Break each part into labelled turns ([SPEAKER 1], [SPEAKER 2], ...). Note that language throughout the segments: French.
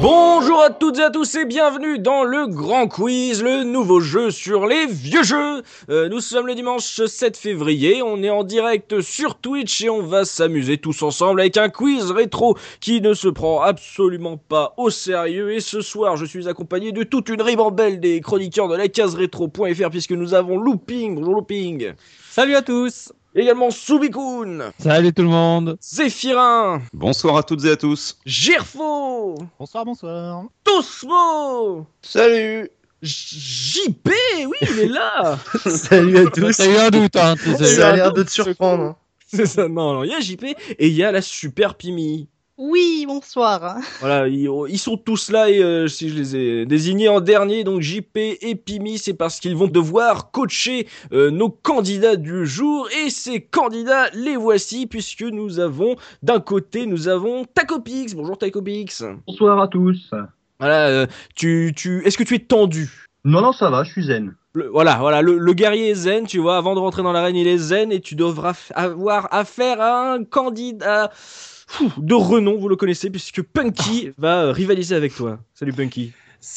[SPEAKER 1] Bonjour à toutes et à tous et bienvenue dans le Grand Quiz, le nouveau jeu sur les vieux jeux. Euh, nous sommes le dimanche 7 février, on est en direct sur Twitch et on va s'amuser tous ensemble avec un quiz rétro qui ne se prend absolument pas au sérieux. Et ce soir, je suis accompagné de toute une ribambelle des chroniqueurs de la case rétro.fr puisque nous avons Looping. Bonjour Looping.
[SPEAKER 2] Salut à tous.
[SPEAKER 1] Également Soubikoun,
[SPEAKER 3] Salut tout le monde.
[SPEAKER 1] Zéphirin,
[SPEAKER 4] Bonsoir à toutes et à tous.
[SPEAKER 1] Gerfo,
[SPEAKER 5] Bonsoir, bonsoir.
[SPEAKER 1] Tosmo,
[SPEAKER 6] Salut
[SPEAKER 1] J- JP, oui, il est là
[SPEAKER 6] Salut à tous
[SPEAKER 3] T'as eu un doute, hein, tu sais.
[SPEAKER 6] Ça a l'air de te surprendre. hein.
[SPEAKER 1] C'est ça, non, non, il y a JP et il y a la super Pimi.
[SPEAKER 7] Oui, bonsoir.
[SPEAKER 1] Voilà, ils, ils sont tous là et euh, si je les ai désignés en dernier, donc JP et Pimi, c'est parce qu'ils vont devoir coacher euh, nos candidats du jour et ces candidats, les voici puisque nous avons d'un côté, nous avons Tacopix. Bonjour Tacopix.
[SPEAKER 8] Bonsoir à tous.
[SPEAKER 1] Voilà, euh, tu, tu, est-ce que tu es tendu
[SPEAKER 8] Non, non, ça va, je suis zen.
[SPEAKER 1] Le- voilà, voilà, le, le guerrier est zen, tu vois, avant de rentrer dans l'arène, il est zen et tu devras f- avoir affaire à un candidat pfff, de renom, vous le connaissez, puisque
[SPEAKER 7] Ah.
[SPEAKER 1] Punky va euh, rivaliser avec toi. Salut Punky.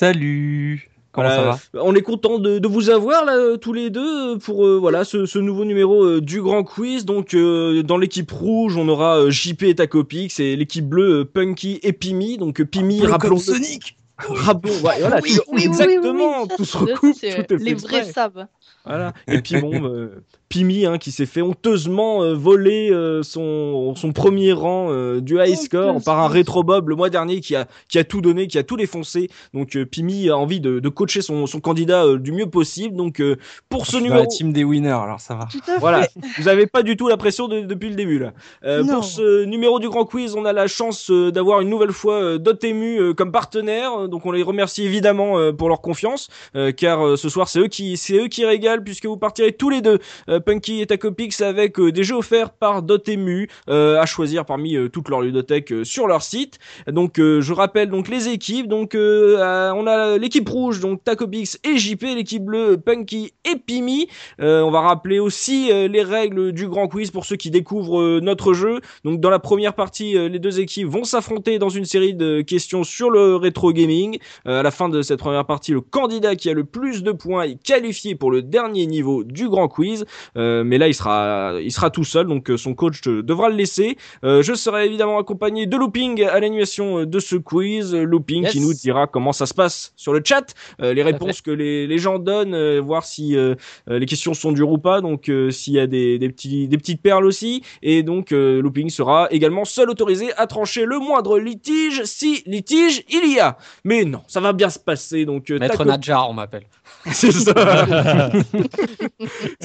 [SPEAKER 2] Salut. Comment
[SPEAKER 1] Voilà,
[SPEAKER 2] ça va
[SPEAKER 1] euh, On est content de, de vous avoir là, euh, tous les deux euh, pour euh, voilà ce, ce nouveau numéro euh, du Grand Quiz. Donc euh, dans l'équipe rouge, on aura euh, JP et Tacopix et l'équipe bleue euh, Punky et Pimi. Donc euh, Pimi, rappelons
[SPEAKER 2] Sonic.
[SPEAKER 1] rappelons, ouais, voilà,
[SPEAKER 7] Oui,
[SPEAKER 1] Ah, tu-
[SPEAKER 7] oui, oui,
[SPEAKER 1] exactement,
[SPEAKER 7] oui, oui,
[SPEAKER 1] tout
[SPEAKER 7] ça,
[SPEAKER 1] se recoupe, tout
[SPEAKER 7] c'est,
[SPEAKER 1] est
[SPEAKER 7] euh,
[SPEAKER 1] fait
[SPEAKER 7] Les vrais
[SPEAKER 1] exprès.
[SPEAKER 7] sabs.
[SPEAKER 1] Voilà. Et puis bon, euh, Pimi hein, qui s'est fait honteusement euh, voler euh, son, son premier rang euh, du high score par un rétrobob le mois dernier qui a, qui a tout donné, qui a tout défoncé. Donc euh, Pimi a envie de, de coacher son, son candidat euh, du mieux possible. Donc euh, pour ce
[SPEAKER 3] Ah,
[SPEAKER 2] Je suis dans
[SPEAKER 1] numéro,
[SPEAKER 2] la team des winners, alors ça va.
[SPEAKER 1] voilà, vous avez pas du tout la pression de- depuis le début là. Euh,
[SPEAKER 7] Non.
[SPEAKER 1] pour ce numéro du Grand Quiz, on a la chance euh, d'avoir une nouvelle fois euh, Dotemu euh, comme partenaire, Euh, donc on les remercie évidemment euh, pour leur confiance, euh, car euh, ce soir c'est eux qui c'est eux qui régalent puisque vous partirez tous les deux, euh, Punky et Tacopix avec euh, des jeux offerts par Dotemu euh, à choisir parmi euh, toute leur ludothèque euh, sur leur site. Donc euh, je rappelle donc les équipes, donc euh, euh, on a l'équipe rouge donc Tacopix et JP, l'équipe bleue Punky et Pimi. Euh, on va rappeler aussi euh, les règles du grand quiz pour ceux qui découvrent euh, notre jeu. Donc dans la première partie, euh, les deux équipes vont s'affronter dans une série de questions sur le rétro gaming. Euh, à la fin de cette première partie, le candidat qui a le plus de points est qualifié pour le dernier niveau du grand quiz. Euh, mais là, il sera, il sera tout seul, donc euh, son coach euh, devra le laisser. Euh, je serai évidemment accompagné de Looping à l'animation euh, de ce quiz. Euh, Looping
[SPEAKER 2] Yes.
[SPEAKER 1] qui nous dira comment ça se passe sur le chat, euh, les
[SPEAKER 2] à fait.
[SPEAKER 1] réponses que les, les gens donnent, euh, voir si euh, euh, les questions sont dures ou pas, donc euh, s'il y a des, des, petits, des petites perles aussi. Et donc, euh, Looping sera également seul autorisé à trancher le moindre litige, si litige il y a. Mais non, ça va bien se passer. Donc, euh,
[SPEAKER 2] Maître
[SPEAKER 1] tac-
[SPEAKER 2] Nadjar, on m'appelle.
[SPEAKER 1] c'est ça.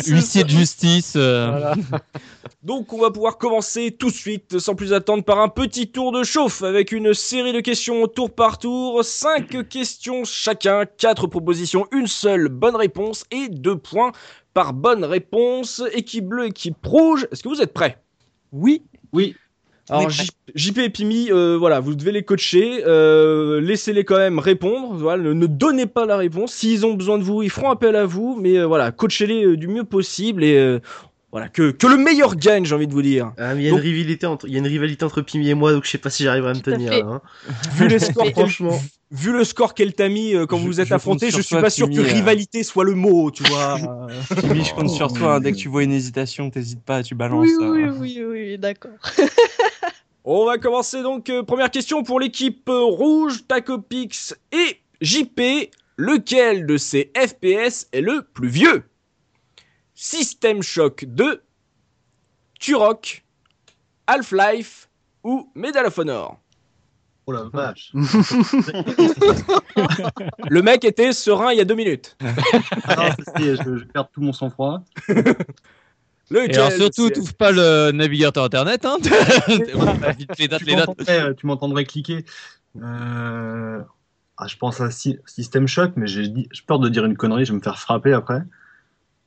[SPEAKER 3] Huissier de justice. euh,
[SPEAKER 1] Donc on va pouvoir commencer tout de suite, sans plus attendre, par un petit tour de chauffe avec une série de questions tour par tour, 5 questions chacun, 4 propositions, une seule bonne réponse et 2 points par bonne réponse. Équipe bleue, équipe rouge, est-ce que vous êtes prêts
[SPEAKER 2] Oui. On est
[SPEAKER 1] alors
[SPEAKER 2] prêt.
[SPEAKER 1] J- JP et Pimi, euh, voilà, vous devez les coacher, euh, laissez-les quand même répondre, voilà, ne, ne donnez pas la réponse, s'ils ont besoin de vous, ils feront appel à vous, mais euh, voilà, coachez-les euh, du mieux possible et euh, voilà, que, que le meilleur gagne, j'ai envie de vous dire.
[SPEAKER 6] Ah, mais il y, a
[SPEAKER 1] Donc-
[SPEAKER 6] une rivalité entre... il y a une rivalité entre Pimi et moi, donc je sais pas si j'arriverai à me
[SPEAKER 7] Tout à
[SPEAKER 6] tenir.
[SPEAKER 7] fait.
[SPEAKER 6] là, hein.
[SPEAKER 1] Vu le score, qu'elle-
[SPEAKER 6] Franchement,
[SPEAKER 1] vu le score qu'elle t'a mis euh, quand
[SPEAKER 2] Je-
[SPEAKER 1] vous vous êtes
[SPEAKER 2] je
[SPEAKER 1] affrontés,
[SPEAKER 2] compte sur
[SPEAKER 1] je suis
[SPEAKER 2] toi,
[SPEAKER 1] pas sûr que
[SPEAKER 2] Timmy, euh.
[SPEAKER 1] rivalité soit le mot, tu vois.
[SPEAKER 2] Jimmy, je compte sur toi. hein.
[SPEAKER 1] Oh,
[SPEAKER 2] Dès que tu vois une hésitation, t'hésites pas, tu balances.
[SPEAKER 7] Oui,
[SPEAKER 2] euh.
[SPEAKER 7] oui, oui, oui, oui, d'accord.
[SPEAKER 1] On va commencer donc. euh, première question pour l'équipe euh, rouge, Tacopix et JP. Lequel de ces FPS est le plus vieux System Shock 2, Turok, Half-Life ou Medal of Honor
[SPEAKER 8] Oh la vache.
[SPEAKER 1] Le mec était serein il y a deux minutes.
[SPEAKER 8] Ah non, ça, c'est- je, je perds tout mon sang-froid.
[SPEAKER 1] Lequel
[SPEAKER 3] Et alors surtout,
[SPEAKER 1] de ces-
[SPEAKER 3] t'ouvres pas le navigateur internet. Hein. Vite, les dates,
[SPEAKER 8] Tu
[SPEAKER 3] les dates.
[SPEAKER 8] m'entendrais, euh, Tu m'entendrais cliquer. Euh, Ah, je pense à Sy- System Shock, mais j'ai dit- j'ai peur de dire une connerie, je vais me faire frapper après.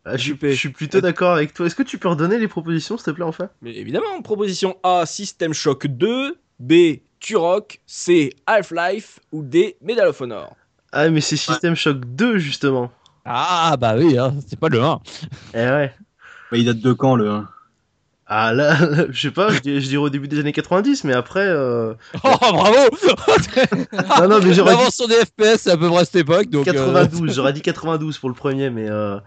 [SPEAKER 6] ah, je, suis-
[SPEAKER 1] Juppé.
[SPEAKER 6] je suis plutôt d'accord avec toi. Est-ce que tu peux redonner les propositions, s'il te plaît, enfin
[SPEAKER 1] Mais évidemment, proposition A, System Shock 2, B, Turok, C, Half-Life ou D, Medal of Honor.
[SPEAKER 6] Ah, mais c'est System Shock 2, justement.
[SPEAKER 3] Ah bah oui, hein, c'est pas le 1.
[SPEAKER 6] Eh ouais.
[SPEAKER 8] Bah, il date de quand le 1
[SPEAKER 6] Ah là, là, je sais pas, je dis- je dirais au début des années 90, mais après. euh,
[SPEAKER 3] Oh, bravo
[SPEAKER 6] Non, non, mais j'aurais dit
[SPEAKER 3] L'invention des FPS, c'est à peu près à cette époque. Donc, euh,
[SPEAKER 6] 92, j'aurais dit 92 pour le premier, mais. euh,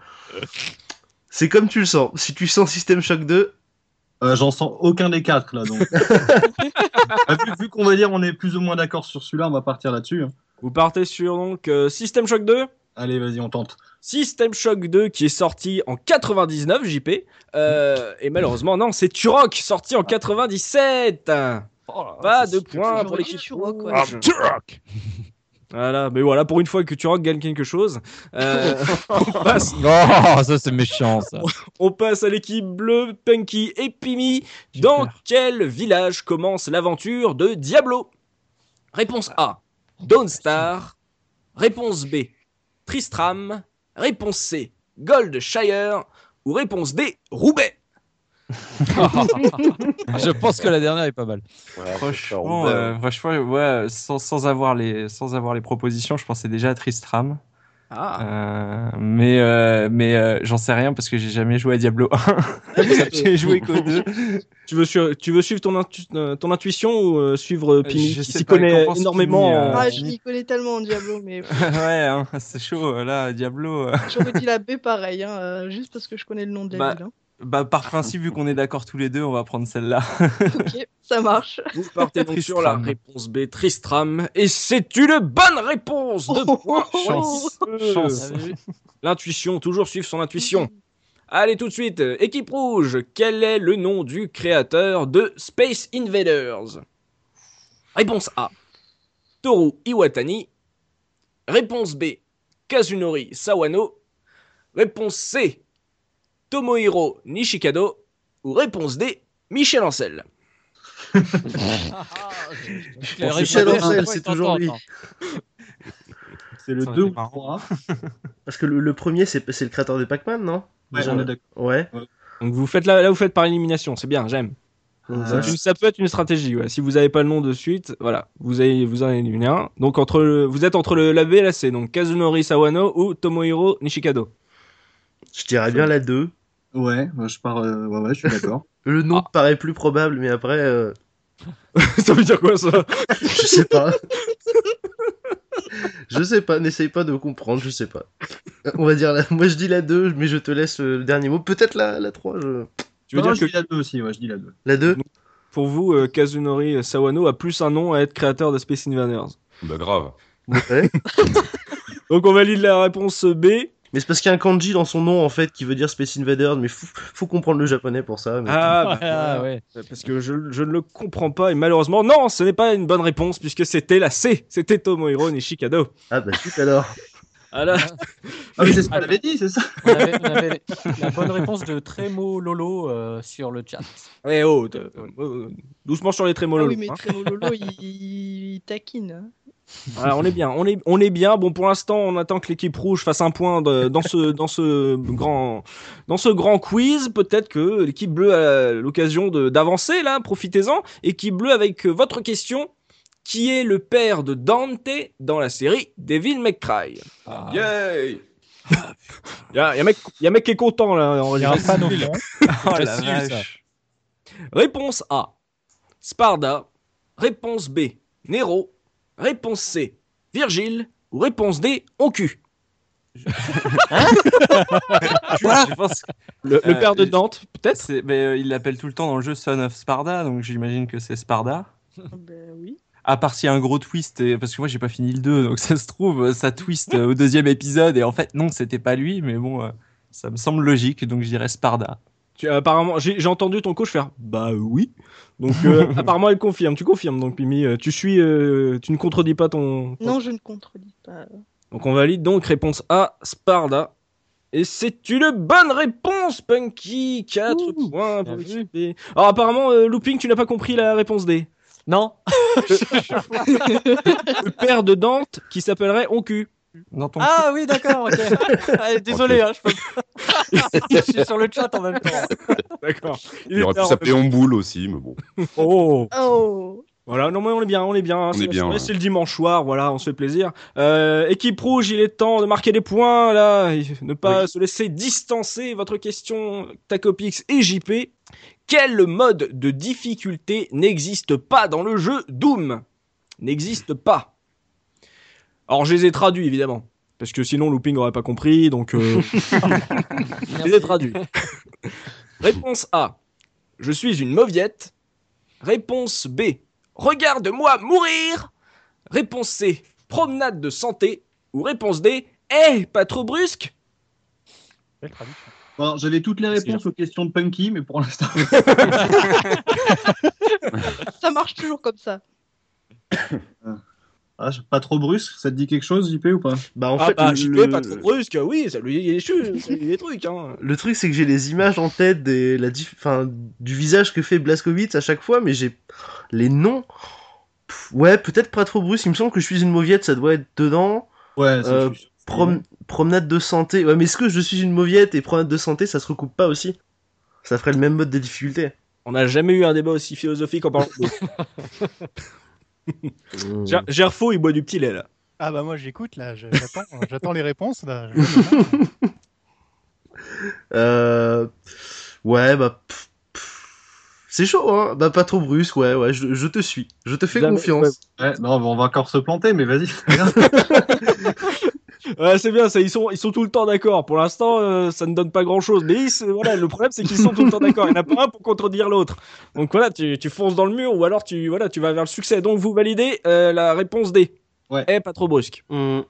[SPEAKER 6] C'est comme tu le sens. Si tu sens System Shock 2,
[SPEAKER 8] Euh, J'en sens aucun des quatre là. Donc. Ah, vu vu qu'on va dire on est plus ou moins d'accord sur celui-là, on va partir là-dessus. hein.
[SPEAKER 1] Vous partez sur donc euh, System Shock 2
[SPEAKER 8] Allez, vas-y, on tente.
[SPEAKER 1] System Shock 2 qui est sorti en 99 JP euh, et malheureusement non c'est Turok sorti en 97 pas de points pour
[SPEAKER 7] J'aurais dit
[SPEAKER 1] l'équipe
[SPEAKER 7] Turok, ouais.
[SPEAKER 1] rouge.
[SPEAKER 3] Turok
[SPEAKER 1] voilà mais voilà pour une fois que Turok gagne quelque chose euh, on, passe,
[SPEAKER 3] Oh, ça c'est méchant ça.
[SPEAKER 1] on passe à l'équipe bleue Punky et Pimi dans quel village commence l'aventure de Diablo réponse A Dawnstar réponse B Tristram réponse C Goldshire ou réponse D Roubaix
[SPEAKER 3] Je pense que la dernière est pas mal.
[SPEAKER 2] Franchement, euh, franchement, ouais, sans, sans avoir les, sans avoir les propositions, je pensais déjà à Tristram.
[SPEAKER 1] Ah.
[SPEAKER 2] Euh, mais euh, mais euh, j'en sais rien parce que j'ai jamais joué à Diablo 1. j'ai joué qu'au 2.
[SPEAKER 1] Ah Tu veux, su- tu veux suivre ton, intu- euh, ton intuition ou euh, suivre euh, Pini
[SPEAKER 2] je
[SPEAKER 1] qui
[SPEAKER 2] sais
[SPEAKER 1] s'y
[SPEAKER 2] pas,
[SPEAKER 1] connaît
[SPEAKER 2] qu'en pense
[SPEAKER 1] énormément
[SPEAKER 2] Pini, euh,
[SPEAKER 1] en-
[SPEAKER 7] Ah, je m'y connais tellement en Diablo, mais
[SPEAKER 2] ouais, hein, c'est chaud euh, là, Diablo. euh.
[SPEAKER 7] j'aurais dit la B pareil, hein, euh, juste parce que je connais le nom de la
[SPEAKER 2] Bah.
[SPEAKER 7] ville. hein.
[SPEAKER 2] Bah par principe, vu qu'on est d'accord tous les deux, on va prendre celle-là.
[SPEAKER 7] Ok, ça marche.
[SPEAKER 1] Vous partez donc sur la
[SPEAKER 2] Tristram.
[SPEAKER 1] réponse B, Tristram, et c'est une bonne réponse de
[SPEAKER 7] Oh,
[SPEAKER 1] points
[SPEAKER 7] oh,
[SPEAKER 2] Chance.
[SPEAKER 1] chanceux.
[SPEAKER 2] Chance.
[SPEAKER 1] L'intuition, toujours suivre son intuition. Allez tout de suite, euh, équipe rouge, quel est le nom du créateur de Space Invaders Réponse A, Toru Iwatani. Réponse B, Kazunori Sawano. Réponse C, Tomohiro Nishikado. Ou réponse D, Michel Ancel.
[SPEAKER 6] Michel Ancel, c'est toujours lui.
[SPEAKER 8] C'est le
[SPEAKER 2] Ça
[SPEAKER 8] 2
[SPEAKER 2] aurait été
[SPEAKER 8] ou le
[SPEAKER 2] marrant.
[SPEAKER 8] 3.
[SPEAKER 6] parce que le, le premier, c'est c'est le créateur de Pac-Man, non
[SPEAKER 8] Ouais,
[SPEAKER 6] Déjà,
[SPEAKER 8] on est d'accord.
[SPEAKER 6] Ouais.
[SPEAKER 1] Donc vous faites là, là vous faites par élimination, c'est bien, j'aime.
[SPEAKER 6] Donc,
[SPEAKER 8] Euh,
[SPEAKER 1] C'est une- Ça peut être une stratégie, ouais. Si vous n'avez pas le nom de suite, voilà, vous avez, vous en éliminez un. Donc entre, le- vous êtes entre le, la B et la C, donc Kazunori Sawano ou Tomohiro Nishikado.
[SPEAKER 6] Je dirais bien la 2.
[SPEAKER 8] Ouais, moi, je pars. euh, ouais, ouais, je suis d'accord.
[SPEAKER 6] Le nom
[SPEAKER 1] Ah.
[SPEAKER 6] paraît plus probable, mais après, euh,
[SPEAKER 1] ça veut dire quoi ça
[SPEAKER 6] je sais pas. je sais pas, n'essaye pas de comprendre, je sais pas. Euh, On va dire, la... moi je dis la 2, mais je te laisse euh, le dernier mot. Peut-être la, la 3. Je...
[SPEAKER 1] Tu veux
[SPEAKER 8] Non,
[SPEAKER 1] dire
[SPEAKER 8] je
[SPEAKER 1] que
[SPEAKER 8] dis la 2 aussi, ouais, je dis la 2.
[SPEAKER 6] La 2
[SPEAKER 1] pour vous, euh, Kazunori Sawano a plus un nom à être créateur de Space Invaders.
[SPEAKER 4] Bah grave.
[SPEAKER 6] Ouais.
[SPEAKER 1] Donc on valide la réponse B.
[SPEAKER 6] Mais c'est parce qu'il y a un kanji dans son nom en fait qui veut dire Space Invaders, mais faut, faut comprendre le japonais pour ça. mais-
[SPEAKER 1] Ah, bah,
[SPEAKER 3] ouais.
[SPEAKER 1] parce que je, je ne le comprends pas et malheureusement, non, ce n'est pas une bonne réponse puisque c'était la C. C'était Tomohiro Nishikado.
[SPEAKER 6] Ah bah chut alors.
[SPEAKER 1] Ah là,
[SPEAKER 8] Ah, mais c'est ce qu'on avait dit, c'est ça
[SPEAKER 5] On avait, on avait la bonne réponse de Trémo Lolo euh, sur le chat.
[SPEAKER 1] Eh oh, t'as- euh, doucement sur les
[SPEAKER 7] Ah
[SPEAKER 1] trémolos.
[SPEAKER 7] oui, mais
[SPEAKER 1] hein.
[SPEAKER 7] Trémololo, il, il taquine. hein.
[SPEAKER 1] Voilà, Ah, on est bien, on est, on est bien. Bon, pour l'instant, on attend que l'équipe rouge fasse un point de- dans ce, dans ce grand, dans ce grand quiz. Peut-être que l'équipe bleue a l'occasion de- d'avancer là. Profitez-en. Équipe bleue avec euh, votre question. Qui est le père de Dante dans la série Devil May Cry
[SPEAKER 3] Ah.
[SPEAKER 4] Yay
[SPEAKER 1] Il y a, y a mec, y a mec qui est content là. en
[SPEAKER 5] Il y a un
[SPEAKER 1] régie.
[SPEAKER 5] fan au fond.
[SPEAKER 2] Oh la
[SPEAKER 3] Facile, ça.
[SPEAKER 2] vache.
[SPEAKER 1] Réponse A. Sparda. Réponse B. Nero. Réponse C. Virgile. Ou réponse D. Oncu.
[SPEAKER 3] Ah,
[SPEAKER 2] Je pense que
[SPEAKER 1] Le, le
[SPEAKER 2] Euh,
[SPEAKER 1] père de
[SPEAKER 2] je-
[SPEAKER 1] Dante, peut-être
[SPEAKER 2] c'est- mais, euh, il l'appelle tout le temps dans le jeu Son of Sparda, donc j'imagine que c'est Sparda.
[SPEAKER 7] Ah Ben oui.
[SPEAKER 2] À part s'il y a un gros twist, et- parce que moi j'ai pas fini le 2, donc ça se trouve, euh, ça twist euh, au deuxième épisode, et en fait non, c'était pas lui, mais bon, euh, ça me semble logique, donc je dirais Sparda.
[SPEAKER 1] Tu- apparemment, j'ai j'ai entendu ton coach faire bah oui. Donc euh, apparemment elle confirme. Tu confirmes donc Mimi, euh, tu suis, euh, tu ne contredis pas ton. ton-
[SPEAKER 7] Non, je ne contredis pas.
[SPEAKER 1] Donc on valide donc réponse A, Sparda. Et c'est une bonne réponse, Punky. 4
[SPEAKER 5] Ouh,
[SPEAKER 1] points pour
[SPEAKER 5] bien vu.
[SPEAKER 1] XP. Alors apparemment euh, Looping, tu n'as pas compris la réponse D.
[SPEAKER 5] Non,
[SPEAKER 1] Le père de Dante qui s'appellerait Oncu.
[SPEAKER 2] Dans ton
[SPEAKER 5] Ah oui, d'accord, ok. Ah, désolé, hein, je, peux... je suis sur le chat en même temps.
[SPEAKER 1] D'accord.
[SPEAKER 4] Il aurait pu s'appeler Omboul aussi, mais bon.
[SPEAKER 1] Oh.
[SPEAKER 7] Oh
[SPEAKER 1] Voilà, non mais on est bien, on est bien. hein,
[SPEAKER 4] On
[SPEAKER 1] c'est
[SPEAKER 4] est
[SPEAKER 1] la
[SPEAKER 4] bien,
[SPEAKER 1] soirée,
[SPEAKER 4] ouais.
[SPEAKER 1] C'est le dimanche soir, voilà, on se fait plaisir. Euh, équipe rouge, il est temps de marquer des points là, et ne pas se laisser distancer. Votre question, Tacopix et JP. Quel mode de difficulté n'existe pas dans le jeu Doom N'existe pas. Alors, je les ai traduits, évidemment. Parce que sinon, Looping n'aurait pas compris, donc... euh, je les ai traduits. Réponse A. Je suis une mauviette. Réponse B. Regarde-moi mourir. Réponse C. Promenade de santé. Ou réponse D. Eh, pas trop brusque
[SPEAKER 9] Belle traduction.
[SPEAKER 8] Bon, J'avais toutes les
[SPEAKER 2] Merci,
[SPEAKER 8] réponses aux questions de Punky, mais pour l'instant.
[SPEAKER 7] Ça marche toujours comme ça.
[SPEAKER 8] Ah, je- pas trop brusque, ça te dit quelque chose, JP ou pas
[SPEAKER 6] Bah, en
[SPEAKER 1] Ah
[SPEAKER 6] fait,
[SPEAKER 1] bah,
[SPEAKER 6] le-
[SPEAKER 1] j'y
[SPEAKER 6] le-
[SPEAKER 1] vais pas trop brusque, oui, ça lui il est chu- ça lui dit des trucs. Hein.
[SPEAKER 6] le truc, c'est que j'ai les images en tête des, la diff- enfin, du visage que fait Blazkowicz à chaque fois, mais j'ai les noms. Pff, Ouais, peut-être pas trop brusque. Il me semble que je suis une mauviette, ça doit être dedans.
[SPEAKER 8] Ouais, ça,
[SPEAKER 6] Euh,
[SPEAKER 8] je suis-
[SPEAKER 6] Prom- Promenade de santé. Ouais, mais est-ce que je suis une mauviette et promenade de santé, ça se recoupe pas aussi Ça ferait le même mode de difficulté.
[SPEAKER 1] On n'a jamais eu un débat aussi philosophique en parlant de Ger- Gerfo, il boit du petit lait là.
[SPEAKER 9] Ah bah moi j'écoute là, je- j'attends, euh, j'attends les réponses là.
[SPEAKER 6] Euh... Ouais, bah. pff, pff. C'est chaud, hein Bah, pas trop brusque, ouais, ouais, je, je te suis. Je te fais
[SPEAKER 1] Jamais-
[SPEAKER 6] confiance.
[SPEAKER 8] Ouais, non, on va encore se planter, mais vas-y.
[SPEAKER 1] Ouais, c'est bien, ça, ils sont, ils sont tout le temps d'accord. Pour l'instant, euh, ça ne donne pas grand chose. Mais ils se- voilà, le problème, c'est qu'ils sont tout le temps d'accord. Il n'y en a pas un pour contredire l'autre. Donc voilà, tu, tu fonces dans le mur ou alors tu, voilà, tu vas vers le succès. Donc vous validez euh, la réponse D.
[SPEAKER 8] Ouais.
[SPEAKER 1] Eh, pas trop brusque.
[SPEAKER 6] Hmm.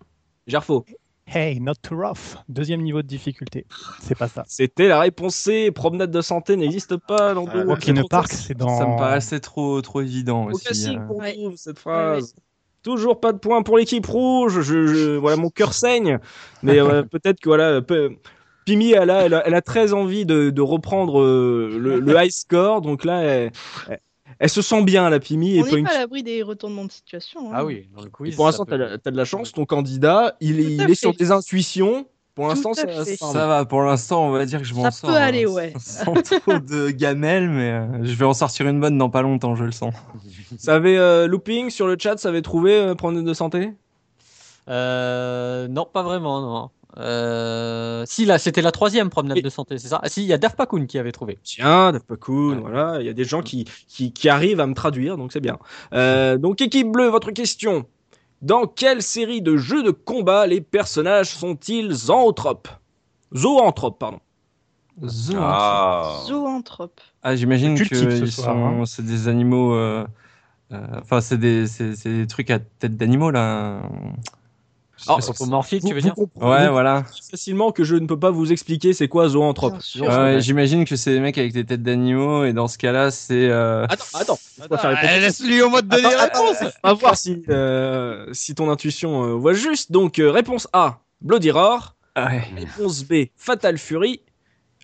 [SPEAKER 1] Gerfo.
[SPEAKER 9] Hey, not too rough. Deuxième niveau de difficulté. C'est pas ça.
[SPEAKER 1] C'était la réponse C. Promenade de santé n'existe pas dans
[SPEAKER 8] Ah,
[SPEAKER 1] Doom.
[SPEAKER 8] ok,
[SPEAKER 9] Walking in a
[SPEAKER 1] Process-
[SPEAKER 9] Park, c'est dans.
[SPEAKER 2] Ça me paraissait trop, trop évident
[SPEAKER 1] Au
[SPEAKER 2] aussi.
[SPEAKER 1] classique
[SPEAKER 2] euh.
[SPEAKER 1] pour
[SPEAKER 7] Ouais.
[SPEAKER 1] nous, cette phrase. Toujours pas de points pour l'équipe rouge. Je, je- voilà, mon cœur saigne. Mais euh, peut-être que voilà, peu- Pimi, elle a, elle, a, elle a très envie de, de reprendre euh, le, le high score. Donc là, elle, elle- elle se sent bien, la Pimi. Et
[SPEAKER 7] On n'est
[SPEAKER 1] Punk.
[SPEAKER 7] pas à l'abri des retournements de situation. hein.
[SPEAKER 10] Ah oui, dans le
[SPEAKER 1] Et
[SPEAKER 10] quiz.
[SPEAKER 1] pour
[SPEAKER 10] ça
[SPEAKER 1] l'instant,
[SPEAKER 10] peut-
[SPEAKER 1] t'as as de la chance. Ton candidat, il, est-
[SPEAKER 7] Tout
[SPEAKER 1] il
[SPEAKER 7] à
[SPEAKER 1] est sur
[SPEAKER 7] fait.
[SPEAKER 1] des intuitions. Pour l'instant,
[SPEAKER 7] à
[SPEAKER 1] ça,
[SPEAKER 7] fait.
[SPEAKER 1] ça
[SPEAKER 2] Ça
[SPEAKER 1] va.
[SPEAKER 2] va, pour l'instant, on va dire que je m'en
[SPEAKER 7] Ça
[SPEAKER 2] sors.
[SPEAKER 7] peut aller,
[SPEAKER 2] euh,
[SPEAKER 7] ouais.
[SPEAKER 2] Sans trop de gamelles, mais euh, je vais en sortir une bonne dans pas longtemps, je le sens.
[SPEAKER 1] Ça avait euh, looping sur le chat. Ça avait trouvé euh, promenade de santé.
[SPEAKER 10] Euh, non, pas vraiment, non. Euh, Si, là, c'était la troisième promenade
[SPEAKER 1] Et-
[SPEAKER 10] de santé, c'est ça Ah si, il y a Daft Pakun qui avait trouvé.
[SPEAKER 1] Tiens, Daft Pakun,
[SPEAKER 10] Ouais.
[SPEAKER 1] voilà, il y a des gens qui, qui, qui arrivent à me traduire, donc c'est bien. Euh, donc, équipe bleue, votre question. Dans quelle série de jeux de combat les personnages sont-ils zoanthropes Zoanthropes, pardon.
[SPEAKER 2] Zoanthropes. Ah,
[SPEAKER 4] Ah.
[SPEAKER 7] Zoanthrope.
[SPEAKER 2] j'imagine
[SPEAKER 9] C'est
[SPEAKER 2] que
[SPEAKER 9] cultique, ce
[SPEAKER 2] ils
[SPEAKER 9] soir,
[SPEAKER 2] sont-
[SPEAKER 9] hein.
[SPEAKER 2] c'est des animaux. euh, euh, Enfin, c'est des, c'est- c'est des trucs à tête d'animaux, là.
[SPEAKER 1] Alors,
[SPEAKER 10] Oh, Anthropomorphique,
[SPEAKER 1] Vous-
[SPEAKER 10] tu veux
[SPEAKER 1] vous
[SPEAKER 10] dire
[SPEAKER 1] comprenez
[SPEAKER 2] Ouais, voilà.
[SPEAKER 1] facilement que je ne peux pas vous expliquer c'est quoi zoanthrope.
[SPEAKER 7] Bien sûr.
[SPEAKER 2] Ouais,
[SPEAKER 1] Zoanthrope.
[SPEAKER 2] ouais, J'imagine que c'est des mecs avec des têtes d'animaux, et dans ce cas-là, c'est. euh,
[SPEAKER 1] Attends, attends, je préfère
[SPEAKER 3] Ah,
[SPEAKER 1] répondre.
[SPEAKER 3] Laisse-lui au mode de
[SPEAKER 1] Attends,
[SPEAKER 3] donner la
[SPEAKER 1] attends,
[SPEAKER 3] réponse.
[SPEAKER 1] on va voir si, euh, si ton intuition euh, voit juste. Donc, euh, réponse A, Bloody Roar.
[SPEAKER 10] Ah
[SPEAKER 2] ouais.
[SPEAKER 1] Réponse B, Fatal Fury.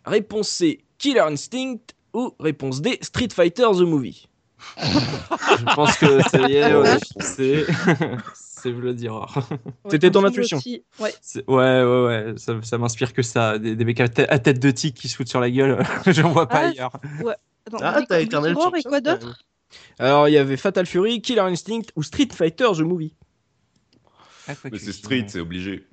[SPEAKER 1] Réponse C, Killer Instinct. Ou réponse D, Street Fighter The Movie.
[SPEAKER 2] Je pense que ça
[SPEAKER 10] Ah,
[SPEAKER 2] y est, ouais, c'est. C'est Bloody Roar.
[SPEAKER 7] Ouais,
[SPEAKER 1] C'était
[SPEAKER 7] il me
[SPEAKER 1] ton
[SPEAKER 7] semble
[SPEAKER 1] intuition.
[SPEAKER 7] aussi. Ouais.
[SPEAKER 2] C'est- Ouais, ouais, ouais, ça, ça m'inspire que ça. Des, des mecs à, tê- à tête de tigre qui se foutent sur la gueule, j'en vois pas
[SPEAKER 7] Ah,
[SPEAKER 2] ailleurs.
[SPEAKER 7] Attends,
[SPEAKER 6] Ah,
[SPEAKER 7] on
[SPEAKER 6] t'as
[SPEAKER 7] dit quoi
[SPEAKER 6] éternel
[SPEAKER 7] Bloody Roar
[SPEAKER 6] sur
[SPEAKER 7] et
[SPEAKER 6] ça,
[SPEAKER 7] quoi
[SPEAKER 6] t'as-
[SPEAKER 7] d'autre
[SPEAKER 1] Alors, il y avait Fatal Fury, Killer Instinct ou Street Fighter The Movie.
[SPEAKER 4] Mais c'est street, c'est obligé.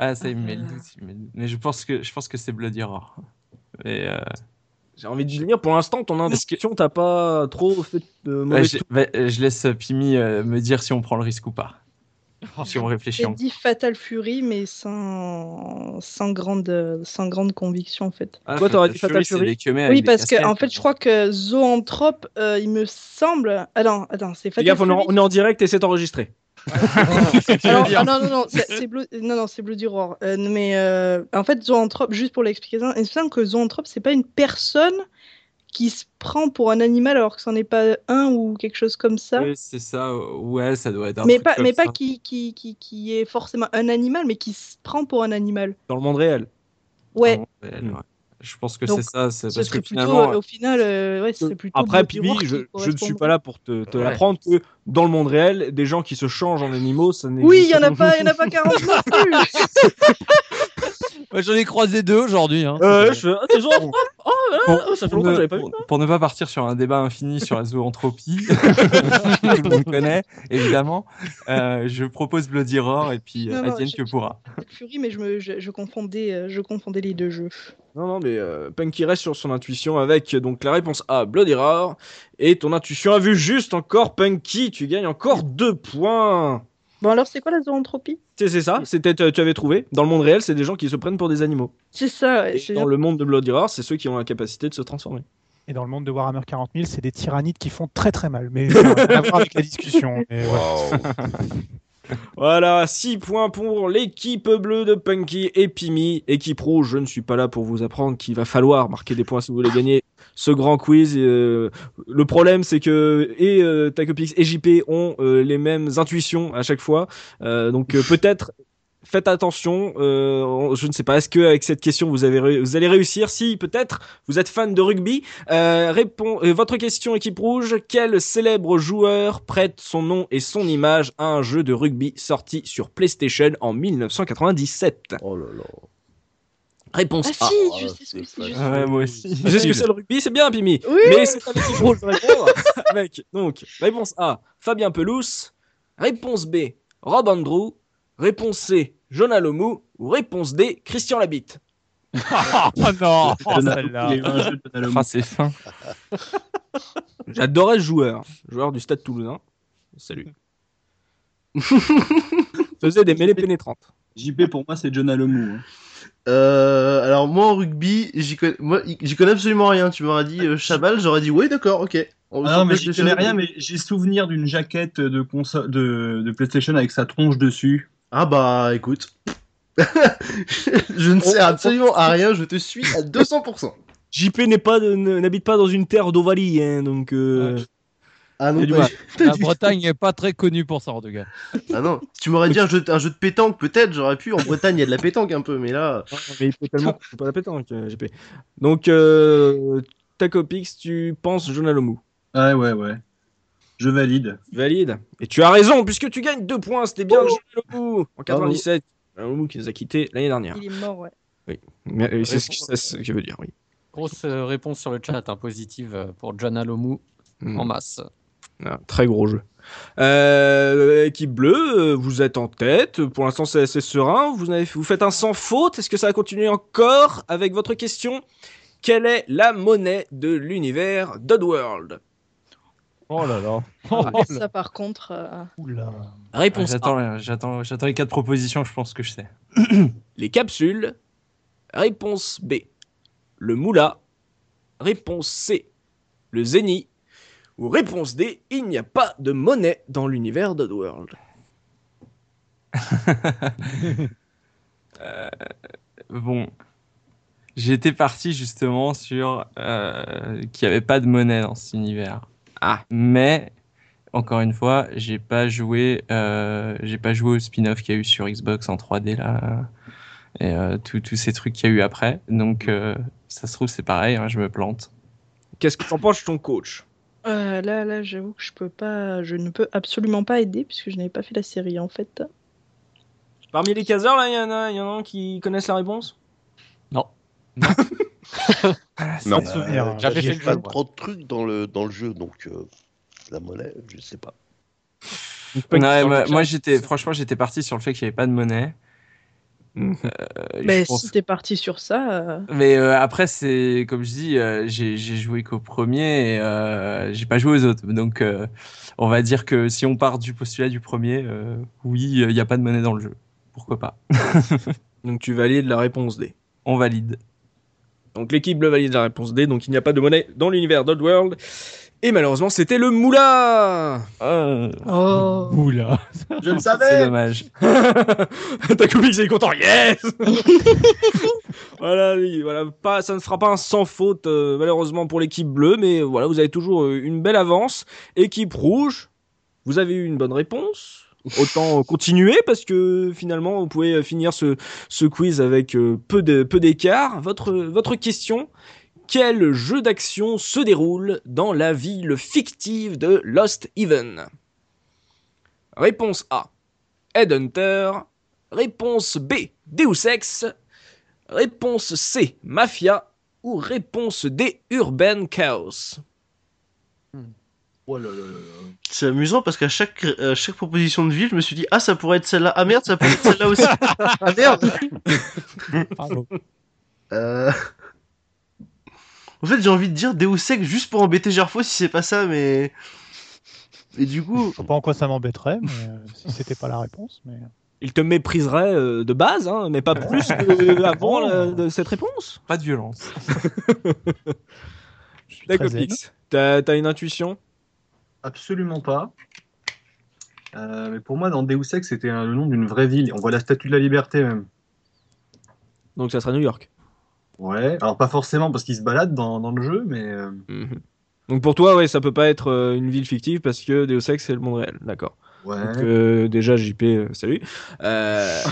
[SPEAKER 2] Ah, ça, il me met le doute. il me met le doute. Mais je pense que, je pense que c'est Bloody Roar. Et, euh,
[SPEAKER 1] J'ai envie de dire, pour l'instant, ton
[SPEAKER 2] Parce que-
[SPEAKER 1] intuition, t'as pas trop fait de
[SPEAKER 2] bah,
[SPEAKER 1] mauvais
[SPEAKER 2] je, bah, euh, je laisse euh, Pimi euh, me dire si on prend le risque ou pas. Si on réfléchit
[SPEAKER 7] Oh, J'ai
[SPEAKER 2] en...
[SPEAKER 7] dit Fatal Fury, mais sans, sans, grande, sans grande conviction en fait.
[SPEAKER 2] Ah,
[SPEAKER 1] Toi, t'aurais dit Fatal
[SPEAKER 2] c'est
[SPEAKER 1] Fury
[SPEAKER 2] les queumets avec
[SPEAKER 7] Oui,
[SPEAKER 2] des hein.
[SPEAKER 7] parce que en
[SPEAKER 2] casquettes.
[SPEAKER 7] fait, je crois que Zoanthrope, euh, il me semble. Ah non, attends,
[SPEAKER 1] Les
[SPEAKER 7] c'est Fatal
[SPEAKER 1] gars, on,
[SPEAKER 7] Fury.
[SPEAKER 1] est en- on est en direct et c'est enregistré.
[SPEAKER 7] Alors, ah non, non, non, c'est c'est Blue... non, non, c'est Bloody Roar. Euh, mais euh, en fait, Zoanthrope, juste pour l'expliquer, il me semble que Zoanthrope, c'est pas une personne qui se prend pour un animal alors que c'en est pas un ou quelque chose comme ça.
[SPEAKER 2] Ouais, c'est ça, ouais, ça doit être un
[SPEAKER 7] mais
[SPEAKER 2] truc
[SPEAKER 7] pas,
[SPEAKER 2] comme
[SPEAKER 7] mais pas
[SPEAKER 2] ça.
[SPEAKER 7] qui, qui, qui, qui est forcément un animal, mais qui se prend pour un animal.
[SPEAKER 1] Dans le monde réel.
[SPEAKER 7] Ouais,
[SPEAKER 2] Ouais,
[SPEAKER 7] Hmm.
[SPEAKER 2] ouais. Je pense que
[SPEAKER 7] Donc,
[SPEAKER 2] c'est ça, c'est
[SPEAKER 7] ce
[SPEAKER 2] parce
[SPEAKER 7] serait
[SPEAKER 2] que
[SPEAKER 7] plutôt,
[SPEAKER 2] finalement.
[SPEAKER 7] euh, au final, euh, ouais, ce serait plutôt.
[SPEAKER 1] Après,
[SPEAKER 7] Bloody
[SPEAKER 1] Pimi,
[SPEAKER 7] Roar qui
[SPEAKER 1] je, je ne suis
[SPEAKER 7] correspond.
[SPEAKER 1] pas là pour te, te
[SPEAKER 10] Ouais.
[SPEAKER 1] l'apprendre que dans le monde réel, des gens qui se changent en animaux, ça n'existe
[SPEAKER 7] Oui, il y en a pas, il y en a pas 40 non plus.
[SPEAKER 3] Moi, J'en ai croisé deux aujourd'hui. hein.
[SPEAKER 1] Euh, je fais, ah, des gens, oh, voilà, oh, ça fait
[SPEAKER 2] pour
[SPEAKER 1] longtemps que
[SPEAKER 2] ne-
[SPEAKER 1] j'avais pas vu.
[SPEAKER 2] pour- pour ne pas partir sur un débat infini sur la zoanthropie, tout le monde connaît, évidemment, euh, je propose Bloody Roar et puis
[SPEAKER 7] Non,
[SPEAKER 2] euh,
[SPEAKER 7] non,
[SPEAKER 2] advienne
[SPEAKER 7] je-
[SPEAKER 2] que pourra.
[SPEAKER 7] Fury, mais je, me, je, je confondais, euh, je confondais les deux jeux.
[SPEAKER 1] Non, non, mais euh, Punky reste sur son intuition avec euh, donc la réponse A, Blood Error. Et ton intuition a vu juste encore Punky, tu gagnes encore deux points.
[SPEAKER 7] Bon, alors, c'est quoi la zoanthropie
[SPEAKER 1] C'est c'est ça, c'était euh, tu avais trouvé. Dans le monde réel, c'est des gens qui se prennent pour des animaux.
[SPEAKER 7] C'est ça, ouais,
[SPEAKER 1] Et
[SPEAKER 7] c'est-
[SPEAKER 1] dans le monde de Blood Error, c'est ceux qui ont la capacité de se transformer.
[SPEAKER 9] Et dans le monde de Warhammer 40 000, c'est des tyrannides qui font très très mal. Mais ça n'a rien à voir avec la discussion. mais voilà.
[SPEAKER 1] Voilà, 6 points pour l'équipe bleue de Punky et Pimi. Équipe rouge, je ne suis pas là pour vous apprendre qu'il va falloir marquer des points si vous voulez gagner ce grand quiz. Et, euh, le problème, c'est que et euh, Tacopix et JP ont euh, les mêmes intuitions à chaque fois. Euh, donc euh, peut-être faites attention. euh, on- je ne sais pas. Est-ce que avec cette question vous avez ré- vous allez réussir Si peut-être vous êtes fan de rugby. Euh, répond euh, votre question équipe rouge. Quel célèbre joueur prête son nom et son image à un jeu de rugby sorti sur PlayStation en 1997
[SPEAKER 6] Oh là là.
[SPEAKER 1] Réponse
[SPEAKER 7] Ah
[SPEAKER 1] A.
[SPEAKER 7] si, je sais ce que c'est. je sais.
[SPEAKER 2] Ouais, moi aussi.
[SPEAKER 1] J'ai ce que c'est le rugby, c'est bien, Pimi.
[SPEAKER 7] Oui.
[SPEAKER 1] Mais c'est pas l'équipe rouge de répondre. Mec, donc, réponse A, Fabien Pelous. Réponse B, Rob Andrew. Réponse C, Jonah Lomou. Ou réponse D, Christian Labitte.
[SPEAKER 3] Oh non, oh, celle-là.
[SPEAKER 8] Ah, Il a eu un jeu de Donald
[SPEAKER 2] Ah, c'est fin.
[SPEAKER 1] J'adorais ce joueur, joueur du Stade Toulousain. Salut. Faisait des mêlées pénétrantes.
[SPEAKER 8] JP pour moi c'est John Alomou. hein.
[SPEAKER 6] Euh, alors moi en rugby, j'y connais, moi, j'y connais absolument rien. Tu m'aurais dit euh, Chabal, j'aurais dit oui d'accord, ok. On-
[SPEAKER 8] Ah non, mais j'y
[SPEAKER 6] je-
[SPEAKER 8] connais rien, mais j'ai souvenir d'une jaquette de, console, de, de PlayStation avec sa tronche dessus.
[SPEAKER 6] Ah bah écoute, je ne sais absolument à rien. Je te suis à 200%.
[SPEAKER 1] JP n'est pas de- ne- n'habite pas dans une terre d'Ovalie, hein, donc. euh,
[SPEAKER 6] Ah non,
[SPEAKER 1] Et du
[SPEAKER 6] pas
[SPEAKER 1] mal.
[SPEAKER 6] du- pas
[SPEAKER 3] La
[SPEAKER 6] du-
[SPEAKER 3] Bretagne n'est pas très connue pour ça en tout cas.
[SPEAKER 6] Ah non, tu m'aurais dit un jeu, un jeu de pétanque peut-être, j'aurais pu. En Bretagne, il y a de la pétanque un peu, mais là.
[SPEAKER 1] Non, non, mais il peut tellement qu'on peut pas la pétanque, euh, JP. Donc, euh, Tacopix, tu penses Jonah Lomou.
[SPEAKER 8] Ouais, ouais, ouais. Je valide.
[SPEAKER 1] Valide. Et tu as raison, puisque tu gagnes deux points, c'était bien Jonah Lomou en 97. Jonah Lomou qui nous a quittés l'année dernière.
[SPEAKER 7] Il est mort, ouais.
[SPEAKER 1] Mais, euh, C'est ce qui- c'est ce que je veux dire, oui.
[SPEAKER 10] Grosse euh, réponse sur le chat, hein, positive euh, pour John Alomou
[SPEAKER 1] Mm.
[SPEAKER 3] Hmm.
[SPEAKER 10] en masse.
[SPEAKER 1] Un très gros jeu. Euh, équipe bleue, euh, vous êtes en tête. Pour l'instant, c'est assez serein. Vous, n'avez- vous faites un sans faute. Est-ce que ça va continuer encore avec votre question Quelle est la monnaie de l'univers d'Oddworld
[SPEAKER 3] Oh là là.
[SPEAKER 7] Ah, ça, par contre. euh,
[SPEAKER 9] Oula.
[SPEAKER 2] Ah,
[SPEAKER 1] Réponse A,
[SPEAKER 2] J'attends les- j'attends- j'attends les quatre propositions, je pense que je sais.
[SPEAKER 1] les capsules. Réponse B, le moula. Réponse C, le zénith. Ou réponse D, il n'y a pas de monnaie dans l'univers d'Oddworld.
[SPEAKER 2] Euh, Bon, j'étais parti justement sur euh, qu'il n'y avait pas de monnaie dans cet univers.
[SPEAKER 1] Ah.
[SPEAKER 2] Mais encore une fois, j'ai pas joué, euh, j'ai pas joué au spin-off qu'il y a eu sur Xbox en 3D là et euh, tous tous ces trucs qu'il y a eu après. Donc euh, ça se trouve c'est pareil, hein, je me plante.
[SPEAKER 1] Qu'est-ce que t'en penses, ton coach
[SPEAKER 7] euh, là, là, j'avoue que je peux pas, je ne peux absolument pas aider puisque je n'avais pas fait la série en fait.
[SPEAKER 1] Parmi les caseurs, là, il y, en a- il y en a un qui connaissent la réponse
[SPEAKER 4] Non.
[SPEAKER 9] Pas de souvenir,
[SPEAKER 5] Euh,
[SPEAKER 9] hein.
[SPEAKER 10] j'avais
[SPEAKER 9] J'y
[SPEAKER 10] fait
[SPEAKER 9] ai
[SPEAKER 10] le
[SPEAKER 9] pas
[SPEAKER 10] jeu,
[SPEAKER 9] joué.
[SPEAKER 10] moi.
[SPEAKER 5] Trop de trucs dans le, dans le jeu, donc euh, la monnaie, je sais pas.
[SPEAKER 2] Non, ouais, moi, moi, j'étais franchement j'étais parti sur le fait qu'il n'y avait pas de monnaie.
[SPEAKER 1] Mhm.
[SPEAKER 2] Euh,
[SPEAKER 7] Mais
[SPEAKER 2] je pense
[SPEAKER 7] si t'es parti sur ça, euh,
[SPEAKER 2] Mais euh, après, c'est comme je dis, euh, j'ai j'ai joué qu'au premier et euh, j'ai pas joué aux autres. Donc, euh, on va dire que si on part du postulat du premier, euh, oui, il n'y a pas de monnaie dans le jeu. Pourquoi pas
[SPEAKER 1] Donc tu valides la réponse D.
[SPEAKER 2] On valide.
[SPEAKER 1] Donc l'équipe bleue valide la réponse D, donc il n'y a pas de monnaie dans l'univers d'Oddworld. Et malheureusement, c'était le moula
[SPEAKER 2] Euh,
[SPEAKER 7] oh,
[SPEAKER 3] Oula.
[SPEAKER 8] Je le
[SPEAKER 2] c'est
[SPEAKER 8] savais
[SPEAKER 2] dommage.
[SPEAKER 1] Takovic, il est content, yes Voilà, oui, voilà pas, ça ne fera pas un sans faute, euh, malheureusement, pour l'équipe bleue, mais voilà, vous avez toujours euh, une belle avance. Équipe rouge, vous avez eu une bonne réponse. Autant euh, continuer parce que finalement vous pouvez euh, finir ce, ce quiz avec euh, peu de- peu d'écart. votre, votre question quel jeu d'action se déroule dans la ville fictive de Lost Haven Réponse A. Headhunter. Réponse B. Deus Ex. Réponse C. Mafia. ou réponse D, Urban Chaos
[SPEAKER 8] Oh là là là là.
[SPEAKER 6] C'est amusant parce qu'à chaque, à chaque proposition de ville, je me suis dit Ah, ça pourrait être celle-là. Ah merde, ça pourrait être celle-là aussi. ah merde Euh, En fait, j'ai envie de dire Deus Ex juste pour embêter Gerfo si c'est pas ça, mais. Et du coup.
[SPEAKER 9] Je sais pas en quoi ça m'embêterait, mais euh, si c'était pas la réponse. Mais...
[SPEAKER 1] Il te mépriserait euh, de base, hein, mais pas plus que avant la- de cette réponse.
[SPEAKER 2] Pas de violence.
[SPEAKER 1] D'accord,
[SPEAKER 9] très zen.
[SPEAKER 1] Pix. T'as t'as une intuition
[SPEAKER 8] Absolument pas. Euh, mais pour moi, dans Deus Ex, c'était euh, le nom d'une vraie ville. On voit la Statue de la Liberté même.
[SPEAKER 1] Donc ça sera New York.
[SPEAKER 8] Ouais, alors pas forcément parce qu'il se balade dans, dans le jeu, mais euh,
[SPEAKER 1] Mhm. Donc pour toi, ouais, ça peut pas être euh, une ville fictive parce que Deus Ex c'est le monde réel, d'accord.
[SPEAKER 8] ouais.
[SPEAKER 1] Donc euh, déjà JP, euh, salut. Euh,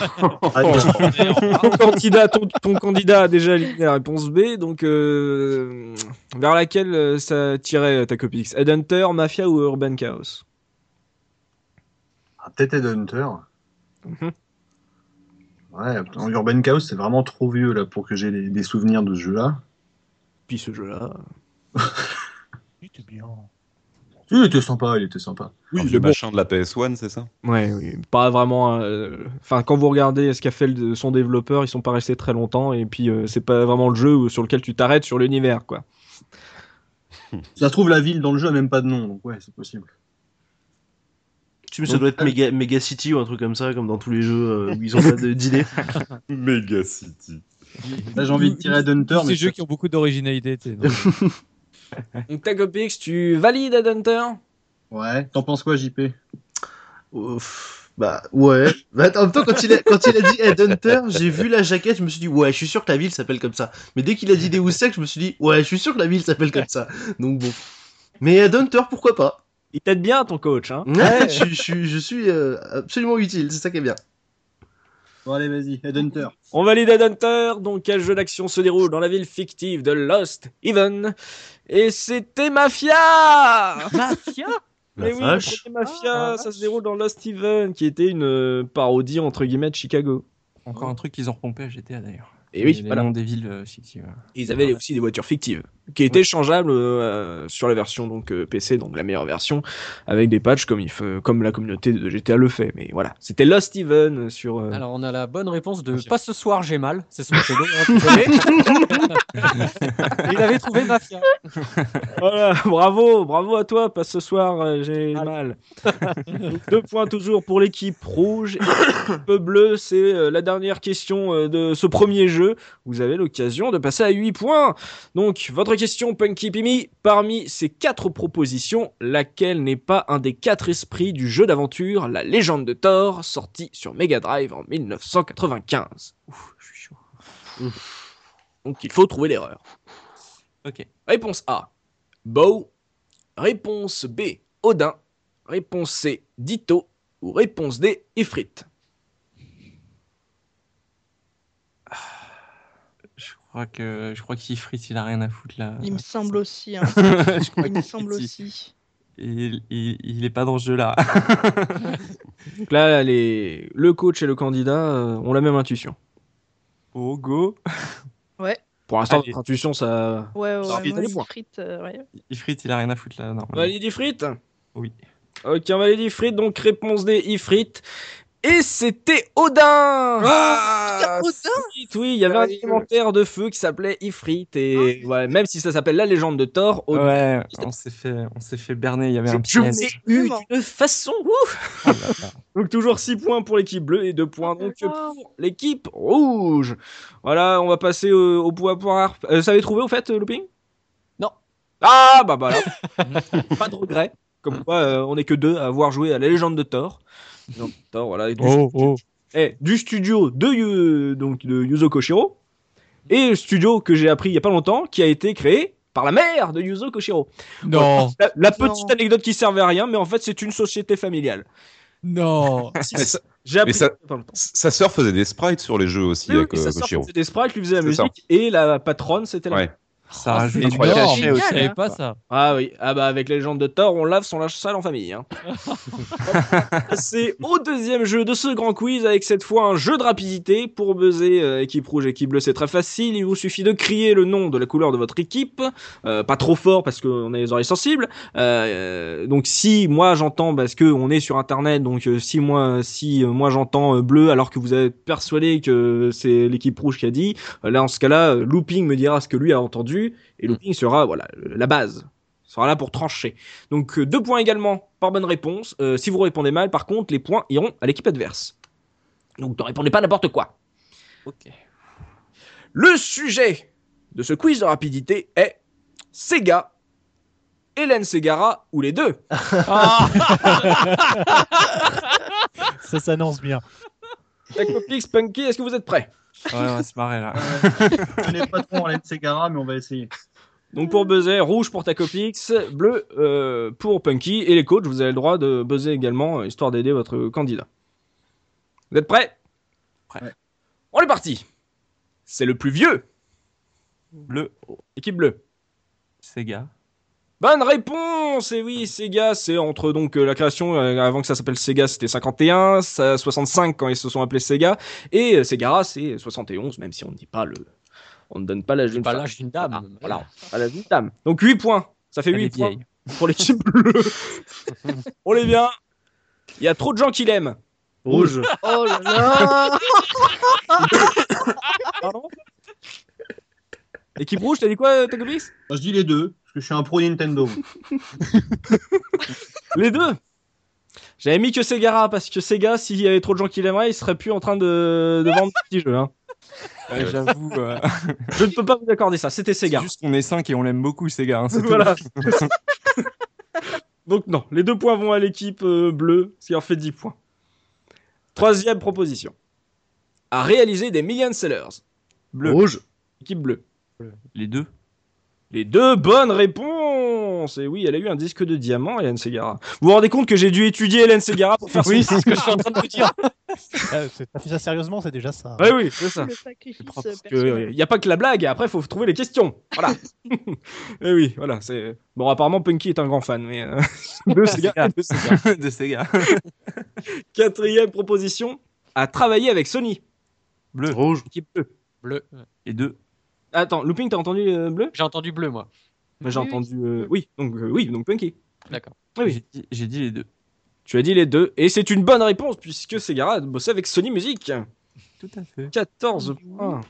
[SPEAKER 8] Ah, mais-
[SPEAKER 1] ton candidat, ton, ton candidat a déjà éliminé la réponse B, donc euh, vers laquelle euh, ça tirait euh, ta copix Headhunter, Mafia ou Urban Chaos
[SPEAKER 8] ah, Peut-être Ed Hunter.
[SPEAKER 1] Mhm.
[SPEAKER 8] Ouais, en Urban Chaos, c'est vraiment trop vieux là pour que j'ai les- des souvenirs de ce jeu-là.
[SPEAKER 1] Puis ce jeu-là.
[SPEAKER 9] Oui, t'es bien.
[SPEAKER 8] Il était sympa, il était sympa.
[SPEAKER 1] Oui,
[SPEAKER 4] le machin de la PS1, c'est ça
[SPEAKER 1] Ouais, oui, pas vraiment. euh, Enfin, quand vous regardez ce qu'a fait le- son développeur, ils sont pas restés très longtemps et puis euh, c'est pas vraiment le jeu sur lequel tu t'arrêtes sur l'univers, quoi.
[SPEAKER 8] Ça se trouve, la ville dans le jeu a même pas de nom, donc ouais, c'est possible.
[SPEAKER 6] Tu sais, ça doit être Mega, Mega City ou un truc comme ça, comme dans tous les jeux euh, où ils ont pas de- d'idées.
[SPEAKER 4] Mega City.
[SPEAKER 8] Là, j'ai envie de tirer Ed Hunter,
[SPEAKER 3] Tous
[SPEAKER 8] mais
[SPEAKER 3] Ces jeux qui ont beaucoup d'originalité. tu sais, donc.
[SPEAKER 1] Donc ta copix, tu valides Headhunter
[SPEAKER 8] Ouais, t'en penses quoi, JP
[SPEAKER 6] Ouf. Bah ouais. Bah, en même temps, quand il a, quand il a dit Headhunter, j'ai vu la jaquette, je me suis dit ouais, je suis sûr que la ville s'appelle comme ça. Mais dès qu'il a dit Deus Ex, je me suis dit ouais, je suis sûr que la ville s'appelle comme ça. Donc bon. Mais Headhunter, pourquoi pas
[SPEAKER 1] Il t'aide bien ton coach, hein
[SPEAKER 6] Ouais, je, je suis- je suis euh, absolument utile, c'est ça qui est bien.
[SPEAKER 8] Bon, allez, vas-y, Ed Hunter.
[SPEAKER 1] On valide Dead Hunter, donc quel jeu d'action se déroule dans la ville fictive de Lost Even Et c'était Mafia Ah,
[SPEAKER 10] Mafia
[SPEAKER 1] Mais oui,
[SPEAKER 6] vache.
[SPEAKER 1] c'était Mafia, ça se déroule dans Lost Even, qui était une euh, parodie entre guillemets de Chicago.
[SPEAKER 2] Encore un truc qu'ils ont repompé à GTA d'ailleurs.
[SPEAKER 1] Et Eh oui,
[SPEAKER 2] Les
[SPEAKER 1] voilà.
[SPEAKER 2] noms des villes euh, fictives.
[SPEAKER 1] Ils avaient aussi des voitures fictives, qui étaient changeables euh, sur la version donc euh, PC, donc la meilleure version, avec des patchs comme, il fe- comme la communauté de GTA le fait. Mais voilà, c'était Lost Even sur. euh,
[SPEAKER 10] Alors, on a la bonne réponse
[SPEAKER 3] Ah,
[SPEAKER 10] de
[SPEAKER 2] Mafia.
[SPEAKER 10] Pas ce soir, j'ai mal. C'est son pseudo. hein, désolé. Il avait trouvé Mafia.
[SPEAKER 1] Voilà, bravo, bravo à toi, parce que ce soir, euh, j'ai
[SPEAKER 10] Ah.
[SPEAKER 1] mal. Donc, deux points toujours pour l'équipe rouge. Et l'équipe bleue, c'est euh, la dernière question euh, de ce premier jeu. Vous avez l'occasion de passer à 8 points. Donc, votre question, Punky Pimi, parmi ces quatre propositions, laquelle n'est pas un des quatre esprits du jeu d'aventure La légende de Thor, sorti sur Mega Drive en 1995 Ouf, je suis chaud. Donc, il faut trouver l'erreur.
[SPEAKER 2] Ok.
[SPEAKER 1] Réponse A, Bow. Réponse B, Odin. Réponse C, Ditto. Ou réponse D, Ifrit.
[SPEAKER 2] Je crois que je crois qu'Ifrit il a rien à foutre là.
[SPEAKER 7] Il me semble aussi. hein.
[SPEAKER 2] Je crois
[SPEAKER 7] Il me
[SPEAKER 2] qu'Ifrit,
[SPEAKER 7] semble aussi.
[SPEAKER 2] Il, il, il est pas dans ce jeu là.
[SPEAKER 1] Donc là, les... le coach et le candidat euh, ont la même intuition.
[SPEAKER 2] oh go.
[SPEAKER 1] Pour l'instant,
[SPEAKER 2] Allez.
[SPEAKER 1] votre intuition, ça.
[SPEAKER 7] Ouais, ouais,
[SPEAKER 1] Ça
[SPEAKER 7] ouais.
[SPEAKER 1] rapide.
[SPEAKER 7] ouais,
[SPEAKER 1] Des points.
[SPEAKER 7] frites, euh, ouais.
[SPEAKER 2] Ifrit il a rien à foutre là
[SPEAKER 1] On
[SPEAKER 2] normalement.
[SPEAKER 1] valide Ifrit
[SPEAKER 2] Oui.
[SPEAKER 1] Ok, on valide Ifrit, donc réponse D, Ifrit. Et c'était Odin
[SPEAKER 2] Ah,
[SPEAKER 7] Putain, Odin
[SPEAKER 1] Ifrit, oui, il y avait un commentaire de feu qui s'appelait Ifrit.
[SPEAKER 2] Ah,
[SPEAKER 1] Et voilà, même si ça s'appelle La légende de Thor, Odin.
[SPEAKER 2] Ouais, on s'est fait on s'est fait berner. Il y avait un
[SPEAKER 1] Je vous ai
[SPEAKER 2] piège. Ah bah,
[SPEAKER 1] eu
[SPEAKER 7] Exactement.
[SPEAKER 1] d'une façon. ouf. donc toujours 6 points pour l'équipe bleue et 2 points donc euh, pour l'équipe rouge. Voilà, on va passer au, au poids pour harpe. Euh, ça avait trouvé au fait, euh, Looping
[SPEAKER 10] Non.
[SPEAKER 1] Ah bah voilà. Pas de regret. Comme quoi, euh, on n'est que deux à avoir joué à la légende de Thor. Donc Thor, voilà. et Du,
[SPEAKER 3] Oh, oh.
[SPEAKER 1] eh, du studio de, Yu- donc, de Yuzo Koshiro et le studio que j'ai appris il y a pas longtemps qui a été créé par la mère de Yuzo Koshiro.
[SPEAKER 3] Non,
[SPEAKER 1] La, la
[SPEAKER 7] Non.
[SPEAKER 1] petite anecdote qui servait à rien, mais en fait, c'est une société familiale.
[SPEAKER 3] non.
[SPEAKER 1] Si,
[SPEAKER 4] Mais
[SPEAKER 1] si,
[SPEAKER 4] ça-
[SPEAKER 1] J'ai appris
[SPEAKER 4] mais ça-
[SPEAKER 1] ça il y a pas longtemps.
[SPEAKER 4] Eh, Sa sœur faisait des sprites sur les jeux aussi
[SPEAKER 1] Oui, oui,
[SPEAKER 4] avec
[SPEAKER 1] sa
[SPEAKER 4] euh,
[SPEAKER 1] sœur
[SPEAKER 4] Koshiro.
[SPEAKER 1] faisait des sprites, lui faisait la
[SPEAKER 4] C'est ça.
[SPEAKER 1] musique, et la patronne, c'était la.
[SPEAKER 4] Ouais.
[SPEAKER 2] Ça
[SPEAKER 10] Oh,
[SPEAKER 2] rajoute
[SPEAKER 10] c'est hein.
[SPEAKER 2] un truc
[SPEAKER 10] énorme.
[SPEAKER 2] caché aussi.
[SPEAKER 10] Je savais pas ça.
[SPEAKER 1] Ah oui, ah bah avec les gens de Thor, on lave son linge sale en famille. hein. C'est au deuxième jeu de ce grand quiz avec cette fois un jeu de rapidité pour buzzer euh, équipe rouge, équipe bleue. C'est très facile. Il vous suffit de crier le nom de la couleur de votre équipe, Euh, pas trop fort parce qu'on a les oreilles sensibles. Euh, donc si moi j'entends parce que on est sur internet, donc euh, si moi si euh, moi j'entends euh, bleu alors que vous êtes persuadé que c'est l'équipe rouge qui a dit, euh, là en ce cas-là, euh, looping me dira ce que lui a entendu et looping sera voilà la base sera là pour trancher. Donc euh, deux points également par bonne réponse. Euh, si vous répondez mal, par contre, les points iront à l'équipe adverse. Donc ne répondez pas n'importe quoi.
[SPEAKER 10] Ok.
[SPEAKER 1] Le sujet de ce quiz de rapidité est Sega, Hélène Segara ou les deux.
[SPEAKER 10] Ah,
[SPEAKER 9] Ça s'annonce bien.
[SPEAKER 1] Tacopix, Punky, est-ce que vous êtes prêts
[SPEAKER 2] Ouais, on va se marrer là.
[SPEAKER 8] Je connais pas trop Alain Segara, mais on va essayer.
[SPEAKER 1] Donc pour buzzer, rouge pour Tacopix, bleu euh, pour Punky et les coachs, vous avez le droit de buzzer également, euh, histoire d'aider votre candidat. Vous êtes prêts
[SPEAKER 2] Prêt.
[SPEAKER 8] Ouais.
[SPEAKER 1] On est parti C'est le plus vieux
[SPEAKER 2] Bleu,
[SPEAKER 1] Équipe bleue.
[SPEAKER 2] Sega.
[SPEAKER 1] Bonne réponse Et oui, Sega, c'est entre donc euh, la création, euh, avant que ça s'appelle Sega, c'était 51, ça, 65 quand ils se sont appelés Sega, et euh, Segara, c'est 71, même si on ne dit pas le... On ne donne pas l'âge d'une
[SPEAKER 10] Pas
[SPEAKER 1] femme.
[SPEAKER 10] l'âge d'une
[SPEAKER 1] Voilà,
[SPEAKER 10] dame.
[SPEAKER 1] voilà, on parle à une dame. Donc 8 points. Ça fait
[SPEAKER 10] Elle
[SPEAKER 1] 8
[SPEAKER 10] est
[SPEAKER 1] points
[SPEAKER 10] vieille.
[SPEAKER 1] pour l'équipe bleue. On est bien. Il y a trop de gens qui l'aiment.
[SPEAKER 6] Rouge.
[SPEAKER 7] Oh là là
[SPEAKER 1] Pardon Équipe rouge, t'as dit quoi, euh, Tacobix
[SPEAKER 8] Moi, je dis les deux, parce que je suis un pro Nintendo.
[SPEAKER 1] Les deux J'avais mis que Segara, parce que Sega, s'il y avait trop de gens qui l'aimeraient, il serait plus en train de, de vendre des petits jeux. hein.
[SPEAKER 2] Ouais, J'avoue, euh,
[SPEAKER 1] Je ne peux pas vous accorder ça, c'était
[SPEAKER 2] c'est
[SPEAKER 1] Sega.
[SPEAKER 2] juste qu'on est 5 et on l'aime beaucoup, Sega. hein, c'est tout.
[SPEAKER 1] Voilà. Donc non, les deux points vont à l'équipe euh, bleue, ce qui en fait 10 points. Troisième proposition. À réaliser des million sellers.
[SPEAKER 2] Bleu.
[SPEAKER 6] Rouge.
[SPEAKER 1] Équipe bleue.
[SPEAKER 2] Les deux.
[SPEAKER 1] Les deux bonnes réponses Et oui, elle a eu un disque de diamant, Hélène Segara. Vous vous rendez compte que j'ai dû étudier Hélène Segara pour faire
[SPEAKER 10] Oui,
[SPEAKER 1] ça
[SPEAKER 10] c'est ce que je suis en train de vous dire.
[SPEAKER 9] Ah, c'est- T'as fait ça sérieusement, c'est déjà ça.
[SPEAKER 1] Ouais, oui, c'est ça.
[SPEAKER 7] Le sacrifice
[SPEAKER 1] Parce que, euh,
[SPEAKER 7] personnel.
[SPEAKER 1] y a pas que la blague, et après faut trouver les questions. Voilà. et oui, voilà, c'est bon apparemment Punky est un grand fan mais euh, de Sega et de Sega.
[SPEAKER 2] de Sega.
[SPEAKER 1] Quatrième proposition, à travailler avec Sony.
[SPEAKER 2] Bleu.
[SPEAKER 6] Rouge.
[SPEAKER 1] Qui est bleu.
[SPEAKER 10] Bleu.
[SPEAKER 2] Les deux.
[SPEAKER 1] Attends, Looping, t'as entendu euh, bleu
[SPEAKER 10] J'ai entendu bleu, moi.
[SPEAKER 1] Moi, J'ai
[SPEAKER 7] Oui, oui,
[SPEAKER 1] entendu euh, oui, donc euh, oui, donc Punky.
[SPEAKER 10] D'accord.
[SPEAKER 1] Ah oui.
[SPEAKER 2] J'ai dit- J'ai dit les deux.
[SPEAKER 1] Tu as dit les deux et c'est une bonne réponse puisque Sega a bossé avec Sony Music.
[SPEAKER 2] Tout à fait.
[SPEAKER 1] 14 points.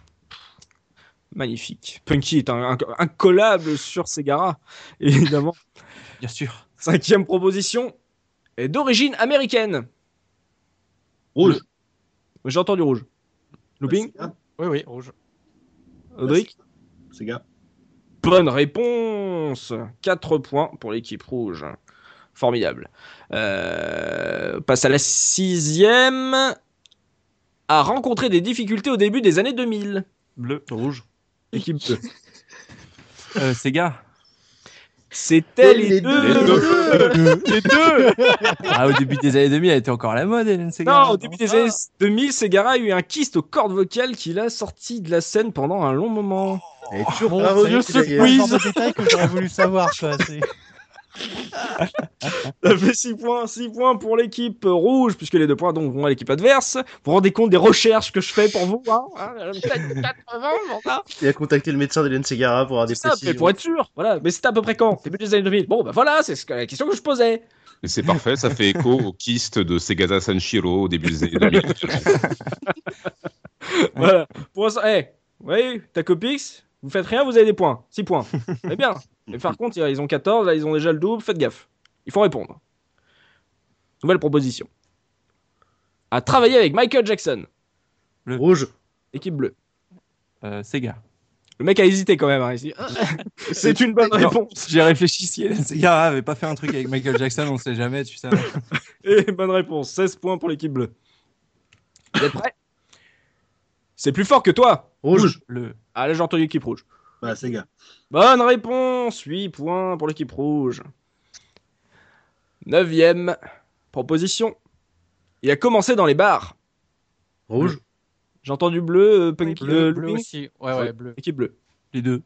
[SPEAKER 1] Magnifique. Punky est un- un- incollable sur Segara, évidemment.
[SPEAKER 2] Bien sûr.
[SPEAKER 1] Cinquième proposition est d'origine américaine.
[SPEAKER 8] Rouge.
[SPEAKER 1] J'ai entendu rouge. Looping
[SPEAKER 8] Sega.
[SPEAKER 10] Oui, oui, rouge.
[SPEAKER 1] Audric
[SPEAKER 8] Sega.
[SPEAKER 1] Bonne réponse 4 points pour l'équipe rouge. Formidable. Euh, passe à la sixième. A rencontré des difficultés au début des années 2000.
[SPEAKER 2] Bleu.
[SPEAKER 6] Rouge.
[SPEAKER 1] Équipe 2.
[SPEAKER 2] Euh, Sega.
[SPEAKER 1] C'était les,
[SPEAKER 6] Les
[SPEAKER 1] deux.
[SPEAKER 6] deux. Les
[SPEAKER 9] Les deux
[SPEAKER 2] Ah, au début des années 2000, elle était encore à la mode, Hélène Sega.
[SPEAKER 1] Non, au début des années 2000, Segara a eu un kyste aux cordes vocales qu'il a sorti de la scène pendant un long moment.
[SPEAKER 6] Elle est toujours
[SPEAKER 10] Bon,
[SPEAKER 6] pas
[SPEAKER 10] ça y
[SPEAKER 6] revenue,
[SPEAKER 10] est,
[SPEAKER 6] cette
[SPEAKER 10] c'est
[SPEAKER 6] guerre.
[SPEAKER 9] Oui, c'est détail que j'aurais voulu savoir, quoi. c'est-
[SPEAKER 1] Ça fait 6 points, 6 points pour l'équipe euh, rouge, puisque les deux points donc vont à l'équipe adverse. Vous vous rendez compte des recherches que je fais pour vous hein hein, euh, peut-être 80, bon, ça,
[SPEAKER 6] Il a contacté le médecin d'Hélène Segara pour avoir des
[SPEAKER 1] c'est ça, mais
[SPEAKER 6] précisions.
[SPEAKER 1] pour être sûr, voilà. Mais c'était à peu près quand Début des années 2000. Bon, bah voilà, c'est ce que- la question que je posais.
[SPEAKER 4] Et c'est parfait, ça fait écho au kyste de Segata Sanshiro au début des années 2000.
[SPEAKER 1] Hein? Voilà. Pour ça, eh, oui, Tacopix, vous faites rien, vous avez des points. 6 points. Très bien. Mais par contre, ils ont 14, là, ils ont déjà le double, faites gaffe. Il faut répondre. Nouvelle proposition. À travailler avec Michael Jackson,
[SPEAKER 6] Rouge.
[SPEAKER 1] équipe bleue.
[SPEAKER 2] Euh, Sega.
[SPEAKER 1] Le mec a hésité quand même, hein, ici. C'est une bonne
[SPEAKER 2] Non.
[SPEAKER 1] réponse.
[SPEAKER 2] J'ai réfléchi si Hélène Sega avait pas fait un truc avec Michael Jackson, on sait jamais, tu sais.
[SPEAKER 1] Et bonne réponse. 16 points pour l'équipe bleue. Vous êtes prêts C'est plus fort que toi.
[SPEAKER 6] Rouge.
[SPEAKER 2] Bleu.
[SPEAKER 1] Ah là, j'ai entendu équipe rouge.
[SPEAKER 8] Bah, Sega.
[SPEAKER 1] Bonne réponse. 8 points pour l'équipe rouge. Neuvième proposition. Il a commencé dans les bars.
[SPEAKER 6] Rouge.
[SPEAKER 1] J'ai entendu bleu, euh, Punky,
[SPEAKER 10] Bleu,
[SPEAKER 1] euh,
[SPEAKER 10] bleu
[SPEAKER 1] Looping
[SPEAKER 10] aussi. Ouais, ouais, bleu.
[SPEAKER 1] Équipe bleue.
[SPEAKER 2] Les deux.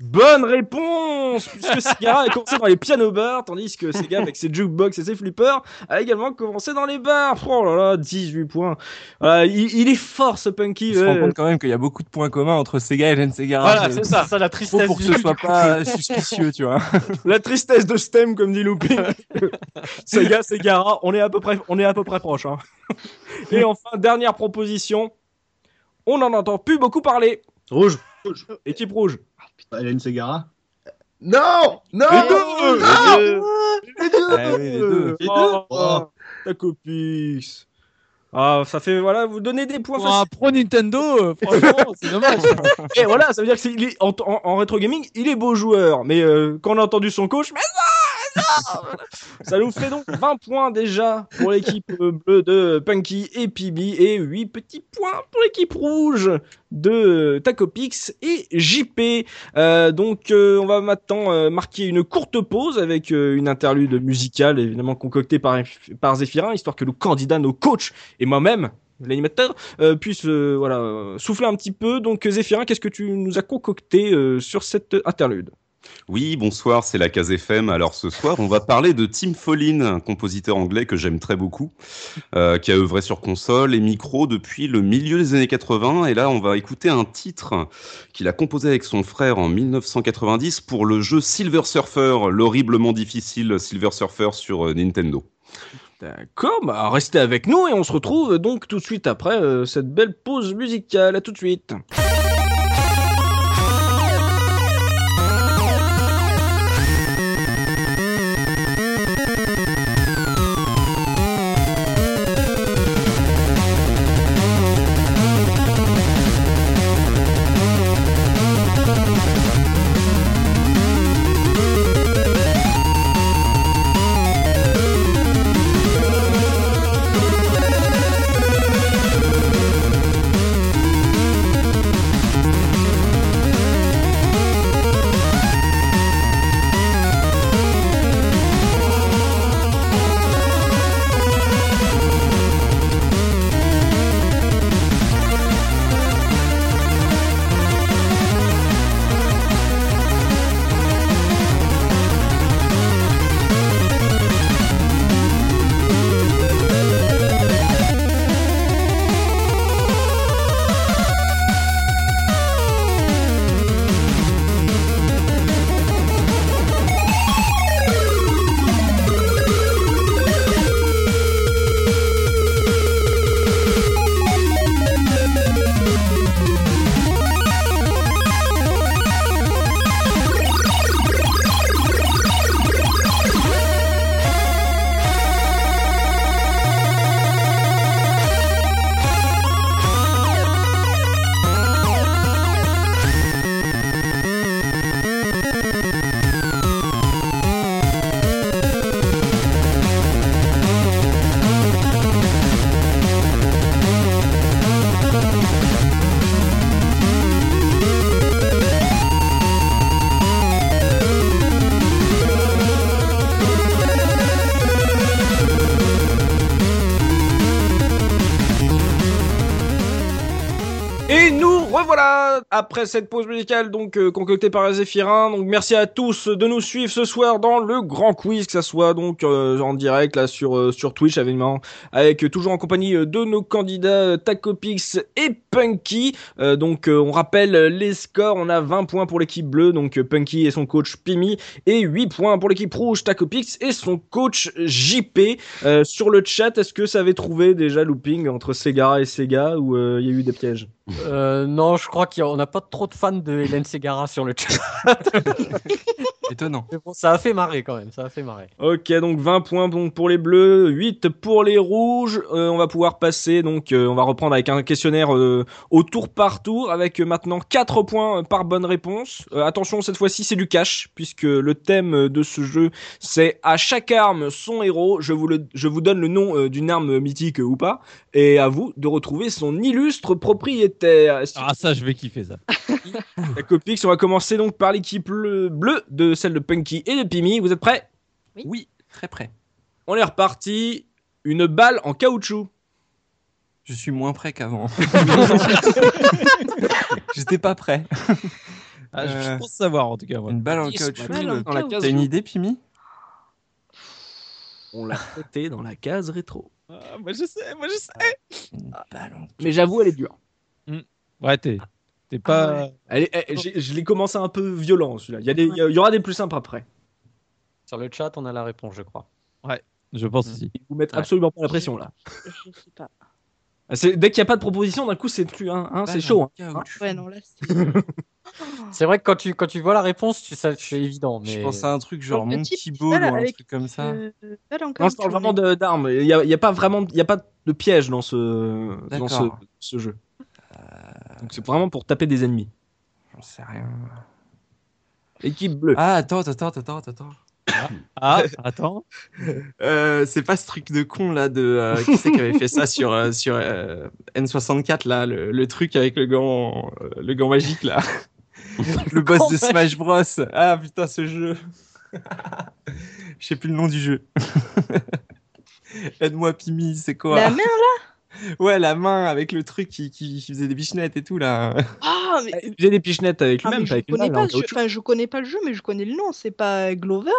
[SPEAKER 1] Bonne réponse Puisque Sega a commencé dans les piano-bars, tandis que Sega, avec ses jukebox et ses flippers, a également commencé dans les bars. Oh là là, 18 points. Voilà, il, il est fort ce Punky. euh.
[SPEAKER 2] On se
[SPEAKER 1] ouais.
[SPEAKER 2] rend compte quand même qu'il y a beaucoup de points communs entre Sega et Len Sega.
[SPEAKER 10] Voilà, c'est ça, ça la
[SPEAKER 2] Faut
[SPEAKER 10] tristesse.
[SPEAKER 2] pour que
[SPEAKER 10] du-
[SPEAKER 2] ce soit pas euh, suspicieux, tu vois.
[SPEAKER 1] La tristesse de STEM, comme dit Looping. Sega, Segara, on est à peu près, on est à peu près proche. hein. Et enfin, dernière proposition. On n'en entend plus beaucoup parler.
[SPEAKER 6] Rouge.
[SPEAKER 1] Équipe rouge.
[SPEAKER 8] Hélène Segara
[SPEAKER 6] Non Non
[SPEAKER 1] Les deux
[SPEAKER 6] Non Les deux
[SPEAKER 2] Ah oui, les deux.
[SPEAKER 6] Les deux
[SPEAKER 1] Oh, ta copix. Ah, ça fait voilà, vous donnez des points.
[SPEAKER 3] Pour
[SPEAKER 1] faciles.
[SPEAKER 3] un pro Nintendo, euh, franchement, c'est dommage.
[SPEAKER 1] Et Eh, voilà, ça veut dire que c'est- il est- en, en- en rétro gaming, il est beau joueur. Mais euh, quand on a entendu son coach, mais non, mais non ça nous fait donc 20 points déjà pour l'équipe euh, bleue de Punky et Pibi et 8 petits points pour l'équipe rouge de euh, Tacopix et JP. Euh, donc euh, on va maintenant euh, marquer une courte pause avec euh, une interlude musicale évidemment concoctée par, par Zéphirin, histoire que le candidat, nos coachs et moi-même, l'animateur, euh, puisse euh, voilà, euh, souffler un petit peu. Donc euh, Zéphirin, qu'est-ce que tu nous as concocté euh, sur cette interlude
[SPEAKER 4] Oui, bonsoir, c'est la Case FM. Alors ce soir, on va parler de Tim Follin, un compositeur anglais que j'aime très beaucoup, euh, qui a œuvré sur console et micro depuis le milieu des années 80. Et là, on va écouter un titre qu'il a composé avec son frère en 1990 pour le jeu Silver Surfer, l'horriblement difficile Silver Surfer sur euh, Nintendo.
[SPEAKER 1] D'accord, bah restez avec nous et on se retrouve euh, donc tout de suite après euh, cette belle pause musicale. À tout de suite. Et nous revoilà après cette pause musicale donc euh, concoctée par Zéphirin. Donc merci à tous de nous suivre ce soir dans le grand quiz, que ça soit donc euh, en direct là sur euh, sur Twitch évidemment, avec euh, toujours en compagnie euh, de nos candidats euh, Tacopix et Punky. Euh, donc euh, on rappelle euh, les scores. On a 20 points pour l'équipe bleue, donc euh, Punky et son coach Pimi, et 8 points pour l'équipe rouge Tacopix et son coach JP. Euh, sur le chat, est-ce que ça avait trouvé déjà looping entre Sega et Sega ou euh, il y a eu des pièges?
[SPEAKER 10] Euh, non, je crois qu'on n'a pas trop de fans de Hélène Segara sur le chat.
[SPEAKER 2] Étonnant.
[SPEAKER 10] Mais bon, ça a fait marrer quand même, ça a fait marrer.
[SPEAKER 1] Ok, donc 20 points donc, pour les bleus, 8 pour les rouges. Euh, on va pouvoir passer, donc euh, on va reprendre avec un questionnaire euh, au tour par tour, avec euh, maintenant 4 points euh, par bonne réponse. Euh, attention, cette fois-ci c'est du cash, puisque le thème euh, de ce jeu c'est à chaque arme son héros. Je vous, le- je vous donne le nom euh, d'une arme mythique euh, ou pas, et à vous de retrouver son illustre propriétaire. Est-ce que-
[SPEAKER 3] Ah, ça, je vais kiffer ça.
[SPEAKER 1] La Copix, on va commencer donc par l'équipe bleu- bleue de celle de Punky et de Pimi. Vous êtes prêts
[SPEAKER 2] Oui, très près.
[SPEAKER 1] On est reparti. Une balle en caoutchouc.
[SPEAKER 2] Je suis moins près qu'avant. J'étais pas prêt.
[SPEAKER 3] Ah, je- je pense savoir en tout cas.
[SPEAKER 2] Une balle en
[SPEAKER 3] Dix,
[SPEAKER 2] caoutchouc
[SPEAKER 3] balle en
[SPEAKER 2] dans la
[SPEAKER 3] caoutchouc.
[SPEAKER 2] T'as une idée, Pimi
[SPEAKER 1] On l'a traité dans la case rétro.
[SPEAKER 3] Ah, moi je sais, moi je sais.
[SPEAKER 1] Mais j'avoue, elle est dure.
[SPEAKER 3] Ouais, t'es t'es pas.
[SPEAKER 1] Elle est- elle- j'ai- je l'ai commencé un peu violent celui-là. Il y, a des- il y a- il y aura des plus simples après.
[SPEAKER 10] Sur le chat, on a la réponse, je crois.
[SPEAKER 3] Ouais, je pense aussi.
[SPEAKER 1] Ils vous mettent
[SPEAKER 10] Ouais.
[SPEAKER 1] absolument pas la pression là.
[SPEAKER 7] Je sais pas.
[SPEAKER 1] Ah, c'est- Dès qu'il n'y a pas de proposition, d'un coup c'est plus un,
[SPEAKER 7] Bah
[SPEAKER 1] hein, c'est chaud. hein.
[SPEAKER 7] Ouais, non, là, c'est-
[SPEAKER 8] Ah.
[SPEAKER 10] C'est vrai que quand tu, quand tu vois la réponse, tu, ça, c'est évident. Mais...
[SPEAKER 2] Je pense à un truc genre
[SPEAKER 7] Le
[SPEAKER 2] mon
[SPEAKER 7] type,
[SPEAKER 2] petit beau ou
[SPEAKER 7] voilà,
[SPEAKER 2] un
[SPEAKER 7] avec,
[SPEAKER 2] truc comme ça.
[SPEAKER 7] euh, balle en
[SPEAKER 1] Non, je
[SPEAKER 7] caoutchouc,
[SPEAKER 1] parle vraiment
[SPEAKER 7] mais-
[SPEAKER 1] de- d'armes. Il n'y a, il y a pas vraiment, il y a pas de piège dans ce, dans ce,
[SPEAKER 2] D'accord.
[SPEAKER 1] ce jeu. Donc c'est vraiment pour taper des ennemis.
[SPEAKER 2] J'en sais rien.
[SPEAKER 1] Équipe bleue.
[SPEAKER 2] Ah, attends, attends, attends, attends, attends.
[SPEAKER 3] Ah, attends.
[SPEAKER 2] Euh, c'est pas ce truc de con là de euh, qui c'est qui avait fait ça sur euh, sur euh, N64 là le, le truc avec le gant euh, le gant magique là le boss de Smash Bros ah putain ce jeu je sais plus le nom du jeu aide-moi Pimi c'est quoi
[SPEAKER 7] La main là
[SPEAKER 2] ouais la main avec le truc qui, qui, qui faisait des bichinettes et tout là
[SPEAKER 7] Ah, mais,
[SPEAKER 1] J'ai des pichenettes avec
[SPEAKER 7] ah, mais
[SPEAKER 1] lui-même, pas
[SPEAKER 7] je
[SPEAKER 1] avec une
[SPEAKER 7] connais
[SPEAKER 1] balle, hein,
[SPEAKER 7] pas.
[SPEAKER 1] en
[SPEAKER 7] le jeu.
[SPEAKER 1] caoutchouc.
[SPEAKER 7] Enfin, je connais pas le jeu, mais je connais le nom. C'est pas Glover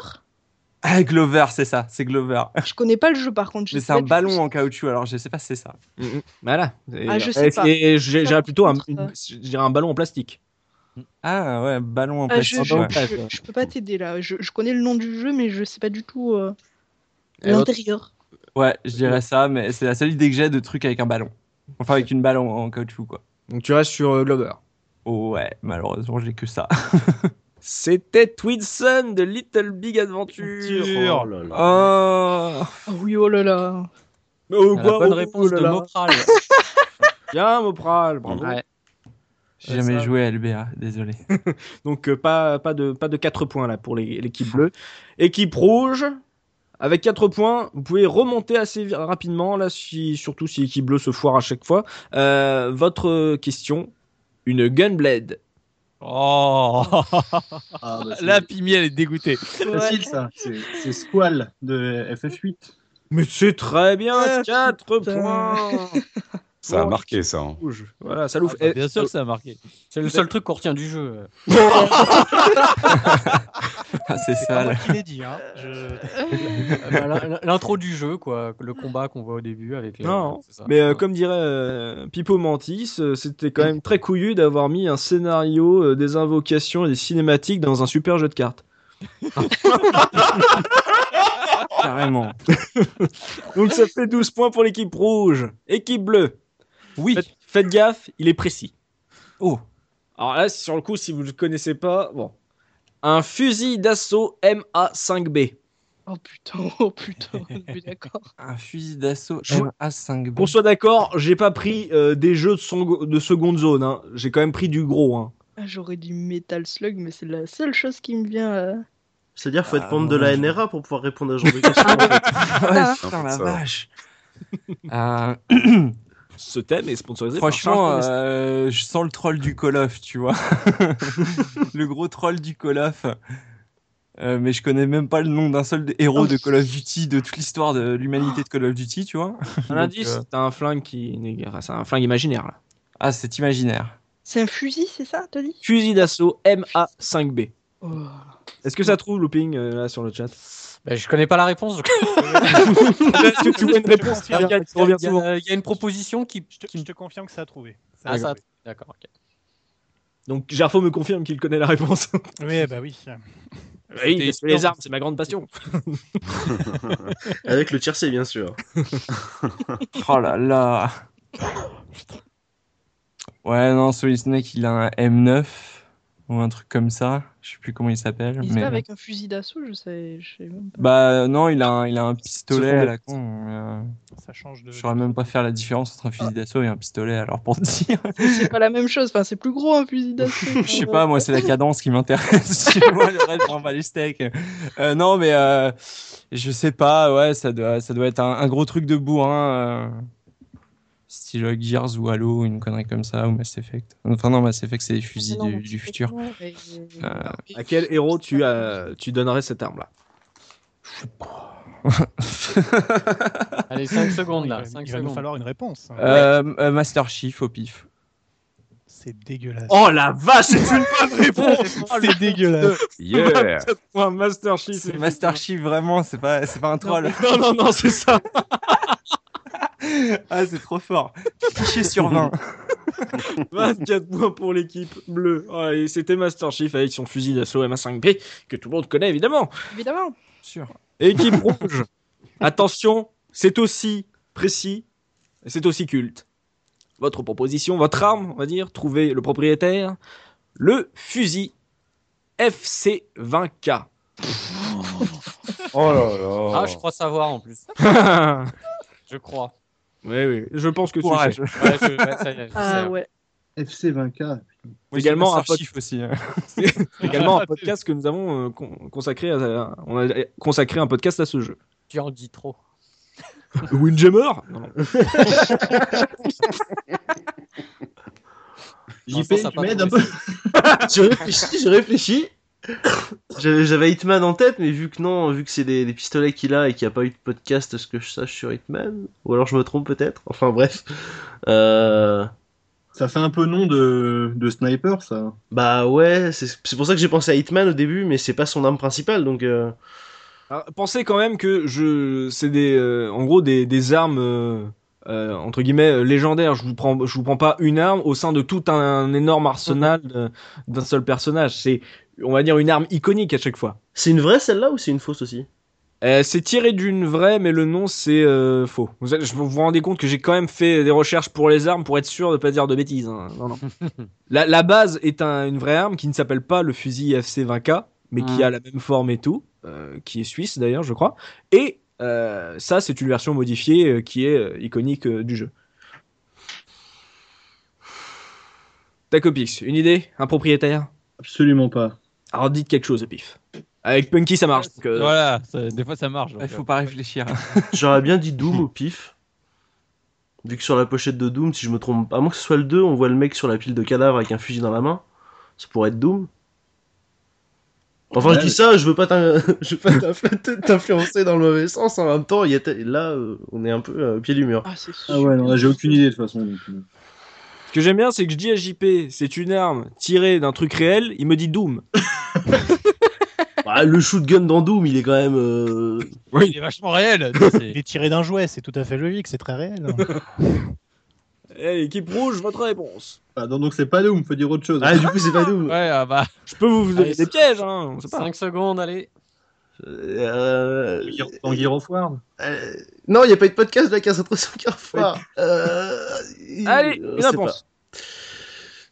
[SPEAKER 2] ah Glover c'est ça c'est Glover
[SPEAKER 7] Je connais pas le jeu par contre. je
[SPEAKER 2] mais
[SPEAKER 7] sais
[SPEAKER 2] c'est
[SPEAKER 7] pas
[SPEAKER 2] un
[SPEAKER 7] du tout
[SPEAKER 2] ballon hein. en caoutchouc alors je sais pas si c'est ça
[SPEAKER 1] Mhm. Voilà. Et- euh,
[SPEAKER 7] Ah, je
[SPEAKER 1] et-
[SPEAKER 7] sais pas.
[SPEAKER 1] et j'ai-
[SPEAKER 7] Ça,
[SPEAKER 1] J'aurais
[SPEAKER 7] par
[SPEAKER 1] plutôt un,
[SPEAKER 7] contre, euh,
[SPEAKER 1] je dirais un ballon en plastique.
[SPEAKER 2] ah ouais ballon en
[SPEAKER 7] Ah, je,
[SPEAKER 2] plastique
[SPEAKER 7] je,
[SPEAKER 2] ouais.
[SPEAKER 7] je- je peux pas t'aider là. Je, je connais le nom du jeu, mais je sais pas du tout euh,
[SPEAKER 1] Et l'autre-
[SPEAKER 7] l'intérieur.
[SPEAKER 2] Ouais, je dirais ça, mais c'est la seule idée que j'ai de trucs avec un ballon. Enfin, avec une balle en, en caoutchouc, quoi.
[SPEAKER 1] Donc tu restes sur euh, Glover.
[SPEAKER 2] Oh, ouais, malheureusement, j'ai que ça.
[SPEAKER 1] C'était Twinson de Little Big Adventure.
[SPEAKER 6] Oh là là.
[SPEAKER 2] Oh
[SPEAKER 7] Ah oui, oh là là.
[SPEAKER 1] Mais au
[SPEAKER 10] La
[SPEAKER 1] quoi,
[SPEAKER 10] bonne
[SPEAKER 1] au-
[SPEAKER 10] réponse
[SPEAKER 1] oh là
[SPEAKER 10] de
[SPEAKER 1] là.
[SPEAKER 10] Mopral.
[SPEAKER 1] Bien, Mopral, bravo.
[SPEAKER 10] Ouais.
[SPEAKER 2] J'ai
[SPEAKER 1] Ouais,
[SPEAKER 2] jamais
[SPEAKER 1] ça.
[SPEAKER 2] joué à LBA, désolé.
[SPEAKER 1] Donc euh, pas, pas, de, pas de 4 points là pour les- l'équipe bleue. Équipe rouge, avec 4 points, vous pouvez remonter assez vi- rapidement, là, si, surtout si l'équipe bleue se foire à chaque fois. Euh, votre euh, question, une gunblade.
[SPEAKER 3] Oh
[SPEAKER 8] Ah, bah, c'est
[SPEAKER 3] La Pimi, elle est dégoûtée.
[SPEAKER 8] facile ça. C'est c'est Squall de FF8.
[SPEAKER 1] Mais c'est très bien,
[SPEAKER 7] Ah,
[SPEAKER 1] 4
[SPEAKER 7] putain.
[SPEAKER 1] points
[SPEAKER 4] Ça a
[SPEAKER 1] Bon,
[SPEAKER 4] marqué ça. hein.
[SPEAKER 1] rouge. Voilà, ça l'ouvre.
[SPEAKER 3] Ah, bah,
[SPEAKER 1] Eh,
[SPEAKER 3] bien sûr que ça a marqué.
[SPEAKER 10] C'est le seul truc qu'on retient du jeu.
[SPEAKER 2] Ah, c'est
[SPEAKER 9] pas
[SPEAKER 2] sale.
[SPEAKER 9] moi qui l'ai dit. Hein. Je...
[SPEAKER 10] Euh, bah, l'in- L'intro du jeu, quoi. Le combat qu'on voit au début avec les.
[SPEAKER 1] Non,
[SPEAKER 10] c'est ça.
[SPEAKER 1] Mais euh,
[SPEAKER 10] Ouais.
[SPEAKER 1] comme dirait euh, Pipo Mantis, euh, c'était quand même très couillu d'avoir mis un scénario, euh, des invocations et des cinématiques dans un super jeu de cartes.
[SPEAKER 2] Carrément.
[SPEAKER 1] Donc ça fait 12 points pour l'équipe rouge. Équipe bleue,
[SPEAKER 2] Oui.
[SPEAKER 1] faites, faites gaffe, il est précis.
[SPEAKER 2] Oh.
[SPEAKER 1] Alors là, sur le coup, si vous ne le connaissez pas, bon. Un fusil d'assaut MA5B.
[SPEAKER 7] Oh putain, oh putain. on est D'accord.
[SPEAKER 2] Un fusil d'assaut
[SPEAKER 1] Je-
[SPEAKER 2] MA5B.
[SPEAKER 1] Qu'on soit d'accord, j'ai pas pris euh, des jeux de, son- de seconde zone. hein. J'ai quand même pris du gros. hein.
[SPEAKER 7] Ah, J'aurais dit Metal Slug, mais c'est la seule chose qui me vient. euh.
[SPEAKER 6] C'est-à-dire, faut être
[SPEAKER 2] Ah,
[SPEAKER 6] membre de
[SPEAKER 2] ouais,
[SPEAKER 6] la
[SPEAKER 2] je-
[SPEAKER 6] NRA pour pouvoir répondre à ce genre de questions. en fait.
[SPEAKER 2] Ouais, putain, la
[SPEAKER 4] Ça.
[SPEAKER 2] vache. Euh,
[SPEAKER 1] Ce thème est sponsorisé
[SPEAKER 2] franchement,
[SPEAKER 1] par Charles Forest.
[SPEAKER 2] euh, je sens le troll du Call of, tu vois. le gros troll du Call of. Euh, mais je connais même pas le nom d'un seul des héros de Call of Duty, de toute l'histoire de l'humanité de Call of Duty, tu vois.
[SPEAKER 1] Un
[SPEAKER 2] donc,
[SPEAKER 1] indice,
[SPEAKER 2] euh,
[SPEAKER 1] t'as un flingue qui. C'est un flingue imaginaire là.
[SPEAKER 2] Ah, c'est imaginaire.
[SPEAKER 7] C'est un fusil, c'est ça, t'as dit
[SPEAKER 1] Fusil d'assaut MA5B.
[SPEAKER 7] Oh.
[SPEAKER 2] Ah,
[SPEAKER 1] Est-ce que ça trouve looping euh, là sur le chat
[SPEAKER 10] Bah, je connais pas la réponse. donc-
[SPEAKER 1] Est-ce que tu vois une réponse qui
[SPEAKER 9] Je te
[SPEAKER 1] revient- qui
[SPEAKER 10] Il y, a-
[SPEAKER 1] revient
[SPEAKER 10] il y
[SPEAKER 1] souvent
[SPEAKER 10] a- il y a une proposition qui.
[SPEAKER 9] Je, te, je te confirme que ça a trouvé. Ça a
[SPEAKER 10] Ah, ça.
[SPEAKER 9] trouvé.
[SPEAKER 10] D'accord. ok.
[SPEAKER 1] Donc Gerfo me confirme qu'il connaît la réponse.
[SPEAKER 9] Oui, bah oui.
[SPEAKER 1] Bah oui, parce que les armes, c'est ma grande passion.
[SPEAKER 6] Avec le tiercé, bien sûr.
[SPEAKER 2] Oh là là. Ouais, non, Solid Snake, il a un M9 ou un truc comme ça. Je sais plus comment il s'appelle.
[SPEAKER 7] Il se
[SPEAKER 2] Mais...
[SPEAKER 7] bat avec un fusil d'assaut, je sais, je sais même pas.
[SPEAKER 2] Bah non, il a un, il a un pistolet
[SPEAKER 1] font
[SPEAKER 2] à
[SPEAKER 1] des-
[SPEAKER 2] la con. euh,
[SPEAKER 9] Ça change de.
[SPEAKER 2] Je saurais même pas faire la différence entre un fusil d'assaut et un pistolet, alors pour te dire.
[SPEAKER 7] C'est pas la même chose. Enfin, c'est plus gros un fusil d'assaut.
[SPEAKER 2] Je sais pas, moi, c'est la cadence qui m'intéresse. Tu vois, le reste, j'en bats les steaks. Euh, non, mais euh, je sais pas, ouais, ça doit, ça doit être un, un gros truc de bourrin. euh, style Gears ou Halo, une connerie comme ça, ou Mass Effect. Enfin, non, Mass Effect, c'est des fusils
[SPEAKER 7] Non,
[SPEAKER 2] du,
[SPEAKER 7] mais
[SPEAKER 2] du
[SPEAKER 7] c'est
[SPEAKER 2] futur.
[SPEAKER 7] vraiment, mais-
[SPEAKER 2] Euh,
[SPEAKER 1] À quel héros tu, euh, tu donnerais cette arme là
[SPEAKER 10] Allez, 5
[SPEAKER 9] Il
[SPEAKER 10] secondes
[SPEAKER 9] va,
[SPEAKER 10] là.
[SPEAKER 9] il
[SPEAKER 10] cinq
[SPEAKER 9] va nous
[SPEAKER 10] secondes.
[SPEAKER 9] falloir une réponse.
[SPEAKER 2] Euh, euh, Master Chief au pif.
[SPEAKER 9] c'est dégueulasse.
[SPEAKER 6] Oh la vache, c'est une
[SPEAKER 9] bonne réponse
[SPEAKER 10] Oh,
[SPEAKER 9] C'est dégueulasse.
[SPEAKER 4] Yeah.
[SPEAKER 1] Point Master Chief.
[SPEAKER 2] C'est Master Chief, vraiment, c'est pas, c'est pas un troll.
[SPEAKER 1] Non, non, non, c'est ça.
[SPEAKER 2] ah, c'est trop fort. Fiché sur 20.
[SPEAKER 1] 24 points pour l'équipe bleue. Oh, et c'était Master Chief avec son fusil d'assaut MA5P, que tout le monde connaît évidemment.
[SPEAKER 7] Évidemment.
[SPEAKER 2] Sûr.
[SPEAKER 1] Équipe rouge. Attention, c'est aussi précis, et c'est aussi culte. Votre proposition, votre arme, on va dire, trouver le propriétaire, le fusil FC20K.
[SPEAKER 4] Oh là là.
[SPEAKER 10] Ah, je crois savoir en plus. Je crois.
[SPEAKER 1] oui, oui, je pense que tu
[SPEAKER 2] Courage.
[SPEAKER 1] sais.
[SPEAKER 10] Ouais, je- ouais, ça y est, je sais.
[SPEAKER 7] Ah ouais.
[SPEAKER 8] FC 20K.
[SPEAKER 2] Oui,
[SPEAKER 1] Également,
[SPEAKER 2] c'est
[SPEAKER 1] un
[SPEAKER 2] Master Chief aussi. hein.
[SPEAKER 1] également un podcast que nous avons euh, con- consacré à, à- on a euh, consacré un podcast à ce jeu.
[SPEAKER 10] Tu en dis trop.
[SPEAKER 1] Windjammer Non, non.
[SPEAKER 10] Dans le sens,
[SPEAKER 6] JP,
[SPEAKER 10] ça
[SPEAKER 6] tu
[SPEAKER 10] pas
[SPEAKER 6] m'aides
[SPEAKER 10] trop
[SPEAKER 6] un peu Je réfléchis, je réfléchis. J'avais j'avais Hitman en tête, mais vu que non, vu que c'est des, des pistolets qu'il a et qu'il n'y a pas eu de podcast, ce que je sache sur Hitman, ou alors je me trompe peut-être. Enfin bref. Euh,
[SPEAKER 8] Ça fait un peu nom de, de sniper, ça.
[SPEAKER 6] Bah ouais, c'est c'est pour ça que j'ai pensé à Hitman au début, mais c'est pas son arme principale, donc. euh,
[SPEAKER 1] Alors, pensez quand même que je, c'est des, euh, en gros des, des armes euh, euh, entre guillemets euh, légendaires. Je vous prends, je vous prends pas une arme au sein de tout un énorme arsenal de- d'un seul personnage. C'est, on va dire une arme iconique à chaque fois.
[SPEAKER 6] C'est une vraie celle-là ou c'est une fausse aussi
[SPEAKER 1] Euh, c'est tiré d'une vraie, mais le nom c'est euh, faux. Vous, allez- je- vous vous rendez compte que j'ai quand même fait des recherches pour les armes pour être sûr de pas dire de bêtises. hein. Non, non. la, la base est un- une vraie arme qui ne s'appelle pas le fusil FC-20K, mais qui
[SPEAKER 10] Ah.
[SPEAKER 1] a la même forme et tout, euh, qui est suisse d'ailleurs, je crois. Et euh, ça, c'est une version modifiée euh, qui est euh, iconique euh, du jeu. Tacopix, une idée Un propriétaire
[SPEAKER 8] Absolument pas.
[SPEAKER 1] Alors dites quelque chose au pif. Avec Punky, ça marche. donc, euh,
[SPEAKER 3] Voilà, ça- des fois ça marche. donc, euh,
[SPEAKER 2] Il faut pas réfléchir.
[SPEAKER 6] J'aurais bien dit Doom au pif. Vu que sur la pochette de Doom, si je me trompe pas, à moins que ce soit le 2, on voit le mec sur la pile de cadavres avec un fusil dans la main. Ça pourrait être Doom. Enfin,
[SPEAKER 8] Ouais,
[SPEAKER 6] je dis
[SPEAKER 8] mais-
[SPEAKER 6] ça, je veux pas t'in- je veux pas t'inf- t'influencer dans le mauvais sens. En même temps, il y a te- là, euh, on est un peu euh, au pied du mur.
[SPEAKER 7] Ah, c'est sûr.
[SPEAKER 8] Ah ouais, non, là, j'ai aucune idée de toute façon. donc, euh.
[SPEAKER 1] Ce que j'aime bien, c'est que je dis à JP, c'est une arme tirée d'un truc réel, il me dit Doom.
[SPEAKER 6] Bah, le shootgun dans Doom, il est quand même. euh,
[SPEAKER 3] euh, Il est vachement réel.
[SPEAKER 9] Il
[SPEAKER 3] c'est-
[SPEAKER 9] est tiré d'un jouet, c'est tout à fait logique, c'est très réel. hein.
[SPEAKER 1] Eh, équipe rouge, votre réponse.
[SPEAKER 8] Ah, non, donc c'est pas Doom, faut dire autre chose.
[SPEAKER 6] Ah, du coup, c'est pas Doom.
[SPEAKER 3] Ouais, ah bah.
[SPEAKER 1] Je peux vous donner
[SPEAKER 10] Allez,
[SPEAKER 1] des pièges, hein, on sait pas.
[SPEAKER 10] 5 secondes, allez.
[SPEAKER 6] Euh,
[SPEAKER 8] Dans Gear of War.
[SPEAKER 6] euh, Non, il n'y a pas eu de podcast hein, de la case entre Carrefour. Euh...
[SPEAKER 1] Allez,
[SPEAKER 6] euh,
[SPEAKER 1] une
[SPEAKER 6] c'est
[SPEAKER 1] réponse.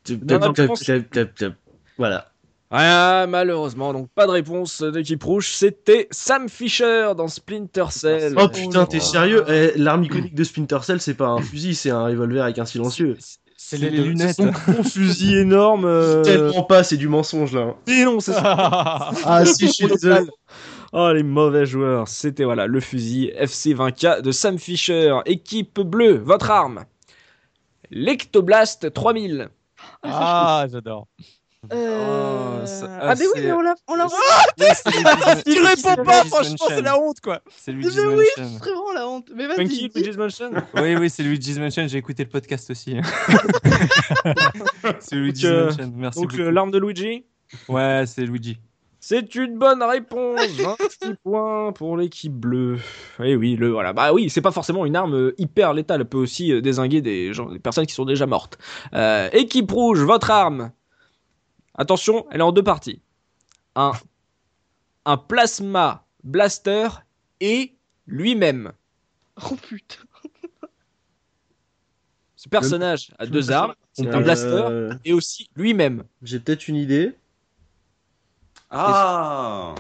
[SPEAKER 6] Tap,
[SPEAKER 1] Dans
[SPEAKER 6] tap,
[SPEAKER 1] la
[SPEAKER 6] tap,
[SPEAKER 1] France.
[SPEAKER 6] tap, tap, tap. Voilà.
[SPEAKER 1] Ah, malheureusement, donc pas de réponse d'équipe rouge. C'était Sam Fisher dans Splinter Cell.
[SPEAKER 6] Oh putain, t'es
[SPEAKER 10] Oh.
[SPEAKER 6] sérieux Eh, L'arme iconique de Splinter Cell, c'est pas un fusil, c'est un revolver avec un silencieux.
[SPEAKER 10] C'est
[SPEAKER 2] les
[SPEAKER 10] deux-
[SPEAKER 2] lunettes.
[SPEAKER 10] ce sont-
[SPEAKER 1] Mon fusil énorme. euh,
[SPEAKER 6] Tellement pas, c'est du mensonge là.
[SPEAKER 1] Mais non, c'est ça.
[SPEAKER 6] Ah si, je suis désolé.
[SPEAKER 1] Oh, les mauvais joueurs. C'était voilà le fusil FC20K de Sam Fisher. Équipe bleue, votre arme. L'Ectoblast 3000.
[SPEAKER 3] Ah, j'adore.
[SPEAKER 7] Euh...
[SPEAKER 2] Oh, ça-
[SPEAKER 7] ah,
[SPEAKER 2] ah,
[SPEAKER 7] mais oui,
[SPEAKER 2] c'est-
[SPEAKER 7] mais on l'a. On l'a.
[SPEAKER 2] Il
[SPEAKER 1] Ah,
[SPEAKER 3] honte quoi.
[SPEAKER 2] C'est
[SPEAKER 7] Mais
[SPEAKER 2] Luigi's
[SPEAKER 7] oui,
[SPEAKER 2] Mansion.
[SPEAKER 7] vraiment la honte. Mais vas-y.
[SPEAKER 1] Funky
[SPEAKER 7] dis-
[SPEAKER 1] Luigi's Mansion.
[SPEAKER 2] Oui, oui, c'est Luigi's Mansion. J'ai écouté le podcast aussi. c'est Luigi's
[SPEAKER 1] euh,
[SPEAKER 2] Mansion. Merci.
[SPEAKER 1] Donc
[SPEAKER 2] beaucoup.
[SPEAKER 1] euh, l'arme de Luigi.
[SPEAKER 2] Ouais, c'est Luigi.
[SPEAKER 1] C'est une bonne réponse. 26 points pour l'équipe bleue. Et oui, le voilà. Bah oui, c'est pas forcément une arme euh, hyper létale. Elle peut aussi euh, désinguer des, gens, des personnes qui sont déjà mortes. Euh, équipe rouge, votre arme. Attention, elle est en deux parties. Un, un plasma blaster et lui-même.
[SPEAKER 7] Oh putain.
[SPEAKER 1] Ce personnage a deux armes. C'est un
[SPEAKER 6] Euh,
[SPEAKER 1] blaster et aussi lui-même.
[SPEAKER 6] J'ai peut-être une idée.
[SPEAKER 4] Ah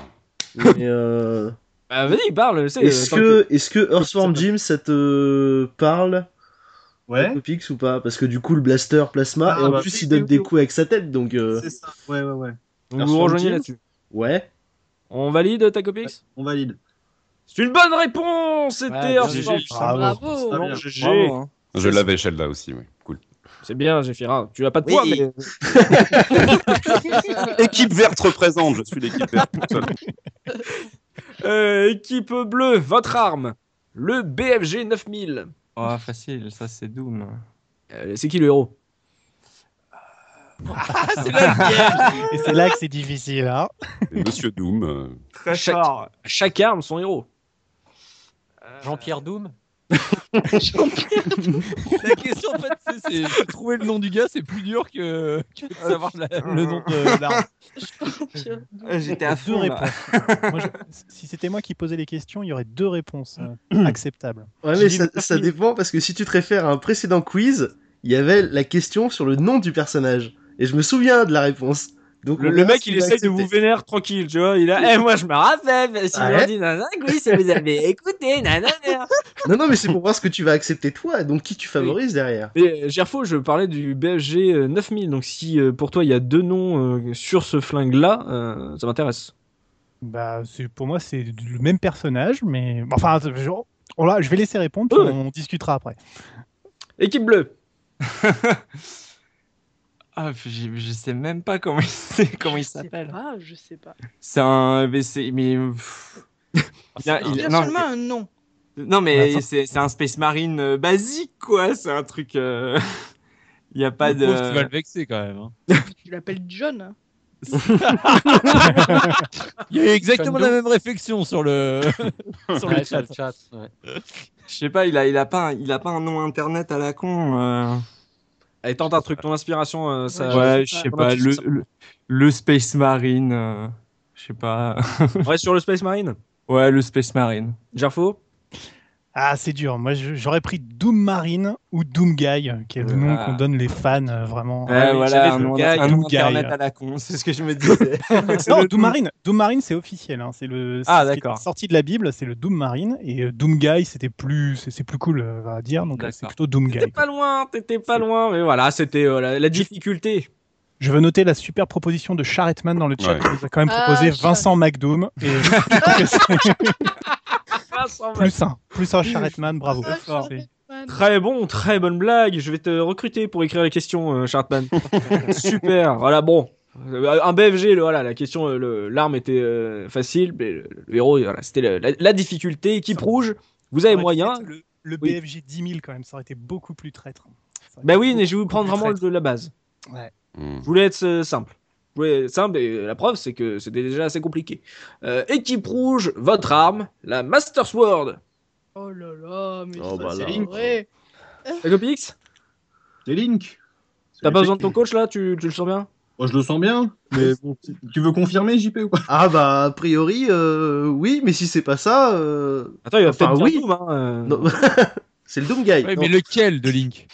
[SPEAKER 6] Mais euh...
[SPEAKER 1] Bah, vas-y, parle. c'est, euh,
[SPEAKER 6] Est-ce
[SPEAKER 1] tant que-
[SPEAKER 6] que, est-ce que Earthworm Jim, ça te parle
[SPEAKER 8] Ouais,
[SPEAKER 6] Topix ou pas Parce que du coup, le blaster plasma,
[SPEAKER 8] Ah,
[SPEAKER 6] et en
[SPEAKER 8] bah,
[SPEAKER 6] plus,
[SPEAKER 8] oui,
[SPEAKER 6] il donne
[SPEAKER 8] oui,
[SPEAKER 6] des
[SPEAKER 8] oui.
[SPEAKER 6] coups avec sa tête, donc euh,
[SPEAKER 8] c'est ça. Ouais, ouais, ouais.
[SPEAKER 1] Donc, vous rejoignez là-dessus.
[SPEAKER 6] ouais.
[SPEAKER 1] On valide ta copix
[SPEAKER 8] On valide.
[SPEAKER 1] C'est une bonne réponse, c'était
[SPEAKER 2] Ouais,
[SPEAKER 1] un
[SPEAKER 2] GG.
[SPEAKER 1] sens.
[SPEAKER 7] Bravo.
[SPEAKER 8] Ah,
[SPEAKER 1] Non,
[SPEAKER 8] bien.
[SPEAKER 1] GG.
[SPEAKER 2] Bravo, hein.
[SPEAKER 4] Je l'avais, celle-là aussi, oui. Cool.
[SPEAKER 1] C'est bien, Géphira. Tu as pas de
[SPEAKER 6] Oui.
[SPEAKER 1] poids, mais
[SPEAKER 4] Équipe verte représente, je suis l'équipe verte. tout seul.
[SPEAKER 1] Euh, équipe bleue, votre arme, le BFG 9000.
[SPEAKER 2] Oh, facile. Ça, c'est Doom.
[SPEAKER 1] Euh, c'est qui le héros
[SPEAKER 9] c'est là que- Et c'est là que c'est difficile. Hein.
[SPEAKER 4] Et Monsieur Doom. euh,
[SPEAKER 1] Très fort. Chaque arme, son héros.
[SPEAKER 10] Jean-Pierre Doom
[SPEAKER 3] Euh, La question, en fait, c'est- c'est c'est trouver le nom du gars, c'est plus dur que, que de savoir la- le nom de l'arme.
[SPEAKER 5] Euh, J'étais à
[SPEAKER 9] Deux
[SPEAKER 5] fond. là.
[SPEAKER 9] réponses. Moi, je- Si c'était moi qui posais les questions, il y aurait deux réponses
[SPEAKER 10] Mm.
[SPEAKER 9] euh, acceptables.
[SPEAKER 6] Ouais,
[SPEAKER 9] J'ai
[SPEAKER 6] mais
[SPEAKER 9] dit
[SPEAKER 6] ça,
[SPEAKER 9] le
[SPEAKER 6] ça
[SPEAKER 9] film.
[SPEAKER 6] dépend parce que si tu te réfères à un précédent quiz, il y avait la question sur le nom du personnage. Et je me souviens de la réponse. Donc
[SPEAKER 1] Le,
[SPEAKER 6] on
[SPEAKER 1] le
[SPEAKER 6] verra
[SPEAKER 1] mec,
[SPEAKER 6] si
[SPEAKER 1] il
[SPEAKER 6] on va
[SPEAKER 1] essaye de vous
[SPEAKER 6] accepter.
[SPEAKER 1] vénère tranquille, tu vois. Il a, eh, moi, je me rappelle, si
[SPEAKER 2] Ah
[SPEAKER 6] Ouais.
[SPEAKER 1] on dit nanana, oui, ça vous avez écouté, nanana.
[SPEAKER 6] Non, non, mais c'est pour voir ce que tu vas accepter toi, donc qui tu favorises derrière.
[SPEAKER 1] Et euh, Gerfo, je parlais du BFG euh, 9000, donc si euh, pour toi il y a deux noms euh, sur ce flingue-là, euh, ça m'intéresse.
[SPEAKER 9] Bah, c'est- pour moi, c'est le même personnage, mais. bon, Enfin, je, on l'a- je vais laisser répondre, puis
[SPEAKER 1] Ouais.
[SPEAKER 9] on discutera après.
[SPEAKER 1] Équipe bleue.
[SPEAKER 2] Ah, je, je sais même pas comment il, s'est- comment il
[SPEAKER 7] Je sais
[SPEAKER 2] s'appelle.
[SPEAKER 7] pas, je sais pas.
[SPEAKER 2] C'est un. Mais. c'est- mais pff. Ah, Il a-
[SPEAKER 7] Il
[SPEAKER 2] il-
[SPEAKER 7] y a
[SPEAKER 2] non,
[SPEAKER 7] seulement un nom.
[SPEAKER 2] non, mais
[SPEAKER 9] Attends.
[SPEAKER 2] c'est c'est un Space Marine euh, basique, quoi. C'est un truc. euh, Il n'y a pas
[SPEAKER 3] Le pauvre, Tu vas
[SPEAKER 2] de.
[SPEAKER 3] le vexer quand même. hein.
[SPEAKER 7] Tu l'appelles John. hein.
[SPEAKER 3] Il y a eu exactement
[SPEAKER 10] John
[SPEAKER 3] la même réflexion sur le, sur le
[SPEAKER 10] Ouais,
[SPEAKER 3] chat.
[SPEAKER 10] chat, ouais.
[SPEAKER 2] Je sais pas, il a, il, a pas un, il a pas un nom internet à la con. euh.
[SPEAKER 1] Allez, tente un truc, ton inspiration, euh, ça.
[SPEAKER 2] Ouais, je sais
[SPEAKER 1] Pendant
[SPEAKER 2] pas.
[SPEAKER 1] que tu
[SPEAKER 2] Le,
[SPEAKER 1] te sens-
[SPEAKER 2] le, le Space Marine. euh, Je sais pas.
[SPEAKER 1] On reste sur le Space Marine.
[SPEAKER 2] Ouais, le Space Marine.
[SPEAKER 1] Gerfo.
[SPEAKER 9] Ah, c'est dur. Moi, je- j'aurais pris Doom Marine ou Doom Guy, qui est le nom
[SPEAKER 2] Ah.
[SPEAKER 9] qu'on donne les fans, euh, vraiment.
[SPEAKER 2] Ouais, voilà, un nom,
[SPEAKER 9] Guy,
[SPEAKER 2] un nom
[SPEAKER 9] Guy.
[SPEAKER 2] internet à la con, c'est ce que je me disais.
[SPEAKER 9] Non, Doom Marine, Doom Marine, c'est officiel. hein. C'est le
[SPEAKER 2] Ah,
[SPEAKER 9] c'est ce qui
[SPEAKER 2] d'accord.
[SPEAKER 9] est sorti de la Bible, c'est le Doom Marine et euh, Doom Guy, c'était plus c'est c'est plus cool euh, à dire, donc euh, c'est
[SPEAKER 2] D'accord.
[SPEAKER 9] plutôt Doom Guy.
[SPEAKER 1] T'étais pas loin, t'étais pas loin, mais voilà, c'était euh, la, la difficulté.
[SPEAKER 9] Je veux noter la super proposition de Charretman dans le chat
[SPEAKER 4] Ouais.
[SPEAKER 9] qui nous a quand même
[SPEAKER 7] Ah,
[SPEAKER 9] proposé
[SPEAKER 7] Charrette.
[SPEAKER 9] Vincent McDoom et je trouve que c'est plus un plus un Charretman, bravo.
[SPEAKER 7] Ah,
[SPEAKER 9] C'est-
[SPEAKER 7] Chartman.
[SPEAKER 1] Très bon, très bonne blague. Je vais te recruter pour écrire les questions, euh, Chartman. Super. Voilà, bon. Euh, Un BFG, le- voilà, la question, euh, le- l'arme était euh, facile, mais le, le héros, voilà, c'était la, la- la difficulté. Équipe rouge, vous avez
[SPEAKER 9] aurait
[SPEAKER 1] moyen.
[SPEAKER 9] pu être le, le
[SPEAKER 1] Oui.
[SPEAKER 9] BFG 10 000 quand même, ça aurait été beaucoup plus traître. Ça aurait
[SPEAKER 2] Ben
[SPEAKER 1] Bah
[SPEAKER 9] été
[SPEAKER 1] oui, mais
[SPEAKER 9] beaucoup
[SPEAKER 1] je vais vous prendre
[SPEAKER 9] plus
[SPEAKER 1] vraiment
[SPEAKER 9] traître.
[SPEAKER 1] de la base.
[SPEAKER 4] hmm.
[SPEAKER 1] Je voulais être euh, simple. Je voulais être simple, et euh, la preuve, c'est que c'était déjà assez compliqué. Euh, équipe rouge, votre arme, la Master Sword.
[SPEAKER 7] Oh là là, mais
[SPEAKER 6] Oh
[SPEAKER 7] ça,
[SPEAKER 6] bah
[SPEAKER 7] c'est
[SPEAKER 6] là.
[SPEAKER 7] vrai.
[SPEAKER 9] Euh.
[SPEAKER 1] Copix,
[SPEAKER 8] C'est Link.
[SPEAKER 1] t'as pas besoin de ton coach là tu- tu le sens bien
[SPEAKER 8] Moi, je le sens bien. Mais bon, tu veux confirmer, JP ou pas
[SPEAKER 6] Ah bah, a priori, euh, oui, mais si c'est pas ça, euh,
[SPEAKER 1] Attends, il va
[SPEAKER 6] Enfin,
[SPEAKER 1] faire
[SPEAKER 6] oui.
[SPEAKER 1] Doom, hein, euh.
[SPEAKER 6] non. c'est le Doom Guy.
[SPEAKER 3] Ouais,
[SPEAKER 6] Non.
[SPEAKER 3] mais lequel de Link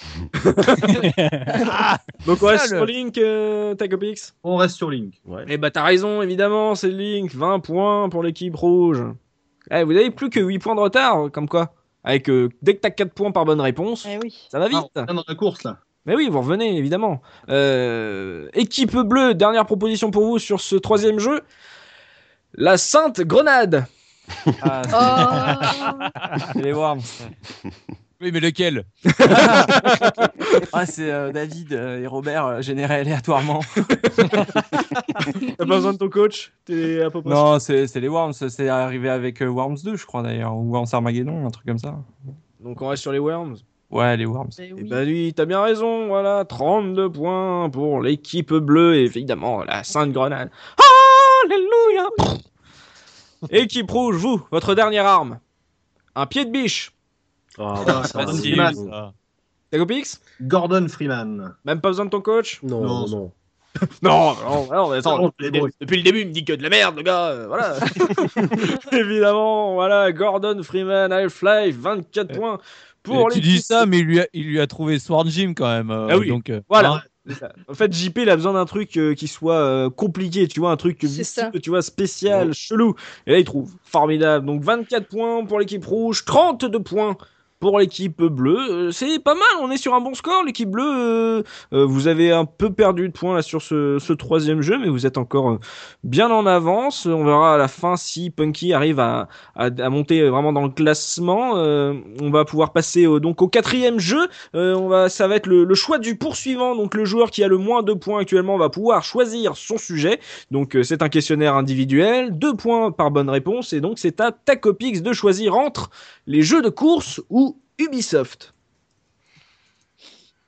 [SPEAKER 1] Donc on reste
[SPEAKER 3] ça,
[SPEAKER 1] sur
[SPEAKER 3] le-
[SPEAKER 1] Link, euh, Tacopix.
[SPEAKER 8] On reste sur Link.
[SPEAKER 1] Eh bah t'as raison, évidemment, c'est Link. 20 points pour l'équipe rouge. Eh, vous avez plus que 8 points de retard, comme quoi. Avec euh, dès que t'as 4 points par bonne réponse,
[SPEAKER 7] Eh oui.
[SPEAKER 1] ça va
[SPEAKER 8] Ah,
[SPEAKER 1] vite.
[SPEAKER 8] on est dans la course, là.
[SPEAKER 1] Mais oui, vous revenez, évidemment. Euh, équipe bleue, dernière proposition pour vous sur ce troisième jeu. La Sainte Grenade.
[SPEAKER 2] Ah,
[SPEAKER 7] Oh,
[SPEAKER 2] c'est les Worms.
[SPEAKER 3] Oui, mais lequel
[SPEAKER 2] Ah, c'est euh, David euh, et Robert euh, générés aléatoirement.
[SPEAKER 1] T'as pas besoin de ton coach T'es à peu près.
[SPEAKER 2] non, c'est c'est les Worms, c'est arrivé avec euh, Worms 2, je crois d'ailleurs, ou Worms Armageddon, un truc comme ça.
[SPEAKER 1] Donc on reste sur les Worms.
[SPEAKER 2] Ouais, les Worms.
[SPEAKER 7] mais
[SPEAKER 1] Et
[SPEAKER 7] oui.
[SPEAKER 1] ben lui, t'as bien raison, voilà, 32 points pour l'équipe bleue, et évidemment, la Sainte Grenade. Alléluia Pff. Équipe rouge, vous, votre dernière arme. Un pied de biche.
[SPEAKER 6] Ah,
[SPEAKER 8] Ah,
[SPEAKER 6] ça va.
[SPEAKER 8] facile.
[SPEAKER 6] Non,
[SPEAKER 3] ça.
[SPEAKER 1] Tagopix
[SPEAKER 8] Gordon Freeman.
[SPEAKER 1] Même pas besoin de ton coach
[SPEAKER 6] non,
[SPEAKER 8] Non.
[SPEAKER 6] non.
[SPEAKER 1] Non, non, non, mais attends,
[SPEAKER 8] Non, c'est
[SPEAKER 1] depuis,
[SPEAKER 8] bon.
[SPEAKER 1] depuis le début, il me dit que de la merde, le gars, euh, voilà. évidemment, voilà, Gordon Freeman, Half-Life, 24 points pour
[SPEAKER 3] Euh, tu
[SPEAKER 1] l'équipe
[SPEAKER 3] dis ça, mais il lui a, il lui a trouvé Sword Gym quand même. euh,
[SPEAKER 1] Ah oui.
[SPEAKER 3] donc, euh,
[SPEAKER 1] Voilà. En fait, JP, il a besoin d'un truc euh, qui soit euh, compliqué, tu vois, un truc
[SPEAKER 7] C'est
[SPEAKER 1] vicieux,
[SPEAKER 7] ça.
[SPEAKER 1] tu vois, spécial, chelou. Et là, il trouve. Formidable. Donc 24 points pour l'équipe rouge, 32 points pour l'équipe bleue. Euh, C'est pas mal, on est sur un bon score. L'équipe bleue, euh, euh, vous avez un peu perdu de points là sur ce, ce troisième jeu, mais vous êtes encore euh, bien en avance. On verra à la fin si Punky arrive à, à- à monter euh, vraiment dans le classement. Euh, on va pouvoir passer euh, donc au quatrième jeu. Euh, on va, ça va être le, le choix du poursuivant. Donc le joueur qui a le moins de points actuellement va pouvoir choisir son sujet. Donc euh, c'est un questionnaire individuel, deux points par bonne réponse, et donc c'est à Tacopix de choisir entre les jeux de course ou Ubisoft.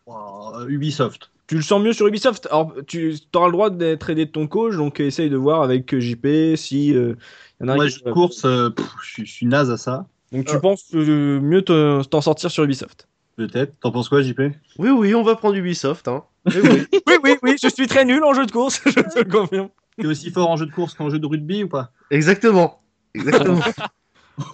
[SPEAKER 8] Wow, euh, Ubisoft.
[SPEAKER 1] Tu le sens mieux sur Ubisoft. Alors, tu auras le droit d'être aidé de ton coach, donc essaye de voir avec euh, JP si. euh, y en a un
[SPEAKER 8] Moi,
[SPEAKER 1] qui-
[SPEAKER 8] jeu de course, euh, pff, je suis- je suis naze à ça.
[SPEAKER 1] Donc, tu penses euh, mieux te- t'en sortir sur Ubisoft
[SPEAKER 8] Peut-être. T'en penses quoi, JP
[SPEAKER 6] Oui, oui, on va prendre Ubisoft. Hein.
[SPEAKER 1] Oui, oui, oui, je suis très nul en jeu de course, je te le confirme.
[SPEAKER 8] T'es aussi fort en jeu de course qu'en jeu de rugby ou pas
[SPEAKER 6] Exactement. Exactement.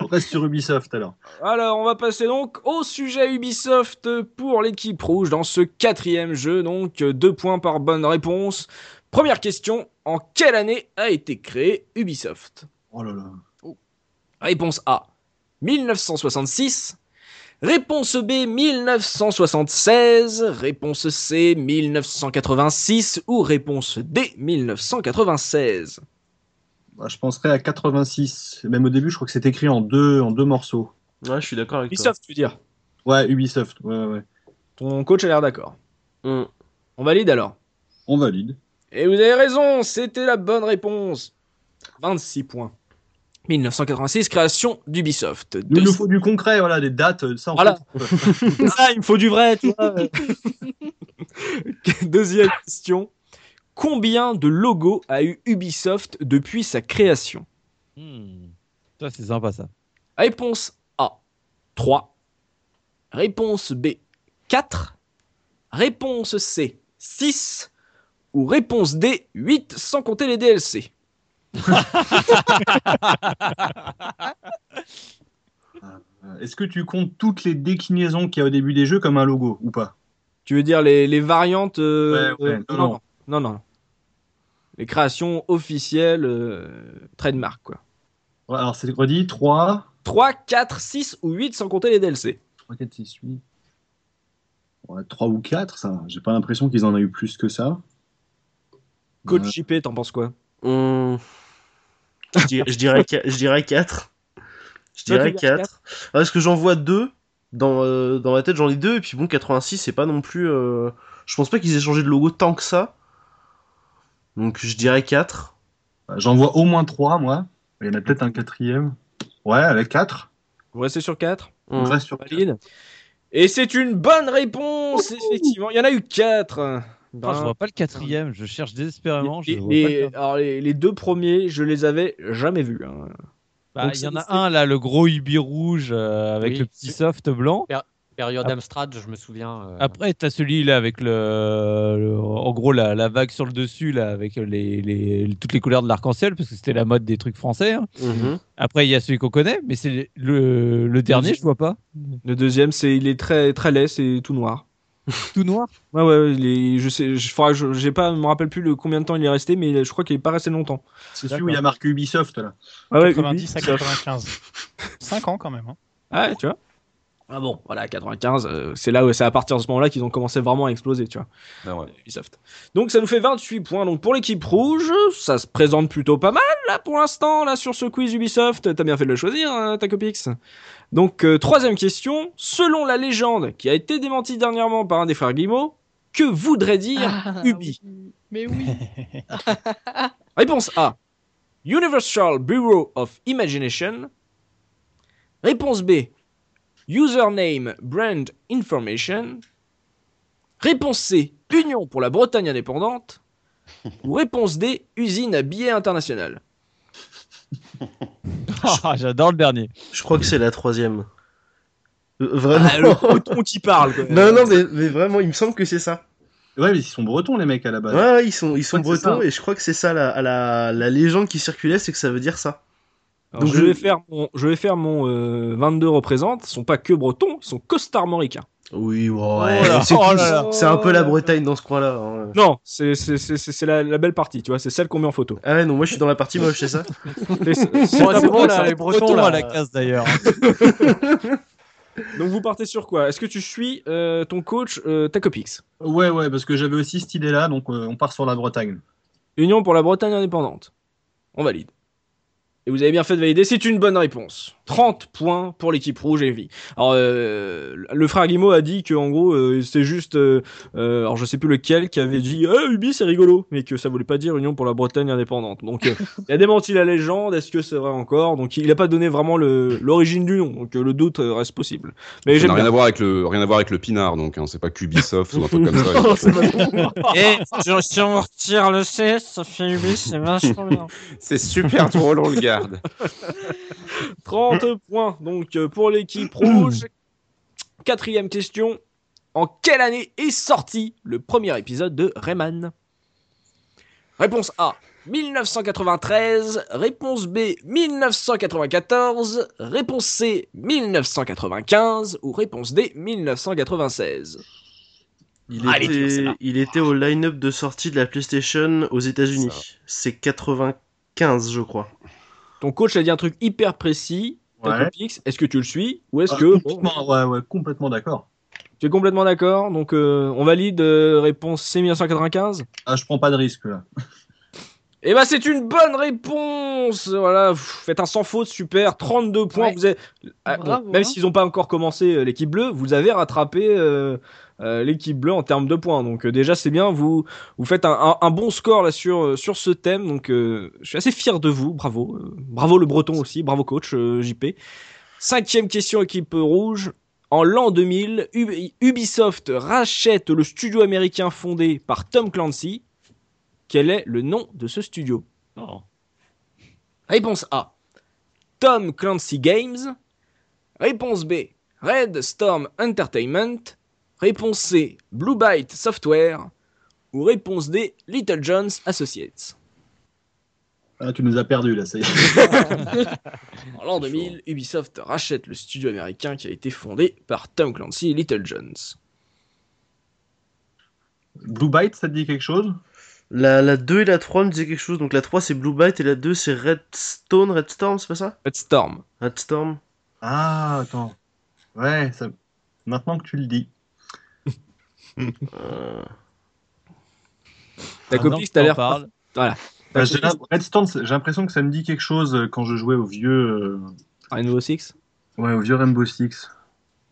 [SPEAKER 8] on reste sur Ubisoft alors.
[SPEAKER 1] Alors, on va passer donc au sujet Ubisoft pour l'équipe rouge dans ce quatrième jeu. Donc, euh, deux points par bonne réponse. Première question en quelle année a été créé Ubisoft
[SPEAKER 8] Oh là là.
[SPEAKER 1] Réponse A 1966. Réponse B 1976. Réponse C 1986. Ou réponse D 1996.
[SPEAKER 8] Bah, je penserais à 86. Même au début, je crois que c'est écrit en deux, en deux morceaux.
[SPEAKER 6] Ouais, je suis d'accord avec
[SPEAKER 1] Ubisoft, tu veux dire
[SPEAKER 8] Ouais, Ubisoft. Ouais, ouais, ouais.
[SPEAKER 1] Ton coach a l'air d'accord. Mm. On valide alors
[SPEAKER 8] On valide.
[SPEAKER 1] Et vous avez raison, c'était la bonne réponse. 26 points. 1986, création d'Ubisoft.
[SPEAKER 8] Il
[SPEAKER 1] Deux-
[SPEAKER 8] nous faut du concret, voilà, des dates, euh, ça en
[SPEAKER 1] Voilà.
[SPEAKER 8] fait.
[SPEAKER 1] Ça, il me faut du vrai, tu vois. Deuxième question. Combien de logos a eu Ubisoft depuis sa création
[SPEAKER 3] hein. Hmm. Ça, c'est sympa ça.
[SPEAKER 1] Réponse A 3. Réponse B 4. Réponse C 6. Ou réponse D 8 sans compter les DLC.
[SPEAKER 8] Euh, Est-ce que tu comptes toutes les déclinaisons qu'il y a au début des jeux comme un logo ou pas
[SPEAKER 1] Tu veux dire les, les variantes euh,
[SPEAKER 8] Ouais, ouais,
[SPEAKER 1] euh,
[SPEAKER 8] non,
[SPEAKER 1] non,
[SPEAKER 8] non.
[SPEAKER 1] non, non, non. Les créations officielles, euh, trademark, quoi.
[SPEAKER 8] Ouais, Alors, c'est redit 3,
[SPEAKER 1] 3, 4, 6 ou 8 sans compter les DLC.
[SPEAKER 8] 3, 4, 6, 8. 3 ou 4, ça. J'ai pas l'impression qu'ils en ont eu plus que ça.
[SPEAKER 1] Coach
[SPEAKER 8] Ouais.
[SPEAKER 1] JP, t'en penses quoi
[SPEAKER 6] Hum, Je dir- je dirais qua- je dirais 4. Je
[SPEAKER 1] Toi, tu
[SPEAKER 6] dirais
[SPEAKER 1] dirais
[SPEAKER 6] 4. Parce que j'en vois 2 dans, euh, dans la tête, j'en ai 2. Et puis bon, 86, c'est pas non plus. euh, Je pense pas qu'ils aient changé de logo tant que ça. Donc je dirais 4.
[SPEAKER 8] Bah, J'en vois au moins 3, moi. Il y en a peut-être un quatrième. Ouais, avec 4.
[SPEAKER 1] Vous restez sur 4
[SPEAKER 8] On
[SPEAKER 6] Hum.
[SPEAKER 8] reste sur
[SPEAKER 1] Valide. Et c'est une bonne réponse,
[SPEAKER 8] Oh
[SPEAKER 1] effectivement. Il y en a eu 4.
[SPEAKER 3] Putain, Ah, je vois pas le quatrième, je cherche désespérément. Je
[SPEAKER 1] les,
[SPEAKER 3] vois
[SPEAKER 1] les-
[SPEAKER 3] pas le quatrième.
[SPEAKER 1] alors, les, les deux premiers, je les avais jamais vus. hein.
[SPEAKER 3] Bah,
[SPEAKER 1] donc
[SPEAKER 3] Il
[SPEAKER 1] c'est-
[SPEAKER 3] y en a
[SPEAKER 1] c'est-
[SPEAKER 3] un là, le gros Ubi rouge euh, avec
[SPEAKER 10] Oui.
[SPEAKER 3] le petit soft blanc.
[SPEAKER 10] Pér- Période
[SPEAKER 3] Ah.
[SPEAKER 10] Amstrad, je me souviens. euh,
[SPEAKER 3] Après, t'as celui-là avec le, le- en gros, la, la vague sur le dessus, là, avec les, les- toutes les couleurs de l'arc-en-ciel, parce que c'était la mode des trucs français. hein.
[SPEAKER 1] Mhm.
[SPEAKER 3] Après, il y a celui qu'on connaît, mais c'est le, le dernier, je vois pas.
[SPEAKER 1] Le deuxième, c'est il est très très laid, c'est tout noir.
[SPEAKER 3] Tout noir.
[SPEAKER 1] Ouais, ouais, ouais, il est- je sais, je, faudra que je, j'ai pas, je me rappelle plus le combien de temps il est resté, mais je crois qu'il est pas resté longtemps.
[SPEAKER 8] C'est celui où il y a marqué Ubisoft, là.
[SPEAKER 1] Ah ouais,
[SPEAKER 9] 90 à
[SPEAKER 1] Ubisoft.
[SPEAKER 9] 95. 5 ans quand même. hein.
[SPEAKER 1] Ah ouais, tu vois. Ah bon, voilà, 95, euh, c'est là où c'est à partir de ce moment-là qu'ils ont commencé vraiment à exploser, tu vois.
[SPEAKER 4] Ah ouais.
[SPEAKER 1] Ubisoft. Donc ça nous fait 28 points. Donc pour l'équipe rouge, ça se présente plutôt pas mal là pour l'instant, là sur ce quiz Ubisoft. T'as bien fait de le choisir, hein, Tacopix. Donc euh, troisième question, selon la légende qui a été démentie dernièrement par un des frères Guillemot, que voudrait dire
[SPEAKER 7] Ah,
[SPEAKER 1] Ubi
[SPEAKER 7] oui. Mais oui.
[SPEAKER 1] Réponse A. Universal Bureau of Imagination. Réponse B. Username Brand Information. Réponse C. Union pour la Bretagne indépendante. Ou réponse D. Usine à billets internationale.
[SPEAKER 3] Ah, J'adore le dernier.
[SPEAKER 6] Je crois que c'est la troisième. Euh, Vraiment.
[SPEAKER 1] Ah, le breton qui parle. quoi.
[SPEAKER 6] non, non, mais, mais vraiment, il me semble que c'est ça.
[SPEAKER 8] Ouais, mais ils sont bretons, les mecs, à la
[SPEAKER 6] Ouais,
[SPEAKER 8] base.
[SPEAKER 6] ouais, ils sont, ils sont
[SPEAKER 8] Ouais, c'est
[SPEAKER 6] bretons
[SPEAKER 8] ça.
[SPEAKER 6] et je crois que c'est ça la, la, la légende qui circulait, c'est que ça veut dire ça.
[SPEAKER 1] Alors,
[SPEAKER 6] Donc,
[SPEAKER 1] je,
[SPEAKER 6] je-
[SPEAKER 1] vais faire mon, je vais faire mon euh, 22 représente. Ils sont pas que bretons, ils sont costarmoricains.
[SPEAKER 6] Oui, ouais,
[SPEAKER 3] là,
[SPEAKER 6] c'est
[SPEAKER 3] oh
[SPEAKER 6] tous-
[SPEAKER 3] là
[SPEAKER 1] là.
[SPEAKER 6] c'est un peu la Bretagne dans ce coin-là. hein.
[SPEAKER 1] Non, c'est c'est- c'est- c'est- c'est la, la belle partie, tu vois. C'est celle qu'on met en photo.
[SPEAKER 6] Ah ouais, non, moi je suis dans la partie moche, c'est ça
[SPEAKER 1] C'est- c'est-
[SPEAKER 10] bon,
[SPEAKER 2] Ah
[SPEAKER 10] c'est bon,
[SPEAKER 3] Ça
[SPEAKER 10] là,
[SPEAKER 3] va
[SPEAKER 10] les
[SPEAKER 3] être
[SPEAKER 10] Bretons,
[SPEAKER 3] breton
[SPEAKER 10] là.
[SPEAKER 3] à la case d'ailleurs.
[SPEAKER 1] Donc vous partez sur quoi Est-ce que tu suis euh, ton coach euh, Tacopix
[SPEAKER 8] Ouais, ouais, parce que j'avais aussi cette idée-là, donc euh, on part sur la Bretagne.
[SPEAKER 1] Union pour la Bretagne indépendante. On valide. Et vous avez bien fait de valider, c'est une bonne réponse. 30 points pour l'équipe rouge et vie. Alors, euh, le frère Guimau a dit que en gros, euh, c'est juste, euh, euh, alors je sais plus lequel, qui avait dit euh, Ubi c'est rigolo, mais que ça voulait pas dire Union pour la Bretagne indépendante. Donc, euh, il a démenti la légende, est-ce que c'est vrai encore Donc, il a pas donné vraiment le- l'origine du nom, donc euh, le doute euh, reste possible. Mais
[SPEAKER 4] Ça
[SPEAKER 1] j'aime
[SPEAKER 4] n'a rien
[SPEAKER 1] bien.
[SPEAKER 4] à voir avec le rien à voir avec le pinard, donc hein, c'est pas Cubisoft ou un truc comme ça. euh,
[SPEAKER 10] Et si on retire le CS, ça fait 8, c'est vachement bien.
[SPEAKER 4] c'est super drôle, on le garde.
[SPEAKER 8] Mm.
[SPEAKER 1] 30 points donc euh, pour l'équipe rouge. Quatrième question. En quelle année est sorti le premier épisode de Rayman Réponse A 1993, réponse B 1994, réponse C 1995 ou réponse D 1996.
[SPEAKER 6] Il,
[SPEAKER 1] Ah, elle est dure,
[SPEAKER 6] était,
[SPEAKER 1] celle-là.
[SPEAKER 6] il était au line-up de sortie de la PlayStation aux États-Unis. C'est 95, je crois.
[SPEAKER 1] Ton coach a dit un truc hyper précis. ta
[SPEAKER 8] Ouais.
[SPEAKER 1] copie, Est-ce que tu le suis ou est-ce
[SPEAKER 8] Ah,
[SPEAKER 1] que
[SPEAKER 8] complètement, ouais, ouais, complètement d'accord.
[SPEAKER 1] tu es complètement d'accord Donc euh, on valide euh, réponse C 1995
[SPEAKER 8] Ah, je prends pas de risque là.
[SPEAKER 1] Eh ben c'est une bonne réponse. Voilà, pff, faites un sans faute, super. 32 points. Vous avez, Ah, bon,
[SPEAKER 7] Bravo,
[SPEAKER 1] même
[SPEAKER 7] hein.
[SPEAKER 1] s'ils n'ont pas encore commencé euh, l'équipe bleue, vous avez rattrapé euh, euh, l'équipe bleue en termes de points. Donc euh, déjà c'est bien. Vous vous faites un, un- un bon score là sur euh, sur ce thème. Donc euh, je suis assez fier de vous. Bravo, Euh, bravo le Breton aussi. Bravo coach euh, JP. Cinquième question équipe rouge. En l'an 2000, Ub- Ubisoft rachète le studio américain fondé par Tom Clancy. Quel est le nom de ce studio Oh. Réponse A. Tom Clancy Games. Réponse B. Red Storm Entertainment. Réponse C. Blue Byte Software. Ou réponse D. Little John's Associates.
[SPEAKER 8] Ah, tu nous as perdu là, ça y est.
[SPEAKER 1] En
[SPEAKER 3] hein.
[SPEAKER 1] l'an 2000, Ubisoft rachète le studio américain qui a été fondé par Tom Clancy et Little John's.
[SPEAKER 8] Blue Byte, ça te dit quelque chose
[SPEAKER 6] La, la 2 et la 3 me disaient quelque chose. Donc la 3 c'est Blue Byte et la 2 c'est Redstone, Red Storm, c'est pas ça
[SPEAKER 1] Red Storm.
[SPEAKER 6] Red Storm.
[SPEAKER 8] Ah, attends. Ouais, ça- maintenant que tu le dis.
[SPEAKER 1] Ta
[SPEAKER 3] Maintenant
[SPEAKER 1] copie,
[SPEAKER 3] que
[SPEAKER 1] t'as
[SPEAKER 3] t'en
[SPEAKER 1] l'air.
[SPEAKER 3] parles.
[SPEAKER 1] Voilà.
[SPEAKER 8] Bah, j'ai l'im- Red Storm, c'est- j'ai l'impression que ça me dit quelque chose euh, quand je jouais au vieux, euh,
[SPEAKER 1] Rainbow Six
[SPEAKER 8] ouais, au vieux Rainbow Six.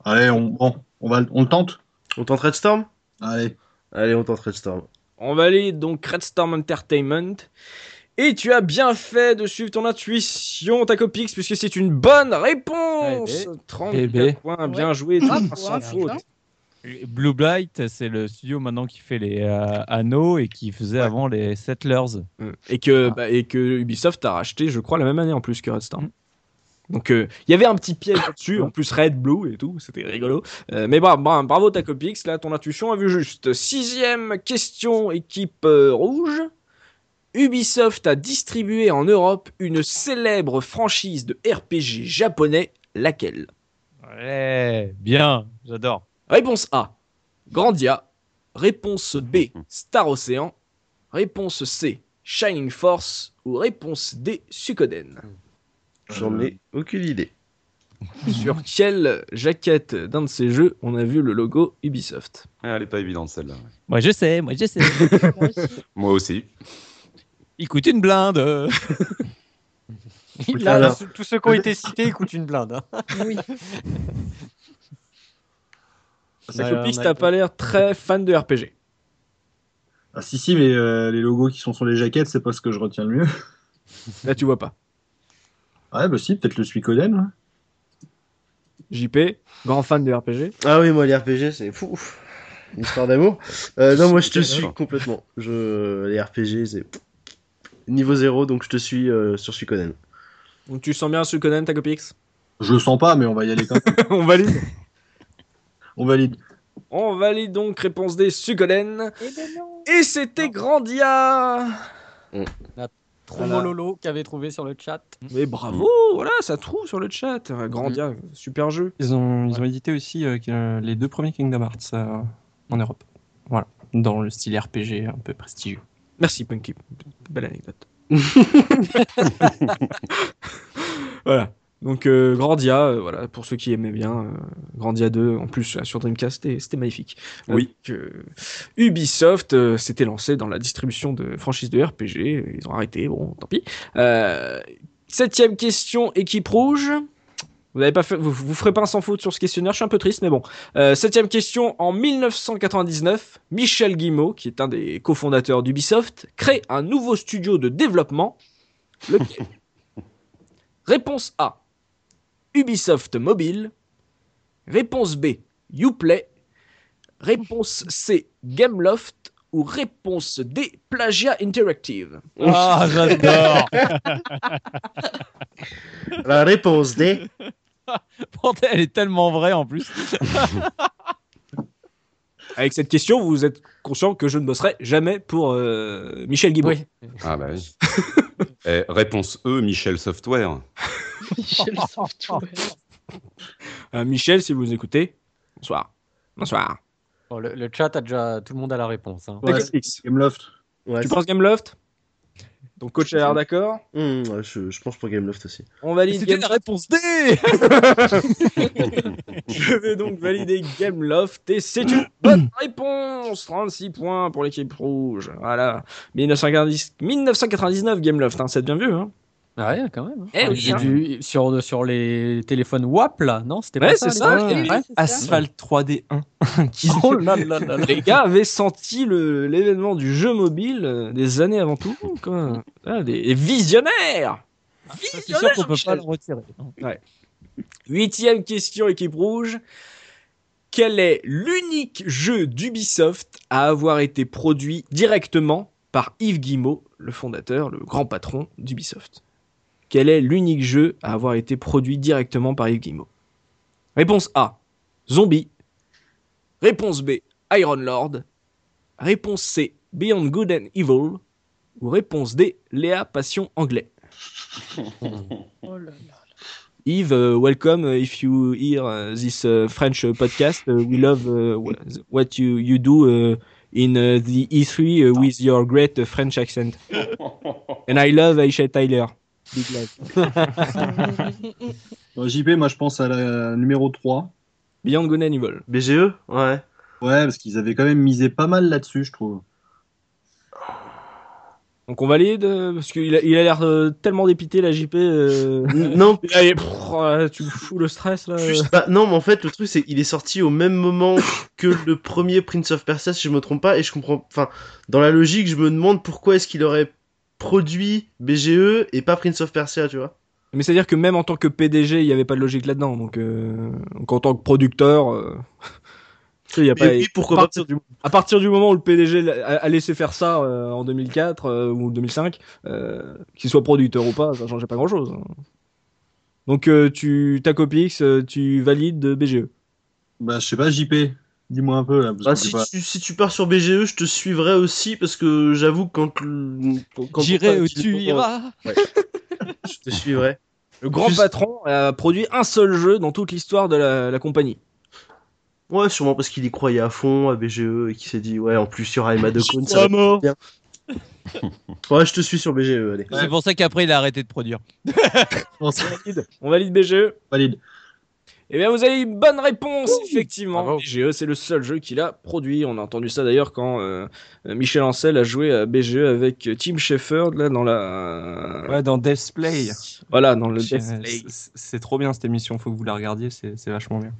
[SPEAKER 8] Allez, on, bon, on, va, on le tente
[SPEAKER 6] On tente Red Storm
[SPEAKER 8] Allez.
[SPEAKER 6] Allez, on tente Red Storm.
[SPEAKER 1] On valide donc Red Storm Entertainment. Et tu as bien fait de suivre ton intuition, ta copix, puisque c'est une bonne réponse.
[SPEAKER 3] Eh ben.
[SPEAKER 1] 34
[SPEAKER 2] Eh ben.
[SPEAKER 1] points,
[SPEAKER 7] Ouais.
[SPEAKER 1] bien joué, trois
[SPEAKER 7] Bravo,
[SPEAKER 1] sans
[SPEAKER 7] hein,
[SPEAKER 1] faute.
[SPEAKER 7] putain.
[SPEAKER 3] Blue Blight, c'est le studio maintenant qui fait les euh, anneaux et qui faisait avant les Settlers.
[SPEAKER 1] Mm. Et que,
[SPEAKER 3] Ah.
[SPEAKER 1] bah, et que Ubisoft a racheté, je crois, la même année en plus que Red Storm. Donc euh, il y avait un petit piège dessus, en plus Red, Blue et tout, c'était rigolo. Euh, mais bra- bra- bravo ta copix, là ton intuition a vu juste. Sixième question, équipe euh, rouge. Ubisoft a distribué en Europe une célèbre franchise de RPG japonais, laquelle
[SPEAKER 3] Ouais, bien, j'adore.
[SPEAKER 1] Réponse A, Grandia. Réponse B, Star Ocean. Réponse C, Shining Force. Ou réponse D, Suikoden.
[SPEAKER 6] J'en ai aucune idée.
[SPEAKER 1] Sur quelle jaquette d'un de ces jeux on a vu le logo Ubisoft
[SPEAKER 4] Ah, elle est pas évidente celle-là. ouais.
[SPEAKER 3] Moi je sais, moi je sais.
[SPEAKER 7] Moi aussi.
[SPEAKER 4] Moi aussi.
[SPEAKER 3] Il coûte une blinde.
[SPEAKER 10] Là,
[SPEAKER 6] Alors.
[SPEAKER 10] tous- tous ceux qui ont été cités, ils coûtent une blinde. hein.
[SPEAKER 7] Oui.
[SPEAKER 1] La
[SPEAKER 10] Ouais,
[SPEAKER 1] copie,
[SPEAKER 10] on a
[SPEAKER 1] t'as
[SPEAKER 10] été-
[SPEAKER 1] pas l'air très fan de RPG.
[SPEAKER 8] Ah, si, si, mais euh, les logos qui sont sur les jaquettes, c'est pas ce que je retiens le mieux.
[SPEAKER 1] Là, tu vois pas.
[SPEAKER 8] Ouais, bah si, peut-être le Suikoden. ouais.
[SPEAKER 1] JP, grand fan de RPG.
[SPEAKER 6] Ah oui, moi les RPG c'est fou. Une histoire d'amour. Euh, non, moi je te
[SPEAKER 4] Ok,
[SPEAKER 6] suis
[SPEAKER 4] alors.
[SPEAKER 6] complètement. Je... Les RPG c'est niveau 0, donc je te suis euh, sur Suikoden.
[SPEAKER 1] Donc tu sens bien Suikoden, ta copix
[SPEAKER 8] Je le sens pas, mais on va y aller quand même.
[SPEAKER 1] On valide.
[SPEAKER 8] on valide.
[SPEAKER 1] On valide donc réponse D, Suikoden.
[SPEAKER 7] Eh ben non.
[SPEAKER 1] Et c'était Grandia
[SPEAKER 10] Trop
[SPEAKER 1] Voilà.
[SPEAKER 10] mololo qu'avait trouvé sur le chat.
[SPEAKER 1] Mais bravo, voilà, ça trouve sur le chat. Euh, Grandia, super jeu.
[SPEAKER 2] Ils ont, ils ont édité aussi euh, que- les deux premiers Kingdom Hearts euh, en Europe. Voilà, dans le style RPG un peu prestigieux.
[SPEAKER 1] Merci Punky, belle anecdote. voilà. Donc euh, Grandia, euh, voilà, pour ceux qui aimaient bien euh, Grandia 2, en plus euh, sur Dreamcast, c'était- c'était magnifique.
[SPEAKER 4] Oui.
[SPEAKER 1] Donc, euh, Ubisoft euh, s'était lancé dans la distribution de franchises de RPG, ils ont arrêté, bon, tant pis. Euh, Septième question, équipe rouge. Vous, avez pas fait- vous, vous ferez pas un sans faute sur ce questionnaire, je suis un peu triste, mais bon. Euh, septième question, en 1999, Michel Guimau, qui est un des cofondateurs d'Ubisoft, crée un nouveau studio de développement. Lequel Réponse A, Ubisoft Mobile. Réponse B, Uplay. Réponse C, Gameloft. Ou réponse D, Plagia Interactive.
[SPEAKER 3] Ah, j'adore
[SPEAKER 6] La réponse D.
[SPEAKER 3] Bordel, Elle est tellement vraie en plus.
[SPEAKER 1] Avec cette question, vous êtes conscient que je ne bosserai jamais pour euh, Michel Guimau.
[SPEAKER 4] Ah bah oui. Eh, réponse E, Michel Software.
[SPEAKER 7] Michel Software.
[SPEAKER 1] Euh, Michel, si vous nous écoutez, bonsoir. Bonsoir.
[SPEAKER 10] Bon, Oh, le, le chat a déjà tout le monde a la réponse. hein.
[SPEAKER 1] D'accord, X. tu penses Gameloft Donc coach a l'air d'accord.
[SPEAKER 6] Hmm, ouais, je, je pense pour Gameloft aussi.
[SPEAKER 1] On valide
[SPEAKER 3] C'était
[SPEAKER 1] Game-
[SPEAKER 3] la réponse D
[SPEAKER 1] Je vais donc valider Gameloft et c'est une bonne réponse. 36 points pour l'équipe rouge. Voilà. 1990 1999 Gameloft, hein, c'est bien vieux. Hein.
[SPEAKER 10] Ah ouais, quand même. hein.
[SPEAKER 1] Eh oui,
[SPEAKER 10] J'ai
[SPEAKER 1] hein.
[SPEAKER 10] dû- sur, sur les téléphones WAP là, non C'était
[SPEAKER 1] Ouais,
[SPEAKER 10] pas
[SPEAKER 1] c'est
[SPEAKER 10] ça.
[SPEAKER 1] ça,
[SPEAKER 10] les-
[SPEAKER 1] je t'ai dit.
[SPEAKER 10] Ouais.
[SPEAKER 7] C'est ça.
[SPEAKER 2] Asphalt 3D1. Qui-
[SPEAKER 10] Oh là là là là.
[SPEAKER 1] hein. Les gars avaient senti le- l'événement du jeu mobile euh, des années avant tout. le monde, Quoi. Ah, des, des visionnaires.
[SPEAKER 3] C'est sûr
[SPEAKER 1] Visionnaires,
[SPEAKER 3] qu'on peut pas
[SPEAKER 1] Michel.
[SPEAKER 3] le retirer.
[SPEAKER 1] Huitième question, équipe rouge. Quel est l'unique jeu d'Ubisoft à avoir été produit directement par Yves Guillemot, le fondateur, le grand patron d'Ubisoft Quel est l'unique jeu à avoir été produit directement par Yves Guillemot Réponse A, Zombie. Réponse B, Iron Lord. Réponse C, Beyond Good and Evil. Ou réponse D, Léa Passion Anglais.
[SPEAKER 7] Oh là là.
[SPEAKER 1] Yves, uh, welcome uh, if you hear uh, this uh, French uh, podcast. Uh, we love uh, wha- what you, you do uh, in uh, the E3 uh, with your great uh, French accent. And I love Aisha Tyler. Big love. Ah,
[SPEAKER 7] Ah,
[SPEAKER 8] Bon, JP, moi je pense à la numéro 3.
[SPEAKER 1] Beyond Good and Evil.
[SPEAKER 6] BGE Ouais.
[SPEAKER 8] Ouais, parce qu'ils avaient quand même misé pas mal là-dessus, je trouve.
[SPEAKER 1] Donc on valide euh, parce qu'il a il a l'air euh, tellement dépité la JP. euh,
[SPEAKER 6] non,
[SPEAKER 1] il a- pff, euh, tu me fous le stress là.
[SPEAKER 6] Juste- bah, non, mais en fait, le truc, c'est qu'il est sorti au même moment que le premier Prince of Persia, si je me trompe pas, et je comprends. Enfin, dans la logique, je me demande pourquoi est-ce qu'il aurait produit BGE et pas Prince of Persia, tu vois.
[SPEAKER 1] Mais c'est à dire que même en tant que PDG, il n'y avait pas de logique là-dedans. Donc, euh, donc en tant que producteur, euh, tu sais, il y a
[SPEAKER 6] Mais
[SPEAKER 1] pas.
[SPEAKER 6] oui, pourquoi
[SPEAKER 1] à
[SPEAKER 6] pas
[SPEAKER 1] partir, du, à partir du moment où le PDG l'a- a, a laissé faire ça euh, en 2004 euh, ou 2005, euh, qu'il soit producteur ou pas, ça changeait pas grand-chose. hein. Donc euh, tu ta Copix, euh, tu valides de E. BGE.
[SPEAKER 8] Bah, je sais pas, JP, dis-moi un peu là. Parce
[SPEAKER 6] Bah,
[SPEAKER 8] que
[SPEAKER 6] si,
[SPEAKER 8] j'ai pas-
[SPEAKER 6] tu, si tu pars sur BGE, je te suivrai aussi, parce que j'avoue, que quand. le- quand- quand
[SPEAKER 3] J'irai
[SPEAKER 6] on-
[SPEAKER 3] où tu iras.
[SPEAKER 6] E, Je te suivrai.
[SPEAKER 1] Le grand
[SPEAKER 6] Juste-
[SPEAKER 1] patron a produit un seul jeu dans toute l'histoire de la, la compagnie.
[SPEAKER 6] Ouais, sûrement parce qu'il y croyait à fond à BGE et qu'il s'est dit, ouais, en plus, il y aura Emma de Cônes, ça va-
[SPEAKER 3] Vraiment.
[SPEAKER 6] Ouais, je te suis sur BGE, allez.
[SPEAKER 3] C'est pour ça qu'après il a arrêté de produire.
[SPEAKER 1] On valide E, BGE.
[SPEAKER 8] Valide.
[SPEAKER 1] Eh bien, vous avez une bonne réponse, effectivement.
[SPEAKER 10] Bravo.
[SPEAKER 1] BGE, c'est le seul jeu qu'il a produit. On a entendu ça d'ailleurs quand euh, Michel Ancel a joué à BGE avec euh, Tim Shepard, là, dans la.
[SPEAKER 2] Ouais, dans Death's Play.
[SPEAKER 1] Voilà, dans le
[SPEAKER 2] C'est-
[SPEAKER 1] Death Lake.
[SPEAKER 2] c'est- C'est trop bien cette émission, faut que vous la regardiez, c'est c'est vachement bien.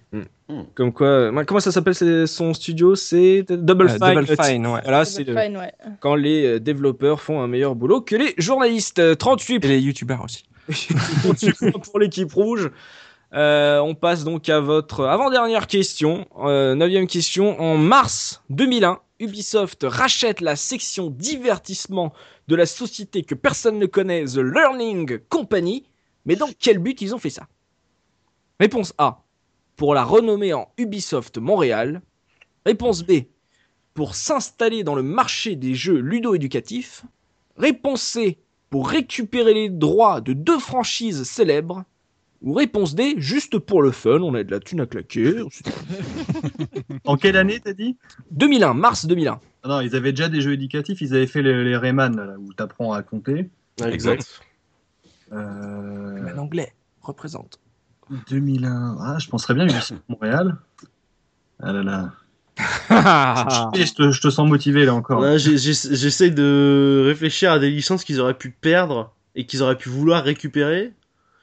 [SPEAKER 1] Comme quoi. euh, ouais, comment ça s'appelle c'est- son studio C'est Double
[SPEAKER 2] Euh,
[SPEAKER 1] Fine.
[SPEAKER 2] Double
[SPEAKER 1] Euh,
[SPEAKER 2] Fine, ouais.
[SPEAKER 1] Voilà, c'est le-
[SPEAKER 7] Fine, ouais.
[SPEAKER 1] quand les euh, développeurs font un meilleur boulot que les journalistes. Euh, 38
[SPEAKER 2] Et les youtubeurs aussi.
[SPEAKER 1] 38 points pour l'équipe rouge. Euh, on passe donc à votre avant-dernière question. Euh, neuvième question. En mars 2001, Ubisoft rachète la section divertissement de la société que personne ne connaît, The Learning Company. Mais dans quel but ils ont fait ça Réponse A. Pour la renommer en Ubisoft Montréal. Réponse B. Pour s'installer dans le marché des jeux ludo-éducatifs. Réponse C pour récupérer les droits de deux franchises célèbres Ou réponse D, juste pour le fun, on a de la thune à claquer.
[SPEAKER 8] En quelle année t'as dit
[SPEAKER 1] 2001, mars 2001.
[SPEAKER 8] Ah Non, ils avaient déjà des jeux éducatifs, ils avaient fait les, les Rayman là, où t'apprends à compter.
[SPEAKER 4] Exact.
[SPEAKER 8] Euh,
[SPEAKER 2] Un anglais, représente.
[SPEAKER 8] 2001, ah, je penserais bien Ubisoft Montréal. Ah là là. JP, je, te, je te sens motivé là encore.
[SPEAKER 6] Ouais, j'ai- j'ai- J'essaie de réfléchir à des licences qu'ils auraient pu perdre et qu'ils auraient pu vouloir récupérer.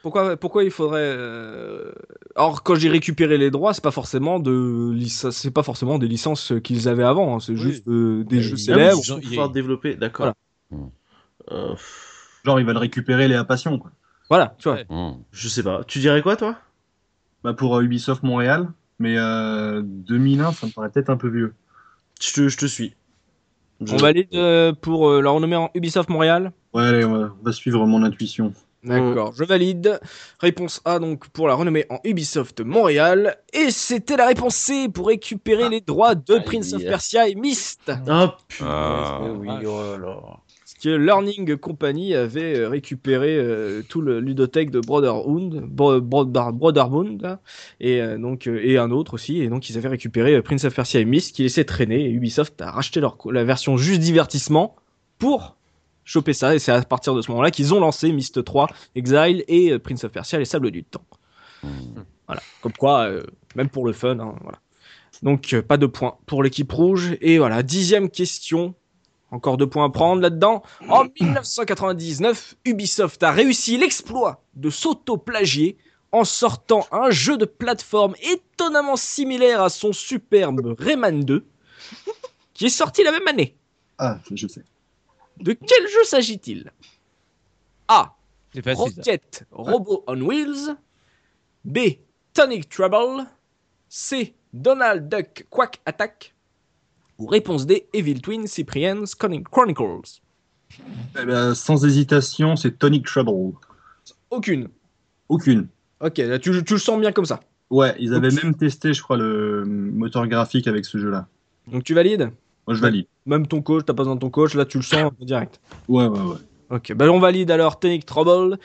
[SPEAKER 1] Pourquoi, pourquoi il faudrait euh, Or, quand j'ai récupéré les droits, c'est pas forcément de lic- c'est pas forcément des licences qu'ils avaient avant. hein, C'est juste euh, des jeux célèbres.
[SPEAKER 6] Pour pouvoir développer, d'accord. Euh,
[SPEAKER 8] Genre, ils veulent récupérer les passion quoi.
[SPEAKER 1] Voilà, tu vois.
[SPEAKER 6] Je sais pas. Tu dirais quoi, toi
[SPEAKER 8] Bah, pour euh, Ubisoft Montréal, mais euh, 2001, ça me paraît peut-être un peu vieux.
[SPEAKER 6] Je te, je te suis.
[SPEAKER 1] On valide euh, pour euh, la renommer en Ubisoft Montréal.
[SPEAKER 8] Ouais, allez, ouais, on va suivre mon intuition.
[SPEAKER 1] D'accord, je valide. Réponse A donc pour la renommer en Ubisoft Montréal. Et c'était la réponse C pour récupérer les droits de Prince of Persia et Myst.
[SPEAKER 6] Hop
[SPEAKER 4] Ah.
[SPEAKER 10] Ah,
[SPEAKER 1] Parce que Learning Company avait euh, récupéré euh, tout le ludothèque de Brotherhood, Bro- Bro- Bro- Brotherhood, là, et, euh, donc, euh, et un autre aussi. Et donc ils avaient récupéré euh, Prince of Persia et Myst qui laissaient traîner. Et Ubisoft a racheté leur, co- la version juste divertissement pour choper ça. Et c'est à partir de ce moment-là qu'ils ont lancé Myst 3, Exile et euh, Prince of Persia, les sables du temps. Voilà. Comme quoi, euh, même pour le fun, hein, voilà. Donc euh, pas de points pour l'équipe rouge. Et voilà, dixième question. Encore deux points à prendre là-dedans. En 1999, Ubisoft a réussi l'exploit de s'auto-plagier en sortant un jeu de plateforme étonnamment similaire à son superbe Rayman 2, qui est sorti la même année.
[SPEAKER 8] Ah, je sais.
[SPEAKER 1] De quel jeu s'agit-il A.
[SPEAKER 3] C'est facile. ça.
[SPEAKER 1] Rocket Robo on Wheels. B. Tonic Trouble. C. Donald Duck Quack Attack. Ou réponse D. Evil Twin Cyprian's Chroni- Chronicles.
[SPEAKER 8] Eh ben, sans hésitation, c'est Tonic Trouble.
[SPEAKER 1] Aucune.
[SPEAKER 8] Aucune.
[SPEAKER 1] Ok, là, tu, tu le sens bien comme ça.
[SPEAKER 8] Ouais, ils avaient
[SPEAKER 1] Aucune.
[SPEAKER 8] même testé, je crois, le euh, moteur graphique avec ce jeu-là.
[SPEAKER 1] Donc tu valides
[SPEAKER 8] Moi, je valide.
[SPEAKER 1] Même ton coach, t'as pas besoin de ton coach, là tu le sens en direct.
[SPEAKER 8] Ouais, ouais, ouais.
[SPEAKER 1] Ok, bah on valide alors Tonic Trouble.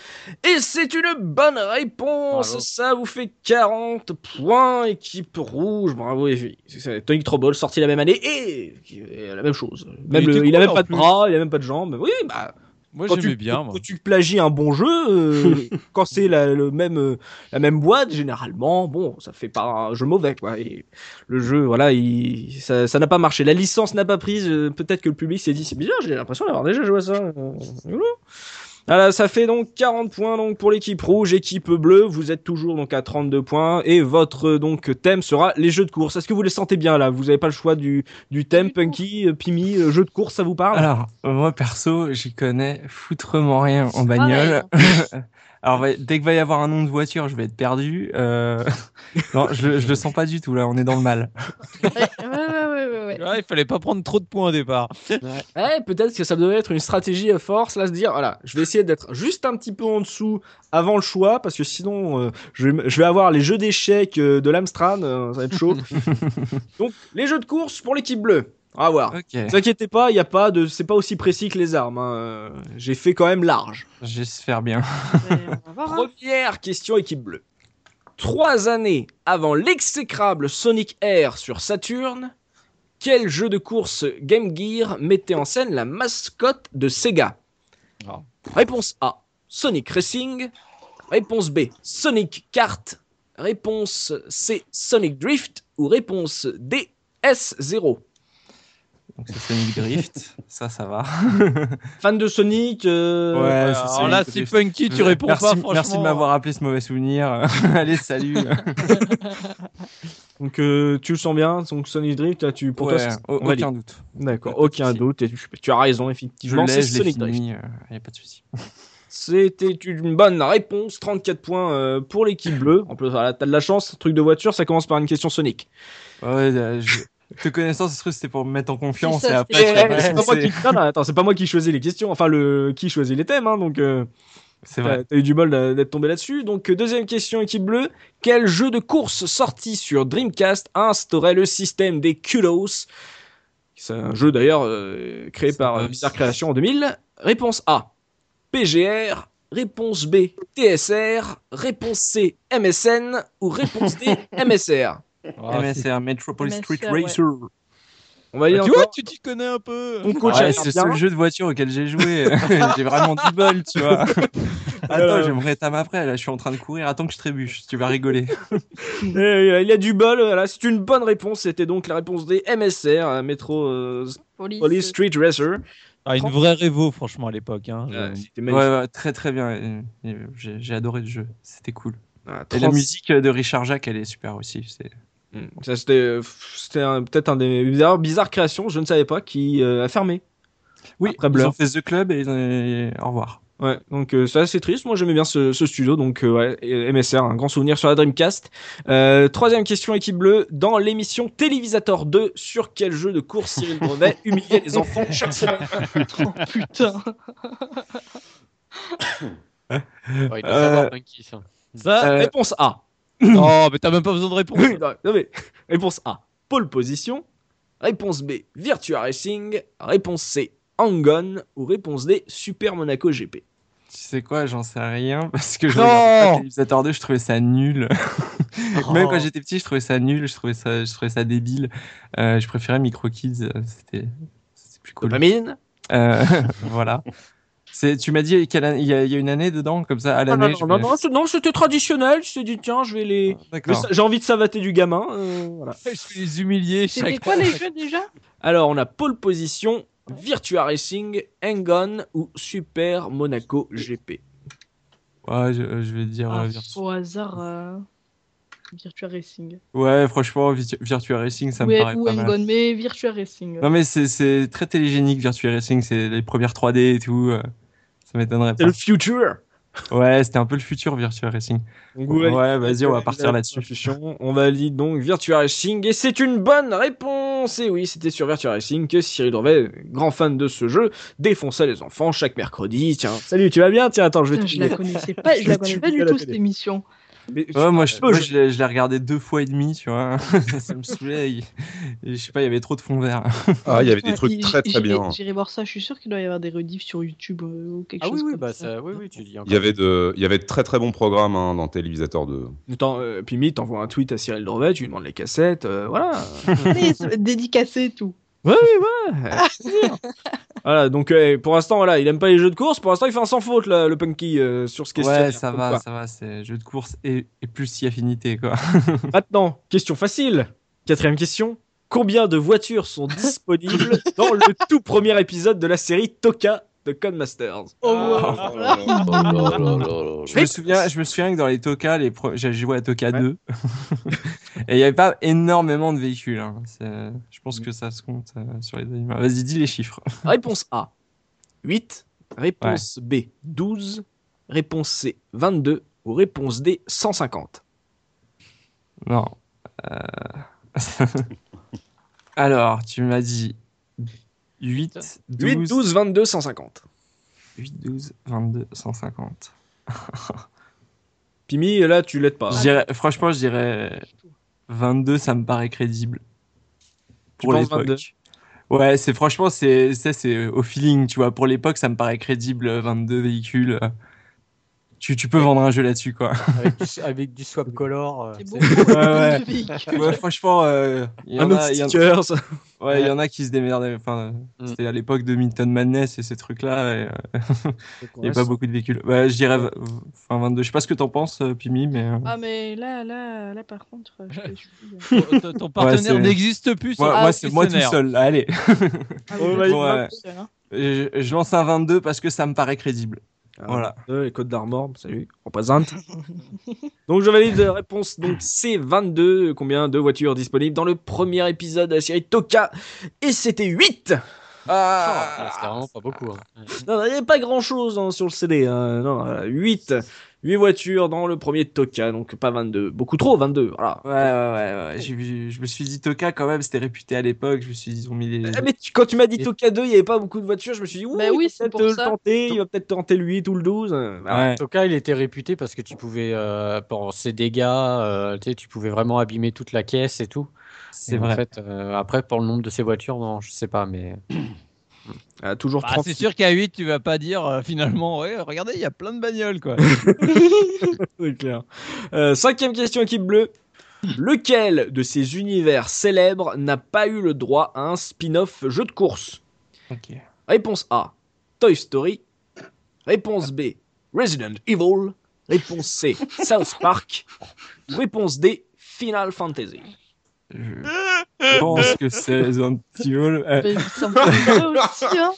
[SPEAKER 1] Et c'est une bonne réponse Ça vous fait 40 points, équipe rouge. Bravo, les filles. C'est- c'est Tonic Trouble, sorti la même année et qui est la même chose. Même
[SPEAKER 3] Il
[SPEAKER 1] le- il,
[SPEAKER 3] était
[SPEAKER 1] a
[SPEAKER 3] cool,
[SPEAKER 1] même
[SPEAKER 3] en
[SPEAKER 1] pas de
[SPEAKER 3] plus.
[SPEAKER 1] bras, il a même pas de jambes. Oui, bah.
[SPEAKER 3] Moi,
[SPEAKER 1] quand
[SPEAKER 3] j'aimais
[SPEAKER 1] tu-
[SPEAKER 3] bien, moi.
[SPEAKER 1] Quand tu plagies un bon jeu, euh, quand c'est la, le même, euh, la même boîte, généralement, bon, ça fait pas un jeu mauvais, quoi. Et le jeu, voilà, il, ça ça n'a pas marché. La licence n'a pas prise. euh, Peut-être que le public s'est dit, c'est bizarre, j'ai l'impression d'avoir déjà joué à ça. euh, rigolo. Voilà, ça fait donc 40 points donc pour l'équipe rouge, équipe bleue, vous êtes toujours donc à 32 points et votre euh, donc thème sera les jeux de course. Est-ce que vous les sentez bien là Vous n'avez pas le choix du, du thème Punky, euh, Pimi, euh, jeu de course, ça vous parle
[SPEAKER 2] Alors, moi perso, j'y connais foutrement rien en bagnole. Alors, va- dès qu'il va y avoir un nom de voiture, je vais être perdu. Euh, non, je, le- je le sens pas du tout, là, on est dans le mal.
[SPEAKER 7] Ouais, ouais, ouais, ouais, ouais.
[SPEAKER 3] Ouais, il fallait pas prendre trop de points au départ.
[SPEAKER 1] Ouais, Eh, peut-être que ça devrait être une stratégie à force, là, se dire, voilà, je vais essayer d'être juste un petit peu en dessous avant le choix, parce que sinon, euh, je, vais, m- je vais avoir les jeux d'échecs euh, de l'Amstrad, euh, ça va être chaud. Donc, les jeux de course pour l'équipe bleue. On va voir.
[SPEAKER 2] Ok,
[SPEAKER 1] Ne vous inquiétez pas, il y a pas de, c'est pas aussi précis que les armes. hein, euh, J'ai fait quand même large.
[SPEAKER 2] j'espère bien.
[SPEAKER 7] Mais on va voir, hein.
[SPEAKER 1] Première question équipe bleue. Trois années avant l'exécrable Sonic Air sur Saturn, quel jeu de course Game Gear mettait en scène la mascotte de Sega
[SPEAKER 3] Ah.
[SPEAKER 1] Réponse A, Sonic Racing. Réponse B, Sonic Kart. Réponse C, Sonic Drift. Ou réponse D, S0.
[SPEAKER 2] Donc, c'est Sonic Drift, ça, ça va.
[SPEAKER 1] Fan de Sonic euh,
[SPEAKER 2] Ouais, c'est
[SPEAKER 3] Alors
[SPEAKER 2] Sonic
[SPEAKER 3] là, c'est
[SPEAKER 2] Drift.
[SPEAKER 3] Punky, tu réponds
[SPEAKER 2] merci,
[SPEAKER 3] pas, franchement.
[SPEAKER 2] Merci de m'avoir rappelé ce mauvais souvenir. Allez, salut.
[SPEAKER 1] Donc euh, tu le sens bien, donc Sonic Drift, là, tu, pour
[SPEAKER 2] Ouais,
[SPEAKER 1] toi, c'est-
[SPEAKER 2] au-
[SPEAKER 1] on valide.
[SPEAKER 2] aucun doute.
[SPEAKER 1] D'accord,
[SPEAKER 2] Pas de
[SPEAKER 1] aucun
[SPEAKER 2] souci.
[SPEAKER 1] doute, et tu, tu as raison,
[SPEAKER 2] Je
[SPEAKER 1] effectivement,
[SPEAKER 2] l'ai,
[SPEAKER 1] c'est
[SPEAKER 2] je l'ai
[SPEAKER 1] Sonic Drift.
[SPEAKER 2] fini, il n'y a pas de souci.
[SPEAKER 1] C'était une bonne réponse, 34 points euh, pour l'équipe bleue. En plus, voilà, t'as de la chance, truc de voiture, ça commence par une question Sonic.
[SPEAKER 2] Ouais, euh, je... Te connaissant, ce truc, c'était pour me mettre en confiance
[SPEAKER 7] ça,
[SPEAKER 2] et
[SPEAKER 1] Eh,
[SPEAKER 2] après,
[SPEAKER 1] eh,
[SPEAKER 2] je serais
[SPEAKER 1] c'est pas
[SPEAKER 2] pas
[SPEAKER 1] moi
[SPEAKER 2] censé.
[SPEAKER 1] qui... non, non, attends, c'est pas moi qui choisis les questions, enfin le qui choisit les thèmes, hein, donc euh,
[SPEAKER 2] C'est
[SPEAKER 1] t'as
[SPEAKER 2] vrai.
[SPEAKER 1] t'as eu du bol d'a- d'être tombé là-dessus. Donc euh, deuxième question équipe bleue, quel jeu de course sorti sur Dreamcast a instauré le système des Kudos C'est un jeu d'ailleurs euh, créé
[SPEAKER 2] C'est
[SPEAKER 1] par
[SPEAKER 2] pas-
[SPEAKER 1] euh, Bizarre Création en 2000. Réponse A, PGR. Réponse B, TSR. Réponse C, MSN. Ou réponse D, MSR.
[SPEAKER 3] Ah, c'est-
[SPEAKER 2] MSR, Metropolis
[SPEAKER 7] MSR,
[SPEAKER 2] Street
[SPEAKER 7] ouais.
[SPEAKER 2] Racer.
[SPEAKER 1] On va y aller
[SPEAKER 3] tu
[SPEAKER 1] encore.
[SPEAKER 3] vois, tu t'y connais un peu.
[SPEAKER 1] Ton coach a
[SPEAKER 2] Bah, Ouais,
[SPEAKER 1] l'air
[SPEAKER 2] c'est le
[SPEAKER 1] bien.
[SPEAKER 2] seul jeu de voiture auquel j'ai joué. j'ai vraiment du bol, tu vois. Attends, j'aimerais t'amener après. Là, je suis en train de courir. Attends que je trébuche. Tu vas rigoler.
[SPEAKER 1] Euh, il a du bol, voilà, c'est une bonne réponse. C'était donc la réponse des MSR, euh, Metro euh,
[SPEAKER 7] Police,
[SPEAKER 1] Police Street Racer.
[SPEAKER 3] Ah, une vraie révo, franchement, à l'époque. hein. Je-
[SPEAKER 2] Ouais, ouais, très très bien. Et- et J'ai j'ai adoré le jeu, c'était cool. et la
[SPEAKER 1] 30
[SPEAKER 2] musique de Richard Jacques, elle est super aussi. c'est-
[SPEAKER 1] Ça, C'était euh, pff, c'était un- peut-être un des bizarres, bizarres créations, je ne savais pas, qui euh, a fermé.
[SPEAKER 2] Oui,
[SPEAKER 1] Après
[SPEAKER 2] ils
[SPEAKER 1] Blur.
[SPEAKER 2] ont fait The Club et, ils ont- et- au revoir.
[SPEAKER 1] Ouais, donc euh, c'est assez triste. Moi j'aimais bien ce, ce studio, donc euh, ouais, et MSR, un grand souvenir sur la Dreamcast. Euh, troisième question, équipe bleue. Dans l'émission Télévisator 2, sur quel jeu de course Cyril Brevet humiliait les enfants chaque semaine
[SPEAKER 7] Putain.
[SPEAKER 10] Ouais, il doit savoir,
[SPEAKER 1] Euh,
[SPEAKER 10] Monkey, ça.
[SPEAKER 3] Ça,
[SPEAKER 1] Euh, Réponse A.
[SPEAKER 3] Non, mais t'as même pas besoin de réponse.
[SPEAKER 1] Oui, non, non, mais- Réponse A, pole position. Réponse B, Virtua Racing. Réponse C, Hang-On. Ou réponse D, Super Monaco GP.
[SPEAKER 2] Tu sais quoi, j'en sais rien parce que je
[SPEAKER 1] Non
[SPEAKER 2] regardais pas Télévisateur 2, je trouvais ça nul. Même
[SPEAKER 1] Oh.
[SPEAKER 2] quand j'étais petit, je trouvais ça nul, je trouvais ça, je trouvais ça débile. Euh, je préférais Micro Kids, euh, c'était c'était plus cool.
[SPEAKER 1] Dopamine
[SPEAKER 2] Euh, Voilà. C'est- Tu m'as dit qu'il y a, il y a- il y a une année dedans, comme ça, à
[SPEAKER 1] Ah,
[SPEAKER 2] l'année. je
[SPEAKER 1] non, non,
[SPEAKER 2] vais- Ah.
[SPEAKER 1] non, c'est- non, c'était traditionnel. Je me suis dit, tiens, je vais les.
[SPEAKER 2] D'accord.
[SPEAKER 1] Mais ça- J'ai envie de savater du gamin. euh, voilà.
[SPEAKER 3] Je vais les humilier
[SPEAKER 7] C'était
[SPEAKER 3] chaque
[SPEAKER 7] quoi les jeux déjà
[SPEAKER 1] Alors, on a pole position, Virtua Racing, Hang-On ou Super Monaco GP.
[SPEAKER 2] Ouais, je, je vais dire. euh,
[SPEAKER 7] Ah,
[SPEAKER 2] Virtua-
[SPEAKER 7] Au hasard, euh, Virtua Racing.
[SPEAKER 2] Ouais, franchement, Virtua- Virtua Racing, ça me
[SPEAKER 7] Ouais,
[SPEAKER 2] paraît
[SPEAKER 7] ou
[SPEAKER 2] pas mal.
[SPEAKER 7] Hang-On, mais Virtua Racing.
[SPEAKER 1] Ah,
[SPEAKER 2] Non mais c'est- c'est très télégénique Virtua Racing, c'est les premières 3D et tout. euh, Ça m'étonnerait
[SPEAKER 1] C'est
[SPEAKER 2] pas.
[SPEAKER 1] le future.
[SPEAKER 2] Ouais, c'était un peu le futur Virtua Racing.
[SPEAKER 1] Donc, vous
[SPEAKER 2] Ouais,
[SPEAKER 1] validez
[SPEAKER 2] vas-y, on va partir
[SPEAKER 1] la
[SPEAKER 2] là-dessus.
[SPEAKER 1] discussion. On valide donc Virtua Racing et c'est une bonne réponse. Et oui, c'était sur Virtua Racing que Cyril Dorvet, grand fan de ce jeu, défonçait les enfants chaque mercredi. Tiens, salut, tu vas bien Tiens, attends, je vais
[SPEAKER 7] Putain,
[SPEAKER 1] te
[SPEAKER 7] je la connaissais pas, je
[SPEAKER 1] Je
[SPEAKER 7] la
[SPEAKER 1] vais
[SPEAKER 7] connais
[SPEAKER 1] te
[SPEAKER 7] pas
[SPEAKER 1] humilier
[SPEAKER 7] du
[SPEAKER 1] à la
[SPEAKER 7] tout
[SPEAKER 1] télé.
[SPEAKER 7] cette émission.
[SPEAKER 1] Mais-
[SPEAKER 2] Ouais, moi, je,
[SPEAKER 1] peux,
[SPEAKER 2] moi,
[SPEAKER 1] je-
[SPEAKER 2] je l'ai- je l'ai regardé deux fois et demi, tu vois. ça me saoulait. il- il- je sais pas, il y avait trop de fond vert.
[SPEAKER 4] Ah, il y avait des
[SPEAKER 7] Ouais,
[SPEAKER 4] trucs
[SPEAKER 7] et
[SPEAKER 4] très
[SPEAKER 7] j-
[SPEAKER 4] très
[SPEAKER 7] j'irai-
[SPEAKER 4] bien.
[SPEAKER 7] J'irai voir ça, je suis sûr qu'il doit y avoir des rediffs sur YouTube euh, ou quelque
[SPEAKER 10] Ah
[SPEAKER 7] chose
[SPEAKER 10] oui, oui,
[SPEAKER 7] comme
[SPEAKER 10] bah,
[SPEAKER 7] ça.
[SPEAKER 10] ça, oui, oui, tu dis
[SPEAKER 4] Il y avait de, il y avait de très très bons programmes hein, dans Télévisateur 2.
[SPEAKER 1] Attends, euh, puis Mimi, t'envoies un tweet à Cyril Dorvet, tu lui demandes les cassettes, euh, voilà.
[SPEAKER 7] Allez, ça va être dédicacé et tout.
[SPEAKER 1] Ouais, ouais, ouais. voilà, donc euh, pour l'instant, voilà, il aime pas les jeux de course. Pour l'instant, il fait un sans faute là, le punky euh, sur ce questionnaire.
[SPEAKER 2] Ouais, ça
[SPEAKER 1] Comme
[SPEAKER 2] va,
[SPEAKER 1] quoi.
[SPEAKER 2] ça va. C'est jeu de course et, et plus si affinité, quoi.
[SPEAKER 1] Maintenant, question facile. Quatrième question. Combien de voitures sont disponibles dans le tout premier épisode de la série Toka de Codemasters
[SPEAKER 2] Oh.
[SPEAKER 4] Ah.
[SPEAKER 6] Oh
[SPEAKER 2] Je me souviens, je me souviens que dans les Toka, les pro- j'ai joué à Toka 2. et il y avait pas énormément de véhicules. hein. C'est- Je pense que ça se compte euh, sur les animaux. Vas-y, dis les chiffres.
[SPEAKER 1] Réponse A 8. Réponse B 12. Réponse C 22. Ou réponse D 150.
[SPEAKER 2] Non. Euh, Alors, tu m'as dit 8, 12,
[SPEAKER 1] 8, 12, 22, 150.
[SPEAKER 2] 8, 12, 22, 150.
[SPEAKER 1] Pimi, là, tu l'aides pas.
[SPEAKER 2] Je dirais- franchement, je dirais 22, ça me paraît crédible. Pour
[SPEAKER 1] penses
[SPEAKER 2] l'époque. Ouais, c'est franchement, c'est ça, c'est au feeling, tu vois. Pour l'époque, ça me paraît crédible, euh, 22 véhicules. euh. Tu, tu peux vendre un jeu là-dessus, quoi.
[SPEAKER 10] avec, du, avec du swap color. euh,
[SPEAKER 7] C'est
[SPEAKER 10] c'est-
[SPEAKER 7] bon.
[SPEAKER 2] ouais.
[SPEAKER 7] Deux véhicules.
[SPEAKER 2] Ouais, franchement, euh, il y
[SPEAKER 1] Un
[SPEAKER 2] en
[SPEAKER 1] autre
[SPEAKER 2] a- il y en-
[SPEAKER 1] sticker. ça.
[SPEAKER 2] Ouais, il y en a qui se démerdaient. Enfin,
[SPEAKER 10] Mm.
[SPEAKER 2] c'était à l'époque de Milton Madness et ces trucs-là. et, euh, il n'y avait pas beaucoup de véhicules. Ouais, je dirais v- enfin, 22. Je sais pas ce que t'en penses, euh, Pimi, mais. euh,
[SPEAKER 7] Ah, mais là, là, là, par contre, je te suis. hein.
[SPEAKER 3] Ton- ton- Ton partenaire
[SPEAKER 2] c'est-
[SPEAKER 3] n'existe plus. sur
[SPEAKER 2] Moi,
[SPEAKER 3] le
[SPEAKER 2] moi, c'est moi tout
[SPEAKER 3] questionnaire.
[SPEAKER 2] seul. là, Allez,
[SPEAKER 7] Ah,
[SPEAKER 1] Oh,
[SPEAKER 7] oui,
[SPEAKER 1] bah,
[SPEAKER 7] je-
[SPEAKER 1] il
[SPEAKER 2] m'a-
[SPEAKER 7] je- hein.
[SPEAKER 2] je, je lance un 22 parce que ça me paraît crédible.
[SPEAKER 1] Ah,
[SPEAKER 2] Voilà.
[SPEAKER 1] Euh, les codes d'Armor, salut, on présente. donc je valide la réponse donc C22, combien de voitures disponibles dans le premier épisode de la série Toka Et c'était 8
[SPEAKER 10] Ah, C'était vraiment pas beaucoup. hein.
[SPEAKER 1] Non, il n'y avait pas grand chose sur le CD. hein. Non, euh, 8, 8 voitures dans le premier Toka, donc pas 22. Beaucoup trop, 22, voilà.
[SPEAKER 2] Ouais, ouais, ouais. ouais. J'ai vu- je me suis dit Toka quand même, c'était réputé à l'époque. Je me suis dit, ils ont mis les.
[SPEAKER 10] Ah,
[SPEAKER 1] Eh, Mais tu- quand tu m'as dit
[SPEAKER 2] Et-
[SPEAKER 1] Toka 2, il n'y avait pas beaucoup de voitures, je me suis dit, ouh,
[SPEAKER 7] Bah
[SPEAKER 1] il
[SPEAKER 7] oui,
[SPEAKER 1] va
[SPEAKER 7] c'est
[SPEAKER 1] peut-être
[SPEAKER 7] pour
[SPEAKER 1] euh, le
[SPEAKER 7] ça.
[SPEAKER 1] tenter, il va peut-être tenter le 8 ou le 12. euh, bah,
[SPEAKER 2] Ouais.
[SPEAKER 10] Toka, il était réputé parce que tu pouvais, euh, pour ses dégâts, euh, tu sais, tu pouvais vraiment abîmer toute la caisse et tout.
[SPEAKER 2] C'est
[SPEAKER 10] Et En
[SPEAKER 2] vrai.
[SPEAKER 10] fait, euh, après, pour le nombre de ses voitures, non, je sais pas, mais.
[SPEAKER 1] ah, toujours
[SPEAKER 3] Bah,
[SPEAKER 1] 30.
[SPEAKER 3] c'est sûr qu'à 8, tu vas pas dire euh, finalement, ouais, regardez, il y a plein de bagnoles quoi.
[SPEAKER 1] C'est clair. Euh, cinquième question, équipe bleue. Lequel de ces univers célèbres n'a pas eu le droit à un spin-off jeu de course
[SPEAKER 2] Ok.
[SPEAKER 1] Réponse A, Toy Story. Réponse B, Resident Evil. Réponse C, South Park. Réponse D, Final Fantasy.
[SPEAKER 2] Je pense que c'est Resident Evil. Euh,
[SPEAKER 7] Mais ça me paraît aussi, hein.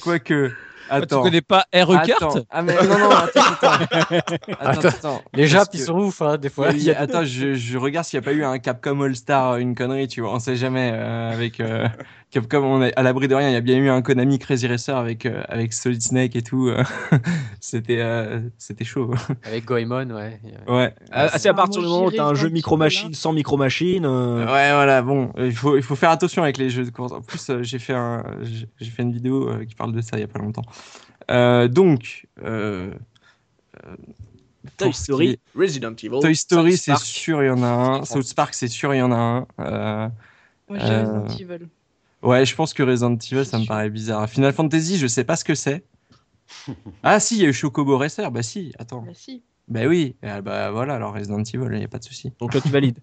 [SPEAKER 2] Quoique.
[SPEAKER 10] Ah,
[SPEAKER 2] Attends.
[SPEAKER 3] connais pas
[SPEAKER 10] E
[SPEAKER 3] RE carte
[SPEAKER 2] Attends. Ah, mais non, non, attends, attends. Attends,
[SPEAKER 10] Ah, Attends.
[SPEAKER 2] attends.
[SPEAKER 10] Les
[SPEAKER 2] Parce
[SPEAKER 10] Japs,
[SPEAKER 2] que-
[SPEAKER 10] ils sont ouf, hein, des fois.
[SPEAKER 2] Oui, attends, je, je regarde s'il n'y a pas eu un Capcom All-Star, euh, une connerie, tu vois. On sait jamais. euh, avec euh, Capcom, on est à l'abri de rien. Il y a bien eu un Konami Crazy Racer avec, euh, avec Solid Snake et tout. euh, C'était euh, c'était chaud.
[SPEAKER 10] Avec Goemon, ouais.
[SPEAKER 2] Ouais.
[SPEAKER 1] Ah, c'est à partir du
[SPEAKER 7] moi,
[SPEAKER 1] moment où
[SPEAKER 7] j'irais
[SPEAKER 1] t'as un jeu
[SPEAKER 7] bien
[SPEAKER 1] micro-machine sans micro-machine. euh,
[SPEAKER 2] Ouais, voilà, bon, euh, il faut, il faut faire attention avec les jeux de course. En plus, euh, j'ai fait, un, j'ai j'ai fait une vidéo euh, qui parle de ça il y a pas longtemps. Euh, donc, euh, euh,
[SPEAKER 1] Toy
[SPEAKER 2] pour ce qui
[SPEAKER 1] Story,
[SPEAKER 2] est-
[SPEAKER 1] Resident Evil.
[SPEAKER 2] Toy Story,
[SPEAKER 1] South
[SPEAKER 2] c'est
[SPEAKER 1] Park.
[SPEAKER 2] sûr, il y en a un. South Park, c'est sûr, il y en a un. Euh,
[SPEAKER 7] Moi, j'ai
[SPEAKER 2] euh,
[SPEAKER 7] Resident Evil.
[SPEAKER 2] Ouais, je pense que Resident Evil, ça me paraît bizarre. Final Fantasy, je sais pas ce que c'est. Ah si, il y a eu Chocobo Racer, bah si, attends.
[SPEAKER 7] Bah, si.
[SPEAKER 2] Bah oui, Ah, bah voilà, alors Resident Evil, il n'y a pas de souci.
[SPEAKER 1] Donc toi, tu valides.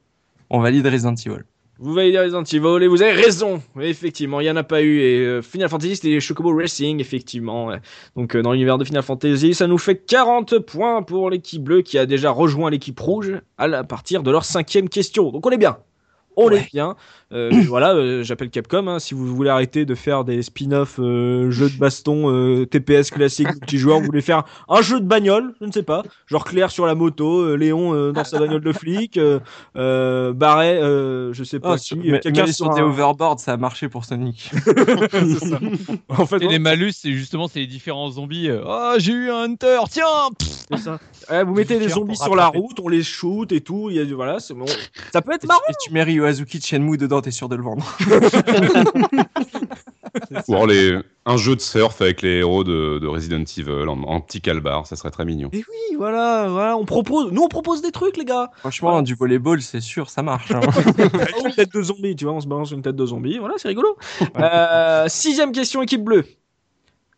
[SPEAKER 2] On valide Resident Evil.
[SPEAKER 1] Vous validez Resident Evil et vous avez raison. Effectivement, il n'y en a pas eu. Et euh, Final Fantasy, c'était Chocobo Racing, effectivement. ouais. Donc euh, dans l'univers de Final Fantasy, ça nous fait 40 points pour l'équipe bleue qui a déjà rejoint l'équipe rouge à, la- à partir de leur cinquième question. Donc on est bien. On
[SPEAKER 2] Ouais.
[SPEAKER 1] est bien. Euh, mais voilà, euh, j'appelle Capcom. hein, si vous voulez arrêter de faire des spin-off euh, jeux de baston euh, TPS classique multijoueur, vous voulez faire un jeu de bagnole, je ne sais pas, genre Claire sur la moto, euh, Léon euh, dans sa bagnole de flic, euh, euh, Barret, euh, je sais pas
[SPEAKER 2] Ah,
[SPEAKER 1] si,
[SPEAKER 2] sur-
[SPEAKER 1] euh,
[SPEAKER 2] mais-
[SPEAKER 1] quelqu'un
[SPEAKER 2] mais
[SPEAKER 1] sur
[SPEAKER 2] sur des
[SPEAKER 1] un-
[SPEAKER 2] overboards, ça a marché pour Sonic.
[SPEAKER 1] En fait,
[SPEAKER 3] Et les
[SPEAKER 1] ouais,
[SPEAKER 3] malus, c'est justement c'est les différents zombies. euh, Ah, j'ai eu un hunter, tiens
[SPEAKER 1] c'est ça. Ouais, Eh, vous mettez des
[SPEAKER 3] faire
[SPEAKER 1] zombies
[SPEAKER 3] pour
[SPEAKER 1] sur la
[SPEAKER 3] rattraper.
[SPEAKER 1] route, on les shoot et tout, il y a du- voilà, c'est bon. Ça peut être
[SPEAKER 2] Et
[SPEAKER 1] marrant.
[SPEAKER 2] tu, et tu mets Ryoazuki de Shenmue dedans, t'es sûr de le vendre.
[SPEAKER 4] Ou alors les... un jeu de surf avec les héros de, de Resident Evil en, en petit calbar, ça serait très mignon.
[SPEAKER 1] Et oui, voilà, voilà, on propose, nous on propose des trucs les gars.
[SPEAKER 2] Franchement, du volleyball, c'est sûr, ça marche. hein.
[SPEAKER 1] Ah, une tête de zombie, tu vois, on se balance une tête de zombie, voilà, c'est rigolo. Euh, sixième question, équipe bleue.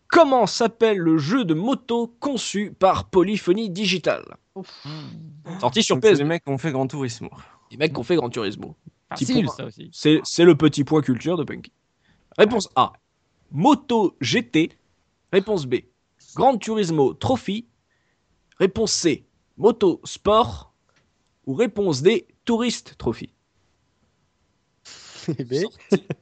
[SPEAKER 1] Comment s'appelle le jeu de moto conçu par Polyphonie Digital Sorti sur
[SPEAKER 2] Donc, c'est
[SPEAKER 1] PS.
[SPEAKER 2] les mecs qui ont fait Grand Turismo.
[SPEAKER 1] Les mecs qui ont fait Gran Turismo.
[SPEAKER 2] Ah,
[SPEAKER 1] Petit
[SPEAKER 3] Facile,
[SPEAKER 1] point.
[SPEAKER 3] ça aussi.
[SPEAKER 1] C'est c'est le petit point culture de Punky. Réponse A. Moto GT. Réponse B. Gran Turismo Trophy. Réponse C. Moto Sport. Ou réponse D. Tourist Trophy. Eh ben.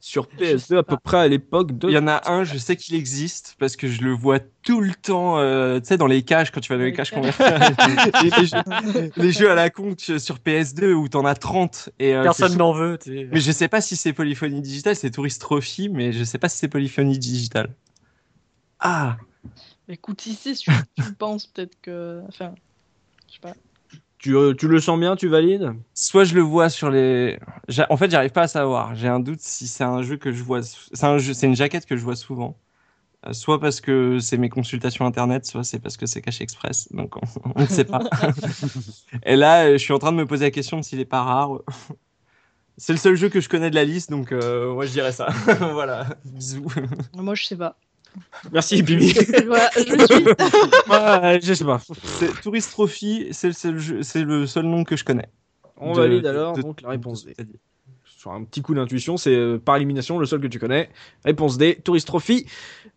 [SPEAKER 1] Sorti sur PS2 à peu près à l'époque de.
[SPEAKER 2] Il y en a un, je sais qu'il existe parce que je le vois tout le temps, euh, tu sais, dans les cages, quand tu vas dans les
[SPEAKER 7] Dans
[SPEAKER 2] cages
[SPEAKER 7] les
[SPEAKER 2] convertibles. les, les jeux, les jeux à la con que- sur PS2 où t'en as 30. Et, euh,
[SPEAKER 10] Personne
[SPEAKER 2] c'est-
[SPEAKER 10] n'en veut, tu sais.
[SPEAKER 2] Mais je sais pas si c'est Polyphonie Digitale, c'est Tourist Trophy, mais je sais pas si c'est Polyphonie Digitale. Ah
[SPEAKER 7] Bah, Écoute, ici, si tu, tu penses peut-être que. Enfin, je sais pas.
[SPEAKER 1] Tu, euh, tu le sens bien, tu valides
[SPEAKER 2] Soit je le vois sur les. J'a- En fait, j'arrive pas à savoir. J'ai un doute si c'est un jeu que je vois. sou- C'est un jeu... c'est une jaquette que je vois souvent. Euh, Soit parce que c'est mes consultations internet, soit c'est parce que c'est Cache Express. Donc on, on ne sait pas. Et là, euh, je suis en train de me poser la question de s'il est pas rare. C'est le seul jeu que je connais de la liste, donc euh, moi je dirais ça. voilà. Bisous.
[SPEAKER 7] Moi, je sais pas.
[SPEAKER 1] Merci, Bibi.
[SPEAKER 7] voilà, je suis.
[SPEAKER 1] je sais pas.
[SPEAKER 2] C'est Tourist Trophy, c'est le, seul jeu- c'est le seul nom que je connais.
[SPEAKER 1] On
[SPEAKER 2] De-
[SPEAKER 1] valide
[SPEAKER 2] de-
[SPEAKER 1] alors
[SPEAKER 2] de-
[SPEAKER 1] donc la réponse
[SPEAKER 2] de-
[SPEAKER 1] D. Sur un petit coup d'intuition, c'est euh, par élimination le seul que tu connais. Réponse D, Tourist Trophy.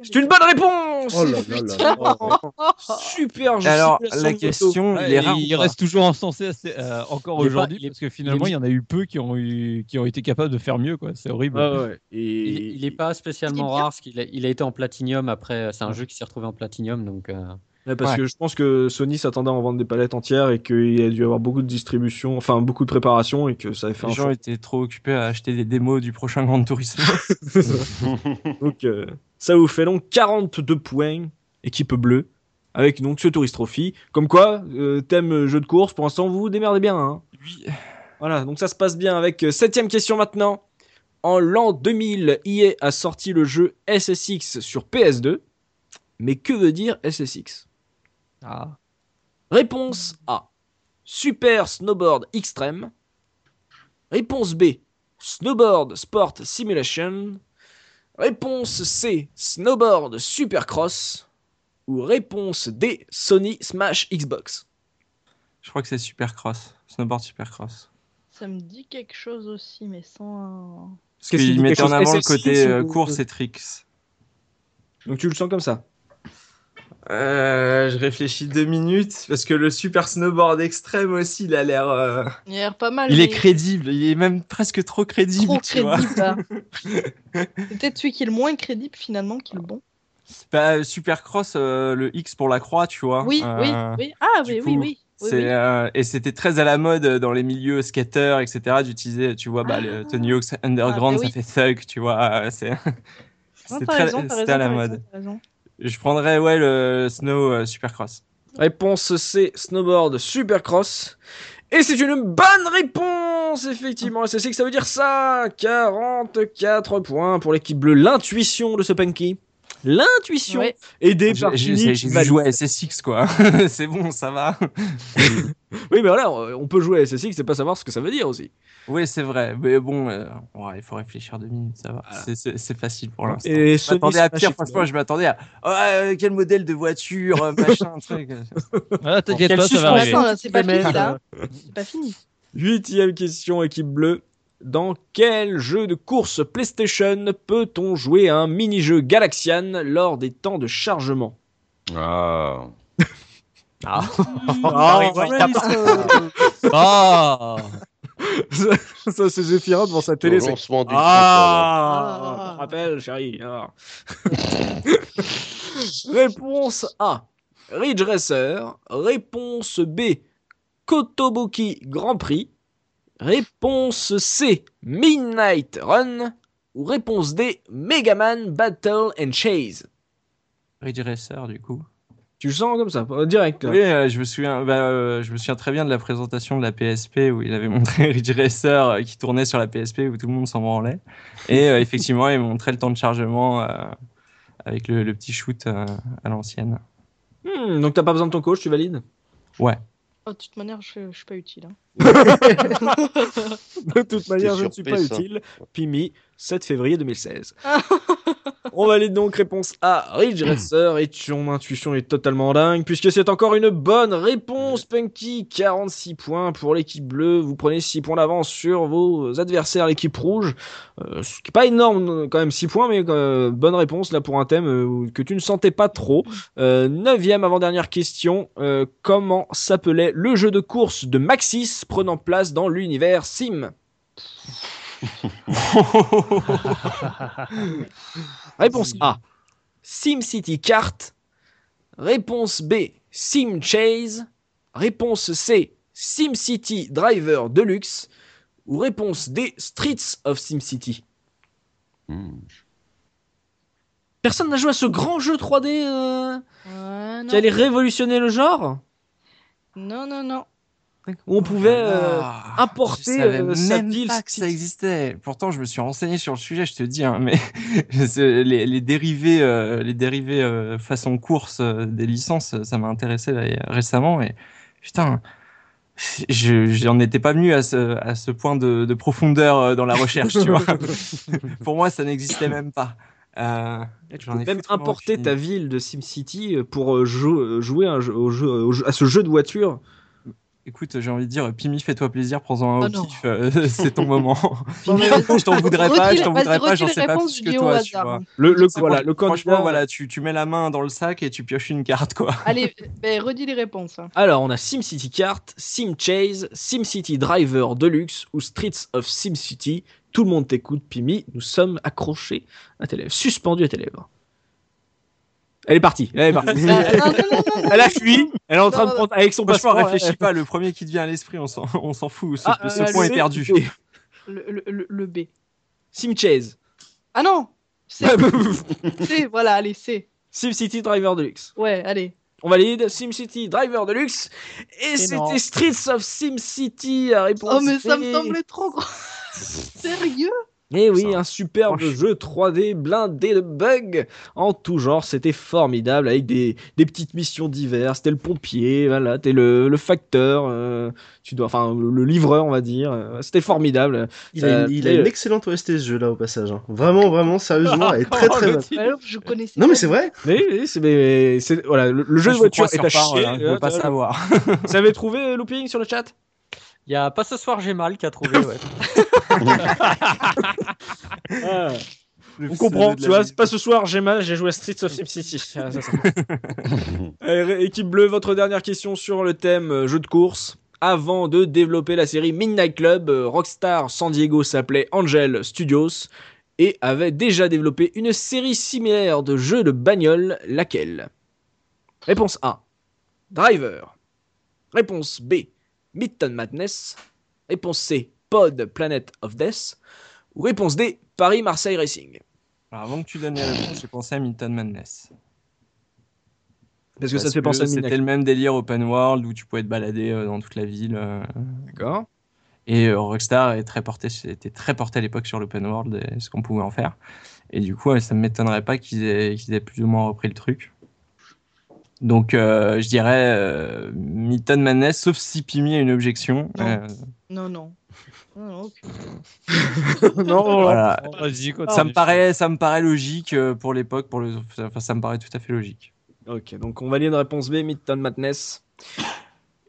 [SPEAKER 1] C'est une bonne réponse
[SPEAKER 6] Oh là là là là.
[SPEAKER 1] Super jeu.
[SPEAKER 2] Alors,
[SPEAKER 1] simulation
[SPEAKER 2] la
[SPEAKER 1] de moto.
[SPEAKER 2] question,
[SPEAKER 3] Ouais,
[SPEAKER 2] il est rare. ou
[SPEAKER 3] il
[SPEAKER 2] pas
[SPEAKER 3] reste toujours encensé assez- euh, encore
[SPEAKER 2] Il est pas-
[SPEAKER 3] aujourd'hui
[SPEAKER 2] il est-
[SPEAKER 3] parce que finalement il y en a eu peu qui ont eu qui ont été capables de faire mieux quoi. C'est horrible.
[SPEAKER 1] Ah ouais, et-
[SPEAKER 10] Il, il est pas spécialement rare parce qu'il a, il a été en platinium après. C'est un jeu qui s'est retrouvé en platinium donc. euh,
[SPEAKER 1] Ouais, parce
[SPEAKER 2] Ouais.
[SPEAKER 1] que je pense que Sony s'attendait à en vendre des palettes entières et qu'il a dû avoir beaucoup de distribution, enfin beaucoup de préparation et que ça a fait
[SPEAKER 2] Les
[SPEAKER 1] un
[SPEAKER 2] gens
[SPEAKER 1] choc.
[SPEAKER 2] étaient trop occupés à acheter des démos du prochain Grand Tourisme.
[SPEAKER 1] Donc euh, ça vous fait donc 42 points, équipe bleue, avec donc ce Tourist Trophy. Comme quoi, euh, thème jeu de course, pour l'instant vous vous démerdez bien. hein. Voilà, donc ça se passe bien avec euh, septième question maintenant. En l'an 2000, EA a sorti le jeu SSX sur PS2. Mais que veut dire SSX
[SPEAKER 3] Ah.
[SPEAKER 1] Réponse A. Super Snowboard Extreme. Réponse B. Snowboard Sport Simulation. Réponse C. Snowboard Supercross. Ou réponse D. Sony Smash Xbox.
[SPEAKER 2] Je crois que c'est Supercross, Snowboard Supercross.
[SPEAKER 7] Ça me dit quelque chose aussi, mais sans. un-
[SPEAKER 1] Qu'est-ce
[SPEAKER 2] Parce
[SPEAKER 1] qu'il
[SPEAKER 2] qu'ils
[SPEAKER 1] dit,
[SPEAKER 2] mettaient
[SPEAKER 1] quelque
[SPEAKER 2] en avant
[SPEAKER 1] chose
[SPEAKER 2] le côté
[SPEAKER 1] SSX
[SPEAKER 2] euh,
[SPEAKER 1] ou-
[SPEAKER 2] course et tricks.
[SPEAKER 1] Donc tu le sens comme ça.
[SPEAKER 2] Euh, je réfléchis deux minutes parce que le super snowboard extrême aussi, il a l'air. euh,
[SPEAKER 7] Il a l'air pas
[SPEAKER 1] Ah,
[SPEAKER 7] mal.
[SPEAKER 2] Il
[SPEAKER 7] mais
[SPEAKER 2] est crédible, il est même presque trop crédible.
[SPEAKER 7] Trop hein.
[SPEAKER 2] tu vois.
[SPEAKER 7] crédible. là. C'est peut-être celui qui est le moins crédible finalement qui est le bon.
[SPEAKER 2] Bah, Supercross, euh, le X pour la croix, tu vois.
[SPEAKER 7] Oui, oui,
[SPEAKER 2] Euh,
[SPEAKER 7] oui. Ah,
[SPEAKER 2] du
[SPEAKER 7] oui,
[SPEAKER 2] coup,
[SPEAKER 7] oui, oui. oui,
[SPEAKER 2] c'est,
[SPEAKER 7] oui.
[SPEAKER 2] euh, et c'était très à la mode euh, dans les milieux skateurs, etc. D'utiliser, tu vois, bah, le Tony Hawk's Underground,
[SPEAKER 7] Ah, bah
[SPEAKER 2] ça fait thug, tu vois. euh, C'est
[SPEAKER 7] Non,
[SPEAKER 2] c'est
[SPEAKER 7] t'as
[SPEAKER 2] très-
[SPEAKER 7] raison, t'as
[SPEAKER 2] c'était à
[SPEAKER 7] raison,
[SPEAKER 2] la
[SPEAKER 7] t'as
[SPEAKER 2] mode.
[SPEAKER 7] raison, t'as raison.
[SPEAKER 2] Je prendrais, ouais, le Snow euh, Supercross.
[SPEAKER 1] Réponse C, snowboard, supercross. Et c'est une bonne réponse, effectivement. Et c'est que ça veut dire ça. 44 points pour l'équipe bleue. L'intuition de ce Punky. L'intuition
[SPEAKER 7] Ouais.
[SPEAKER 1] aidée
[SPEAKER 2] J'ai-
[SPEAKER 1] par
[SPEAKER 2] J'ai
[SPEAKER 1] Nick
[SPEAKER 2] j'ai- j'ai dû
[SPEAKER 1] Valou.
[SPEAKER 2] jouer à SS6, quoi. c'est bon, ça va.
[SPEAKER 1] Oui, mais voilà, on on peut jouer à SSX c'est pas savoir ce que ça veut dire aussi.
[SPEAKER 2] Oui, c'est vrai. Mais bon, euh, ouais, il faut réfléchir deux minutes, ça va. C'est- C'est c'est facile pour l'instant.
[SPEAKER 1] Et
[SPEAKER 2] Je m'attendais à pire,
[SPEAKER 1] semi-smash
[SPEAKER 2] franchement, je m'attendais à Ah, euh, quel modèle de voiture, euh, machin, truc.
[SPEAKER 3] Ah, t'inquiète
[SPEAKER 2] Quel
[SPEAKER 3] pas, ça va
[SPEAKER 2] suspense.
[SPEAKER 3] arriver.
[SPEAKER 7] Attends, là, c'est pas
[SPEAKER 6] Jamais.
[SPEAKER 7] fini, là. C'est pas fini.
[SPEAKER 1] Huitième question, équipe bleue. Dans quel jeu de course PlayStation peut-on jouer à un mini-jeu Galaxian lors des temps de chargement
[SPEAKER 4] Ah.
[SPEAKER 2] Ah,
[SPEAKER 7] euh,
[SPEAKER 3] Ah
[SPEAKER 1] Ça, ça, c'est Zephyrin devant sa télé.
[SPEAKER 11] Le
[SPEAKER 1] c'est-
[SPEAKER 11] lancement du
[SPEAKER 1] Ah, rappel, chérie. ah. Réponse A. Ridge Racer. Réponse B. Kotobuki Grand Prix. Réponse C. Midnight Run. Ou réponse D. Megaman Battle and Chase.
[SPEAKER 2] Ridge Racer, du coup.
[SPEAKER 1] Tu le sens comme ça, euh, direct.
[SPEAKER 2] Oui, euh, je, me souviens, bah, euh, je me souviens très bien de la présentation de la PSP où il avait montré Ridge Racer euh, qui tournait sur la PSP où tout le monde s'en branlait. Et euh, effectivement, il montrait le temps de chargement euh, avec le, le petit shoot euh, à l'ancienne.
[SPEAKER 1] Hmm, donc t'as pas besoin de ton coach, tu valides
[SPEAKER 2] Ouais.
[SPEAKER 7] Oh, de toute manière, je, je suis pas utile. hein.
[SPEAKER 1] De toute manière, je ne
[SPEAKER 11] sur
[SPEAKER 1] suis pas
[SPEAKER 11] PS1.
[SPEAKER 1] utile. Pimi, 7 février 2016. On valide donc réponse A, Ridge Racer, et ton intuition est totalement dingue, puisque c'est encore une bonne réponse, Punky. 46 points pour l'équipe bleue, vous prenez 6 points d'avance sur vos adversaires, l'équipe rouge. Euh, ce qui est pas énorme euh, quand même, 6 points, mais euh, bonne réponse là pour un thème euh, que tu ne sentais pas trop. Euh, neuvième avant-dernière question, euh, comment s'appelait le jeu de course de Maxis prenant place dans l'univers Sim Réponse A. SimCity Kart. Réponse B. Sim Chase. Réponse C. SimCity Driver Deluxe. Ou réponse D. Streets of SimCity.
[SPEAKER 4] Hmm.
[SPEAKER 1] Personne n'a joué à ce grand jeu 3D euh,
[SPEAKER 7] Ouais,
[SPEAKER 1] qui allait
[SPEAKER 7] non.
[SPEAKER 1] révolutionner le genre
[SPEAKER 7] non, non, non.
[SPEAKER 1] Où on pouvait euh,
[SPEAKER 2] Ah,
[SPEAKER 1] importer
[SPEAKER 2] je savais
[SPEAKER 1] euh, sa
[SPEAKER 2] même
[SPEAKER 1] ville,
[SPEAKER 2] pas
[SPEAKER 1] sa
[SPEAKER 2] que ça
[SPEAKER 1] petite-
[SPEAKER 2] existait. Pourtant, je me suis renseigné sur le sujet, je te dis, hein, mais c'est- les, les dérivés, euh, les dérivés euh, façon course euh, des licences, euh, ça m'a intéressé là, et- récemment. Et putain, je- j'en étais pas venu à ce, à ce point de, de profondeur euh, dans la recherche, tu vois. Pour moi, ça n'existait même pas. Euh,
[SPEAKER 1] Et tu
[SPEAKER 2] j'en
[SPEAKER 1] peux
[SPEAKER 2] ai
[SPEAKER 1] même
[SPEAKER 2] foutrement
[SPEAKER 1] importer
[SPEAKER 2] aucune
[SPEAKER 1] ta ville de SimCity euh, pour euh, jou- euh, jouer à un jeu- au jeu- au jeu- à ce jeu de voiture.
[SPEAKER 2] Écoute, j'ai envie de dire, Pimi, fais-toi plaisir,
[SPEAKER 1] Oh
[SPEAKER 2] prends-en un
[SPEAKER 7] Ah
[SPEAKER 2] au
[SPEAKER 7] non.
[SPEAKER 2] pif, euh, c'est ton moment.
[SPEAKER 7] Bon, mais vas-y.
[SPEAKER 2] je t'en voudrais pas, je
[SPEAKER 7] Retire-
[SPEAKER 2] t'en voudrais
[SPEAKER 7] vas-y,
[SPEAKER 2] pas, j'en
[SPEAKER 7] retire
[SPEAKER 2] sais pas
[SPEAKER 7] réponse,
[SPEAKER 2] plus
[SPEAKER 7] je
[SPEAKER 2] que
[SPEAKER 7] dis au
[SPEAKER 2] toi, tu
[SPEAKER 7] hasard.
[SPEAKER 2] vois.
[SPEAKER 1] Le, le-
[SPEAKER 2] C'est
[SPEAKER 1] voilà,
[SPEAKER 2] pour-
[SPEAKER 1] le candidat.
[SPEAKER 2] Franchement, voilà, tu, tu mets la main dans le sac et tu pioches une carte, quoi.
[SPEAKER 7] Allez, ben, redis les réponses. hein.
[SPEAKER 1] Alors, on a SimCity Kart, Sim Chase, SimCity Driver Deluxe ou Streets of SimCity. Tout le monde t'écoute, Pimi. Nous sommes accrochés à tes lèvres, suspendus à tes lèvres. Elle est partie, elle est
[SPEAKER 2] Bah,
[SPEAKER 1] partie.
[SPEAKER 7] Ah, non, non, non, non, non.
[SPEAKER 1] elle a fui, elle est en train
[SPEAKER 7] Non,
[SPEAKER 1] de prendre avec son
[SPEAKER 2] Franchement,
[SPEAKER 1] passeport.
[SPEAKER 2] réfléchis pas, le premier qui te vient à l'esprit, on s'en on s'en fout, ce,
[SPEAKER 1] Ah,
[SPEAKER 2] ce
[SPEAKER 1] euh,
[SPEAKER 2] point
[SPEAKER 1] le-
[SPEAKER 2] est perdu.
[SPEAKER 7] Le, le- le- le B.
[SPEAKER 1] Sim Chase,
[SPEAKER 7] Ah non C'est, c'est, voilà, allez, c'est.
[SPEAKER 1] SimCity Driver Deluxe.
[SPEAKER 7] Ouais, allez.
[SPEAKER 1] On valide SimCity Driver Deluxe. Et
[SPEAKER 9] non.
[SPEAKER 1] c'était Streets of SimCity à réponse.
[SPEAKER 7] Oh, mais ça
[SPEAKER 1] B.
[SPEAKER 7] me semblait trop gros. Sérieux
[SPEAKER 1] Eh oui,
[SPEAKER 2] Putain.
[SPEAKER 1] un superbe
[SPEAKER 2] Franchement.
[SPEAKER 1] jeu 3D blindé de bugs en tout genre, c'était formidable avec des, des petites missions diverses. T'es le pompier, voilà, t'es le, le facteur, euh, tu dois, enfin le, le livreur on va dire. euh, C'était formidable.
[SPEAKER 6] Il a, une, il a une excellente OST ce jeu là au passage. hein. Vraiment, vraiment, sérieusement, elle est très
[SPEAKER 3] Oh,
[SPEAKER 6] très bonne.
[SPEAKER 7] Alors, Je connaissais
[SPEAKER 6] Non mais
[SPEAKER 7] pas.
[SPEAKER 6] c'est vrai.
[SPEAKER 1] Mais, mais c'est- mais c'est- voilà, le, le jeu de
[SPEAKER 2] Moi, vous
[SPEAKER 1] voiture
[SPEAKER 2] crois
[SPEAKER 1] est
[SPEAKER 2] sur
[SPEAKER 1] à
[SPEAKER 2] part,
[SPEAKER 1] chier.
[SPEAKER 2] hein, je veux pas
[SPEAKER 1] Attends,
[SPEAKER 2] savoir.
[SPEAKER 1] Vous avez trouvé euh, looping sur le chat
[SPEAKER 10] Il y a pas ce soir, j'ai mal qui a trouvé. Ouais.
[SPEAKER 2] Ah.
[SPEAKER 1] On comprend,
[SPEAKER 2] pseudo de
[SPEAKER 1] tu
[SPEAKER 2] la
[SPEAKER 1] vois,
[SPEAKER 2] vie.
[SPEAKER 1] c'est pas ce soir, j'ai mal, j'ai joué à Streets of SimCity. Ah, ça, ça marche. Allez, ré- équipe bleue, votre dernière question sur le thème euh, jeu de course. Avant de développer la série Midnight Club, euh, Rockstar San Diego s'appelait Angel Studios et avait déjà développé une série similaire de jeux de bagnole, laquelle Réponse A. Driver. Réponse B. Midtown Madness. Réponse C. Pod Planet of Death. Ou réponse D. Paris-Marseille Racing.
[SPEAKER 2] Alors, avant que tu donnes les réponses, j'ai pensé à Milton Madness.
[SPEAKER 1] Parce que ça te fait penser à Midnight.
[SPEAKER 2] C'était le même délire open world où tu pouvais te balader euh, dans toute la ville.
[SPEAKER 1] D'accord.
[SPEAKER 2] Et euh, Rockstar est très porté, était très porté à l'époque sur l'open world et ce qu'on pouvait en faire. Et du coup, euh, ça ne m'étonnerait pas qu'ils aient, qu'ils aient plus ou moins repris le truc. Donc, euh, je dirais euh, Milton Madness, sauf si Pimi a une objection.
[SPEAKER 7] Non.
[SPEAKER 2] Euh,
[SPEAKER 7] Non, non. Non, non, aucune.
[SPEAKER 3] non,
[SPEAKER 2] Voilà.
[SPEAKER 3] vas-y, continue.
[SPEAKER 2] ça, me paraît, ça me paraît logique euh, pour l'époque. Pour le... enfin, ça me paraît tout à fait logique.
[SPEAKER 1] Ok, donc on valide réponse B, Midtown Madness.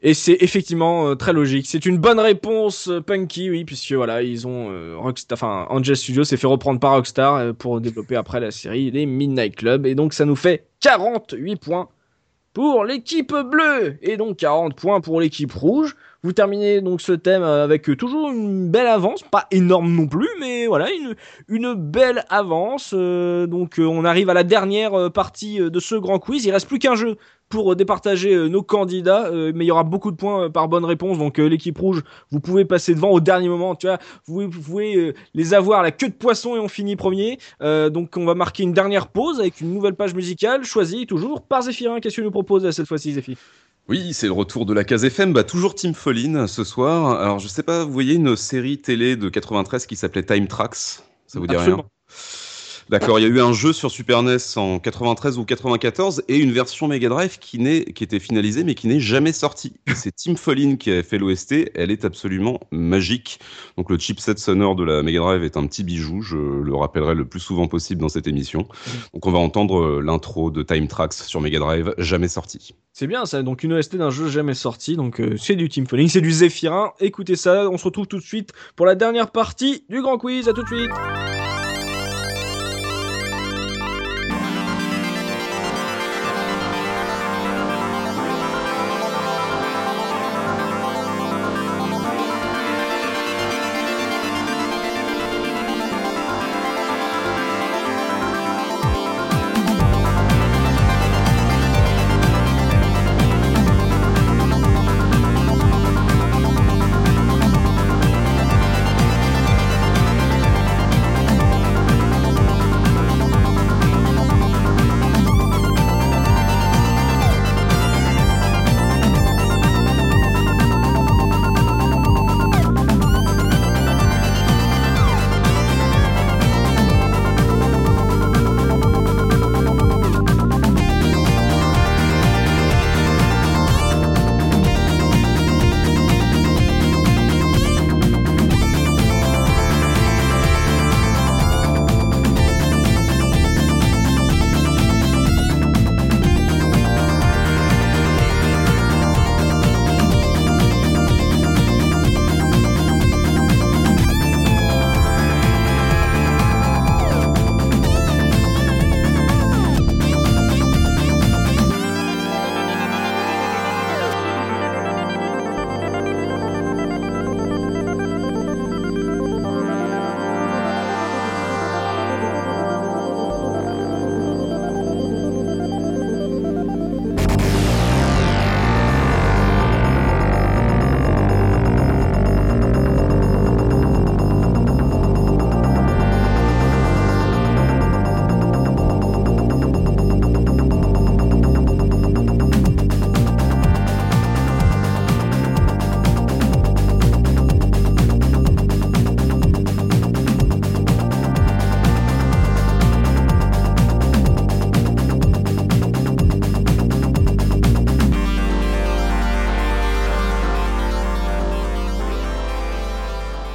[SPEAKER 1] Et c'est effectivement euh, très logique. C'est une bonne réponse, euh, Punky, oui, puisque voilà, ils ont euh, Rockstar, enfin Angel Studio s'est fait reprendre par Rockstar euh, pour développer après la série les Midnight Club, et donc ça nous fait 48 points pour l'équipe bleue et donc 40 points pour l'équipe rouge. Vous terminez donc ce thème euh, avec euh, toujours une belle avance, pas énorme non plus, mais voilà une, une belle avance. Euh, donc euh, on arrive à la dernière euh, partie euh, de ce grand quiz. Il reste plus qu'un jeu pour euh, départager euh, nos candidats, euh, mais il y aura beaucoup de points euh, par bonne réponse. Donc euh, l'équipe rouge, vous pouvez passer devant au dernier moment. Tu vois, vous pouvez, vous pouvez, euh, les avoir à la queue de poisson et on finit premier. Euh, donc on va marquer une dernière pause avec une nouvelle page musicale choisie toujours par Zéphirin. Qu'est-ce que tu nous proposes là, cette fois-ci, Zéphi
[SPEAKER 4] Oui, c'est le retour de la case FM. Bah, toujours Team Foline ce soir. Alors, je sais pas, vous voyez une série télé de 93 qui s'appelait Time Tracks Ça vous dit
[SPEAKER 1] Absolument.
[SPEAKER 4] rien D'accord, il y a eu un jeu sur Super NES en 93 ou 94 et une version Mega Drive qui, n'est- qui était finalisée mais qui n'est jamais sortie. Et C'est Tim Follin qui a fait l'OST, elle est absolument magique. Donc le chipset sonore de la Mega Drive est un petit bijou, je le rappellerai le plus souvent possible dans cette émission. Donc on va entendre euh, l'intro de Time Tracks sur Mega Drive, jamais sortie.
[SPEAKER 1] C'est bien ça, donc une OST d'un jeu jamais sorti, donc euh, c'est du Team Falling, c'est du Zéphirin. Écoutez ça, on se retrouve tout de suite pour la dernière partie du grand quiz, à tout de suite.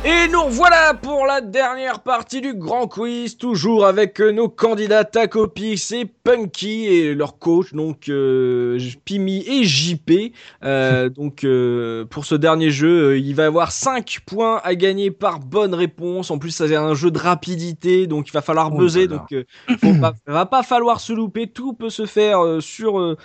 [SPEAKER 1] Et nous voilà pour la dernière partie du grand quiz, toujours avec euh, nos candidats Takopix et Punky et leur coach, donc euh, J- Pimi et JP. Euh, donc euh, pour ce dernier jeu, euh, il va y avoir 5 points à gagner par bonne réponse. En plus, ça c'est un jeu de rapidité, donc il va falloir
[SPEAKER 2] Oh là
[SPEAKER 1] buzzer.
[SPEAKER 2] là.
[SPEAKER 1] Donc euh, faut pas- va pas falloir se louper, tout peut se faire euh, sur... euh,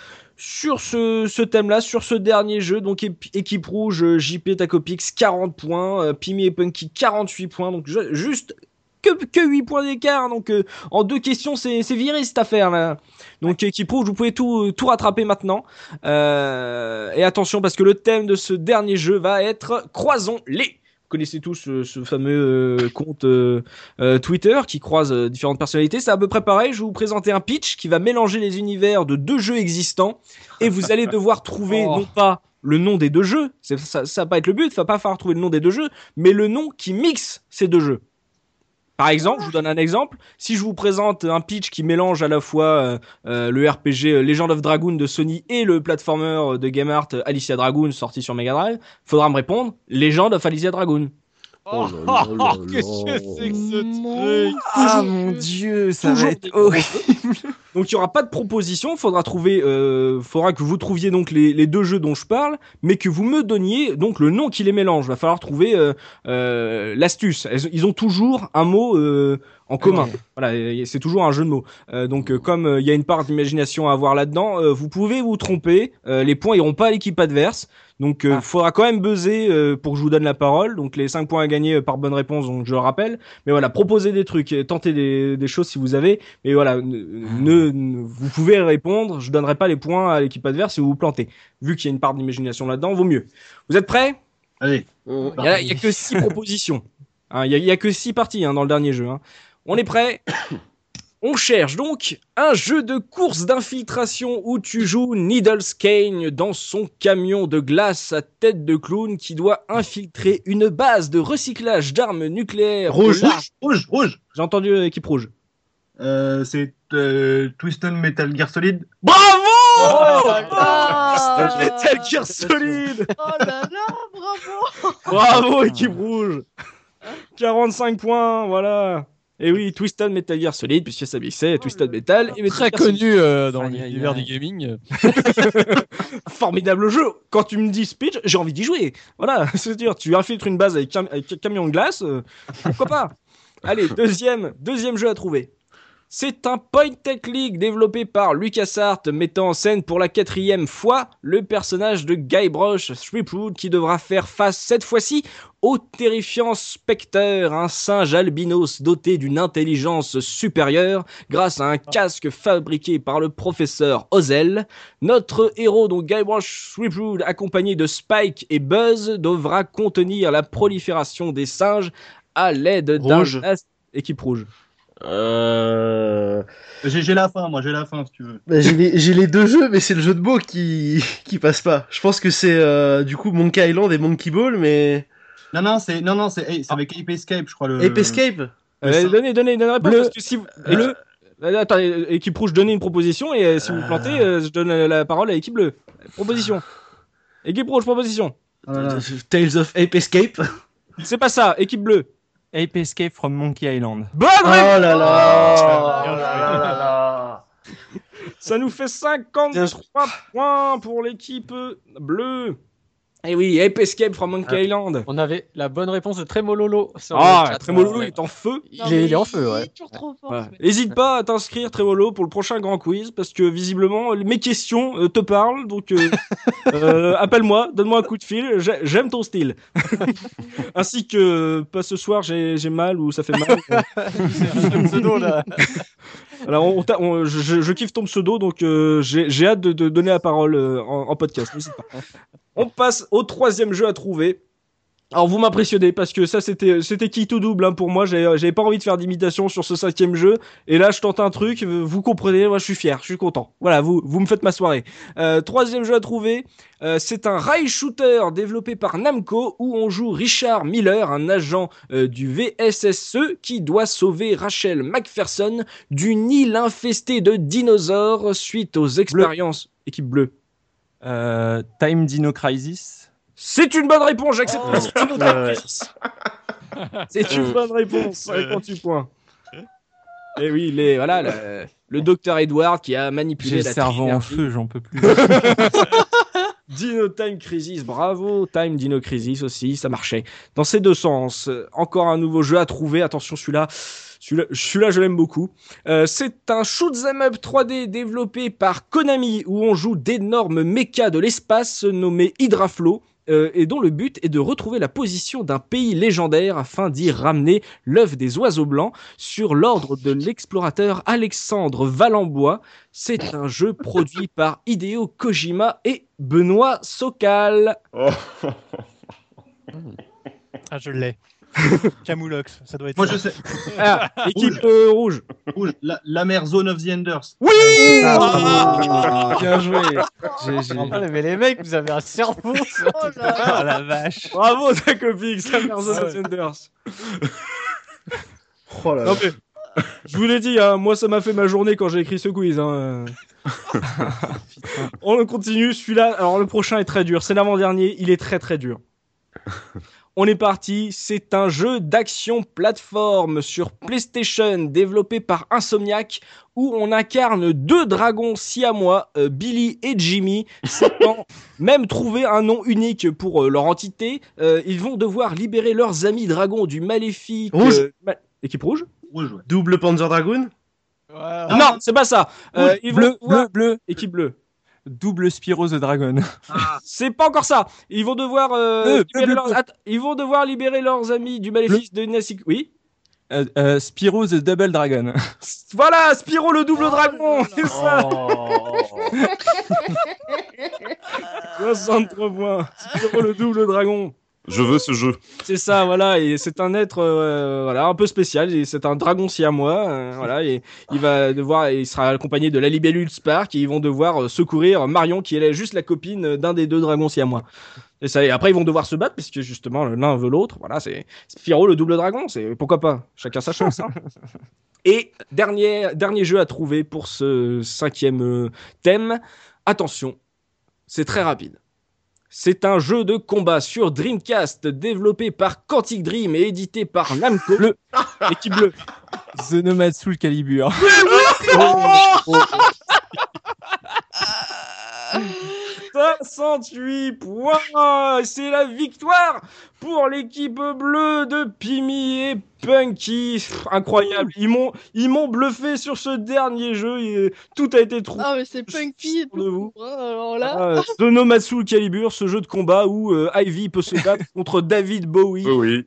[SPEAKER 1] sur ce, ce thème-là, sur ce dernier jeu, donc ép- équipe rouge, euh, JP Tacopix 40 points, euh, Pimi et Punky 48 points, donc ju- juste que, que 8 points d'écart. Donc euh, en deux questions, c'est c'est viré cette affaire là. Donc euh, qui prouve que vous pouvez tout, euh, tout rattraper maintenant. Euh, et attention parce que le thème de ce dernier jeu va être croisons les. Vous connaissez tous ce, ce fameux euh, compte euh, euh, Twitter qui croise euh, différentes personnalités. C'est à peu près pareil. Je vais vous présenter un pitch qui va mélanger les univers de deux jeux existants et vous allez devoir trouver non pas le nom des deux jeux, c'est- ça, ça va pas être le but, il va pas falloir trouver le nom des deux jeux, mais le nom qui mixe ces deux jeux. Par exemple, je vous donne un exemple. Si je vous présente un pitch qui mélange à la fois euh, euh, le RPG euh, Legend of Dragoon de Sony et le platformer euh, de GameArt euh, Alicia Dragoon sorti sur Mega Drive, faudra me répondre Legend of Alicia Dragoon.
[SPEAKER 5] Oh, qu'est-ce que c'est que ce truc
[SPEAKER 2] Ah mon dieu, ça va
[SPEAKER 1] Toujours
[SPEAKER 2] être
[SPEAKER 1] des
[SPEAKER 2] horrible.
[SPEAKER 1] Donc il y aura pas de proposition, faudra trouver, euh, faudra que vous trouviez donc les, les deux jeux dont je parle, mais que vous me donniez donc le nom qui les mélange. Va falloir trouver euh, euh, l'astuce. Elles- Ils ont toujours un mot euh, en commun. Voilà, et- et c'est toujours un jeu de mots. Euh, donc euh, comme euh, il y a une part d'imagination à avoir là-dedans, euh, vous pouvez vous tromper. euh, les points iront pas à l'équipe adverse. Donc euh, faudra quand même buzzer euh, pour que je vous donne la parole. Donc les 5 points à gagner euh, par bonne réponse, donc je le rappelle. Mais voilà, proposez des trucs, euh, tentez des, des choses si vous avez. Mais voilà, ne,
[SPEAKER 8] Ah.
[SPEAKER 1] ne- ne- vous pouvez répondre. Je donnerai pas les points à l'équipe adverse si vous vous plantez. Vu qu'il y a une part d'imagination là-dedans, vaut mieux. Vous êtes prêts
[SPEAKER 8] Allez.
[SPEAKER 1] Euh, Il y, a- il y a que 6 propositions. Hein, Il y a- il y a, que 6 parties hein, dans le dernier jeu. hein. On est prêts on cherche donc un jeu de course d'infiltration où tu joues Needles Kane dans son camion de glace à tête de clown qui doit infiltrer une base de recyclage d'armes nucléaires.
[SPEAKER 8] Rouge,
[SPEAKER 1] au large-
[SPEAKER 8] rouge, rouge.
[SPEAKER 1] J'ai entendu euh, équipe rouge.
[SPEAKER 8] Euh, c'est euh, Twisted Metal Gear Solid.
[SPEAKER 1] Bravo
[SPEAKER 5] Ah,
[SPEAKER 1] Metal Gear Solid
[SPEAKER 7] Oh là là, bravo
[SPEAKER 1] Bravo équipe rouge 45 points, voilà Et oui, Twisted Metal Gear Solid, puisque ça mixait Twisted Metal et Metal
[SPEAKER 3] Très
[SPEAKER 1] Gear
[SPEAKER 10] Oh
[SPEAKER 1] Solid.
[SPEAKER 3] connu euh, dans
[SPEAKER 2] Aïe, aïe,
[SPEAKER 3] l'univers
[SPEAKER 2] aïe.
[SPEAKER 3] du gaming.
[SPEAKER 1] Formidable jeu Quand tu me dis speech, j'ai envie d'y jouer Voilà, c'est dire, tu infiltres une base avec, cam- avec un camion de glace, euh, pourquoi pas Allez, deuxième, deuxième jeu à trouver. C'est un point tech league développé par LucasArts mettant en scène pour la quatrième fois le personnage de Guybrush Threepwood qui devra faire face cette fois-ci au terrifiant Spectre, un singe albinos doté d'une intelligence supérieure grâce à un casque fabriqué par le professeur Ozel. Notre héros, donc Guybrush Threepwood, accompagné de Spike et Buzz, devra contenir la prolifération des singes à l'aide d'un
[SPEAKER 6] Rouge.
[SPEAKER 1] as- équipe rouge.
[SPEAKER 6] Euh...
[SPEAKER 8] J'ai j'ai la fin, moi, j'ai la fin si tu veux.
[SPEAKER 6] Bah, j'ai les, j'ai les deux jeux, mais c'est le jeu de mots qui, qui passe pas. Je pense que c'est euh, du coup Monkey Island et Monkey Ball, mais.
[SPEAKER 8] Non, non, c'est non, non, c'est eh, c'est avec Ape Escape, je crois. Le...
[SPEAKER 6] Ah. Ape Escape
[SPEAKER 8] le
[SPEAKER 1] Euh,
[SPEAKER 8] singe.
[SPEAKER 1] donnez, donnez, donnez la réponse,
[SPEAKER 6] Bleu.
[SPEAKER 1] parce que si vous... Bleu. Euh, Attendez, euh, équipe rouge, donnez une proposition, et euh, si vous vous plantez, euh, je donne euh, la parole à l'équipe bleue. Proposition. Équipe rouge, proposition.
[SPEAKER 8] Ah, là, là.
[SPEAKER 6] Euh, Tales of Ape Escape
[SPEAKER 1] C'est pas ça, équipe bleue.
[SPEAKER 2] Ape Escape from Monkey Island.
[SPEAKER 1] Bonne
[SPEAKER 6] Oh
[SPEAKER 1] réponse
[SPEAKER 6] là là
[SPEAKER 5] Oh là là là là.
[SPEAKER 1] Ça nous fait 53 points pour l'équipe bleue. Et oui, Ape Escape from Monkey
[SPEAKER 10] Ah.
[SPEAKER 1] Island.
[SPEAKER 10] On avait la bonne réponse de Trémololo. sur le
[SPEAKER 1] Ah,
[SPEAKER 10] chat. euh,
[SPEAKER 1] Trémolo est en feu.
[SPEAKER 10] Il
[SPEAKER 7] Non,
[SPEAKER 10] est,
[SPEAKER 7] mais
[SPEAKER 10] il est en feu,
[SPEAKER 7] Il
[SPEAKER 10] ouais.
[SPEAKER 7] est toujours trop fort.
[SPEAKER 1] Voilà.
[SPEAKER 7] ce mec.
[SPEAKER 1] Hésite pas à t'inscrire, Trémolo, pour le prochain grand quiz, parce que visiblement, mes questions euh, te parlent, donc euh, euh, appelle-moi, donne-moi un coup de fil, j'ai- j'aime ton style. Ainsi que, euh, pas ce soir, j'ai j'ai mal ou ça fait mal. euh,
[SPEAKER 5] pseudo là.
[SPEAKER 1] Alors, on t'a- on- je, je- je kiffe ton pseudo, donc euh, j'ai j'ai hâte de, de donner la parole euh, en, en podcast. n'hésite pas. On passe au troisième jeu à trouver. Alors, vous m'impressionnez parce que ça, c'était c'était qui tout double hein, pour moi. J'avais j'avais pas envie de faire d'imitation sur ce cinquième jeu. Et là, je tente un truc. euh, Vous comprenez, moi, je suis fier, je suis content. Voilà, vous, vous me faites ma soirée. Euh, troisième jeu à trouver. euh, C'est un rail shooter développé par Namco où on joue Richard Miller, un agent euh, du VSSE E qui doit sauver Rachel McPherson d'une île infestée de dinosaures suite aux expériences. Équipe bleue.
[SPEAKER 2] Euh, Time Dino Crisis.
[SPEAKER 1] C'est une bonne réponse, j'accepte.
[SPEAKER 6] Oh.
[SPEAKER 1] C'est une bonne
[SPEAKER 6] Ouais, Euh,
[SPEAKER 1] réponse.
[SPEAKER 6] ouais.
[SPEAKER 1] C'est une bonne réponse, 58 points. Et Eh oui, les, voilà, le, le docteur Edward qui a manipulé
[SPEAKER 2] J'ai le
[SPEAKER 1] la
[SPEAKER 2] cerveau en
[SPEAKER 1] trilogie.
[SPEAKER 2] feu, j'en peux plus.
[SPEAKER 1] Dino Time Crisis, bravo, Time Dino Crisis aussi, ça marchait. Dans ces deux sens, euh, encore un nouveau jeu à trouver, attention celui-là. Celui-là, celui-là, je l'aime beaucoup. Euh, c'est un shoot'em up 3D développé par Konami où on joue d'énormes mechas de l'espace nommés Hydraflow euh, et dont le but est de retrouver la position d'un pays légendaire afin d'y ramener l'œuf des oiseaux blancs sur l'ordre de l'explorateur Alexandre Valenbois. C'est un jeu produit par Hideo Kojima et Benoît Sokal.
[SPEAKER 9] Ah, je l'ai. Camoulox, ça doit être.
[SPEAKER 8] Moi,
[SPEAKER 9] ça.
[SPEAKER 8] je sais.
[SPEAKER 1] Ah, équipe
[SPEAKER 8] Rouge.
[SPEAKER 1] euh, rouge.
[SPEAKER 8] Rouge, la, la mère Zone of the Enders.
[SPEAKER 1] Oui
[SPEAKER 2] Oh,
[SPEAKER 9] Ah,
[SPEAKER 5] Bien joué. GG.
[SPEAKER 9] Euh,
[SPEAKER 10] Ah, mais les mecs, vous avez un cerveau.
[SPEAKER 7] Oh là là.
[SPEAKER 3] Ah la vache.
[SPEAKER 1] Bravo, Zakopix, la mère Zone of the Enders.
[SPEAKER 6] Oh là là.
[SPEAKER 1] Non, mais, je vous l'ai dit, hein, moi ça m'a fait ma journée quand j'ai écrit ce quiz. hein. On continue, celui-là, alors le prochain est très dur, c'est l'avant-dernier, il est très très dur. On est parti, c'est un jeu d'action plateforme sur PlayStation développé par Insomniac où on incarne deux dragons siamois, euh, Billy et Jimmy, s'étant même trouver un nom unique pour euh, leur entité. euh, ils vont devoir libérer leurs amis dragons du maléfique...
[SPEAKER 6] Rouge.
[SPEAKER 1] euh, ma- Équipe rouge
[SPEAKER 8] Rouge, ouais.
[SPEAKER 6] Double Panzer Dragoon
[SPEAKER 1] non,
[SPEAKER 8] non.
[SPEAKER 1] c'est pas ça. Euh, ils vont
[SPEAKER 2] Ah bleu,
[SPEAKER 1] devoir-
[SPEAKER 2] bleu, bleu,
[SPEAKER 1] Équipe bleue.
[SPEAKER 2] double Spyro the Dragon.
[SPEAKER 1] Ah. C'est pas encore ça. Ils vont devoir euh,
[SPEAKER 2] Bleu,
[SPEAKER 1] libérer
[SPEAKER 2] bleu,
[SPEAKER 1] leurs...
[SPEAKER 2] bleu.
[SPEAKER 1] Att- ils vont devoir libérer leurs amis du maléfice de Nassik. Oui.
[SPEAKER 2] Euh, euh, Spyro the Double Dragon.
[SPEAKER 1] Voilà, Spyro le double dragon. C'est ça.
[SPEAKER 8] Oh.
[SPEAKER 1] 63 points. Spyro le double dragon.
[SPEAKER 4] Je veux ce jeu.
[SPEAKER 1] C'est ça, voilà. Et c'est un être, euh, voilà, un peu spécial. Et C'est un dragon siamois, euh, voilà. Et il va devoir, et il sera accompagné de la libellule Spark. Et ils vont devoir euh, secourir Marion, qui est là, juste la copine euh, d'un des deux dragons siamois. Et ça, et après ils vont devoir se battre parce que justement l'un veut l'autre. Voilà, c'est Spyro le double dragon. C'est pourquoi pas. Chacun sa chance. hein. Et dernier, dernier jeu à trouver pour ce cinquième euh, thème. Attention, c'est très rapide. C'est un jeu de combat sur Dreamcast développé par Quantic Dream et édité par Namco. Le... Équipe bleue.
[SPEAKER 2] The Nomad Soul Calibur.
[SPEAKER 1] Oh 68 points C'est la victoire pour l'équipe bleue de Pimi et Punky. Pff, incroyable. Ils m'ont, ils m'ont bluffé sur ce dernier jeu. et tout a été trouvé.
[SPEAKER 7] Ah, mais c'est punky et
[SPEAKER 1] de vous.
[SPEAKER 7] tout. hein, alors là.
[SPEAKER 1] Ah, The Nomatsu Calibur, ce jeu de combat où euh, Ivy peut se battre contre David Bowie.
[SPEAKER 4] oui.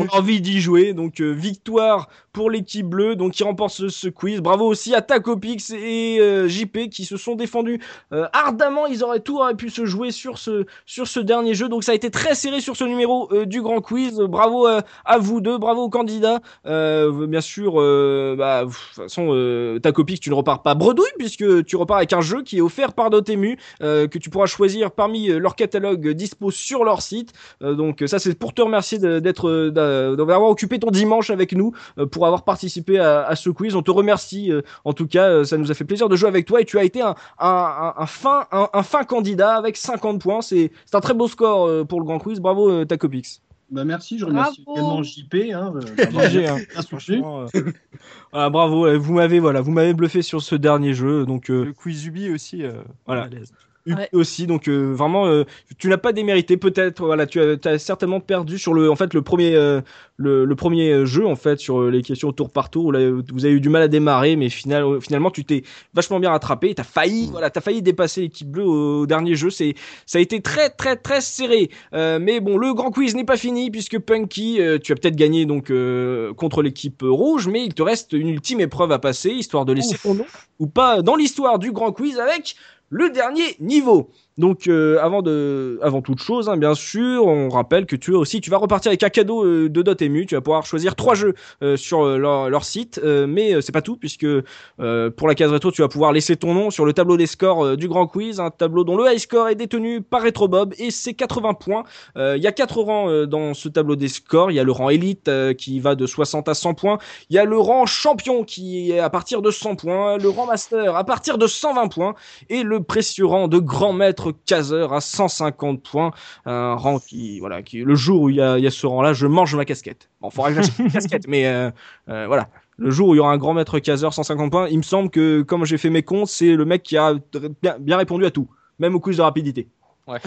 [SPEAKER 1] On a envie d'y jouer. Donc, euh, victoire pour l'équipe bleue donc, qui remporte ce, ce quiz. Bravo aussi à Tacopix et euh, JP qui se sont défendus euh, ardemment. Ils auraient tout aurait pu se jouer sur ce, sur ce dernier jeu. Donc, ça a été très serré sur ce numéro euh, du grand quiz. Euh, Bravo euh, à vous deux. Bravo aux candidats. Euh, bien sûr, euh, bah, pff, de toute façon, euh, Tacopix, tu ne repars pas bredouille puisque tu repars avec un jeu qui est offert par Dotemu euh, que tu pourras choisir parmi euh, leur catalogue euh, dispo sur leur site. Euh, donc euh, ça c'est pour te remercier de- d'être euh, d'a- d'avoir occupé ton dimanche avec nous euh, pour avoir participé à, à ce quiz. On te remercie euh, en tout cas, euh, ça nous a fait plaisir de jouer avec toi et tu as été un, un, un- un fin un, un fin candidat avec 50 points. C'est c'est un très beau score euh, pour le grand quiz. Bravo euh, Tacopix.
[SPEAKER 8] Bah merci, je remercie
[SPEAKER 7] Bravo.
[SPEAKER 8] également JP. Hein, euh, d'avoir
[SPEAKER 1] GG, hein.
[SPEAKER 8] bien soutenu.
[SPEAKER 1] Franchement, euh, voilà, bravo, euh, vous m'avez voilà, vous m'avez bluffé sur ce dernier jeu donc euh,
[SPEAKER 2] Le Quizubi aussi. euh,
[SPEAKER 1] Voilà.
[SPEAKER 2] balèze.
[SPEAKER 1] Huppé
[SPEAKER 7] Ouais.
[SPEAKER 1] aussi donc euh, vraiment euh, tu n'as pas démérité peut-être voilà tu as, t'as certainement perdu sur le en fait le premier euh, le, le premier euh, jeu en fait sur euh, les questions tour par tour où là, vous avez eu du mal à démarrer mais final, euh, finalement tu t'es vachement bien rattrapé t'as failli voilà t'as failli dépasser l'équipe bleue au, au dernier jeu c'est ça a été très très très serré Euh, mais bon le grand quiz n'est pas fini puisque Punky euh, tu as peut-être gagné donc euh, contre l'équipe rouge mais il te reste une ultime épreuve à passer histoire de laisser ton nom ou pas dans l'histoire du grand quiz avec le dernier niveau. Donc euh, avant de, avant toute chose, hein, bien sûr, on rappelle que tu as aussi, tu vas repartir avec un cadeau euh, de Dotemu. Tu vas pouvoir choisir trois jeux euh, sur euh, leur, leur site, euh, mais euh, c'est pas tout puisque euh, pour la case rétro, tu vas pouvoir laisser ton nom sur le tableau des scores euh, du Grand Quiz, un tableau dont le high score est détenu par Retrobob et c'est 80 points. Euh, Il y a quatre rangs euh, dans ce tableau des scores. Il y a le rang élite euh, qui va de 60 à 100 points. Il y a le rang champion qui est à partir de 100 points, le rang master à partir de 120 points et le précieux rang de grand maître Kazer à 150 points. Un rang qui, voilà, qui, le jour où il y a, il y a ce rang-là, je mange ma casquette. Bon, faudra que j'achète une casquette, mais euh, euh, voilà. Le jour où il y aura un grand maître Kazer 150 points, il me semble que, comme j'ai fait mes comptes, c'est le mec qui a tr- bien, bien répondu à tout, même au quiz de rapidité.
[SPEAKER 10] Ouais.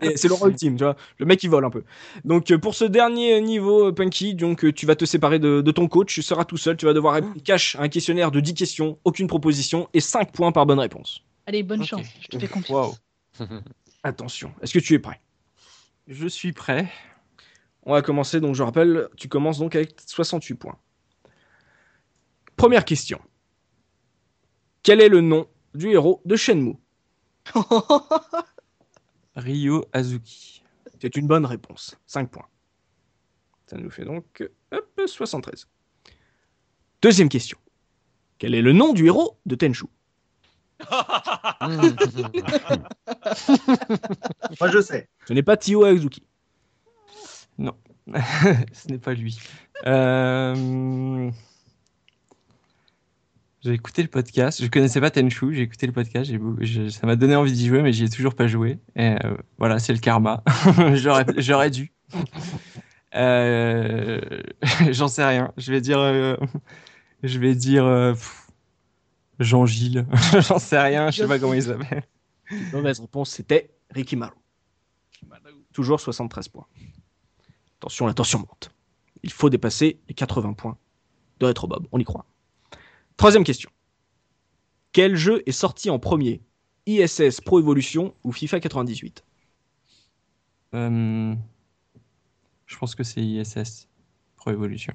[SPEAKER 1] Et c'est le rang ultime, tu vois. Le mec, il vole un peu. Donc, euh, pour ce dernier niveau, euh, Punky, donc, euh, tu vas te séparer de, de ton coach, tu seras tout seul, tu vas devoir répondre cash à un questionnaire de 10 questions, aucune proposition et 5 points par bonne réponse.
[SPEAKER 7] Allez, bonne
[SPEAKER 10] Ok.
[SPEAKER 7] chance. Je te fais confiance.
[SPEAKER 2] Waouh.
[SPEAKER 1] Attention, est-ce que tu es prêt
[SPEAKER 2] Je suis prêt.
[SPEAKER 1] On va commencer, donc je rappelle, tu commences donc avec 68 points. Première question. Quel est le nom du héros de Shenmue
[SPEAKER 2] Ryo Azuki.
[SPEAKER 1] C'est une bonne réponse. 5 points. Ça nous fait donc euh, hop, 73. Deuxième question. Quel est le nom du héros de Tenchu
[SPEAKER 8] Moi, je sais.
[SPEAKER 1] Ce n'est pas Tio Azuki.
[SPEAKER 2] Non, ce n'est pas lui. Euh, J'ai écouté le podcast. Je connaissais pas Tenchu. J'ai écouté le podcast. j'ai beau- je- ça m'a donné envie d'y jouer, mais j'y ai toujours pas joué. Et euh, voilà, c'est le karma. J'aurais j'aurais dû. Euh, J'en sais rien. Je vais dire. euh, Je vais dire. euh, pff, Jean-Gilles. J'en sais rien. Je sais pas comment il s'appelle.
[SPEAKER 1] Mauvaise réponse, c'était Rikimaru. Toujours 73 points. Attention, la tension monte. Il faut dépasser les 80 points de Retro Bob, on y croit. Troisième question. Quel jeu est sorti en premier ISS Pro Evolution ou FIFA 98
[SPEAKER 2] Euh, je pense que c'est ISS Pro Evolution.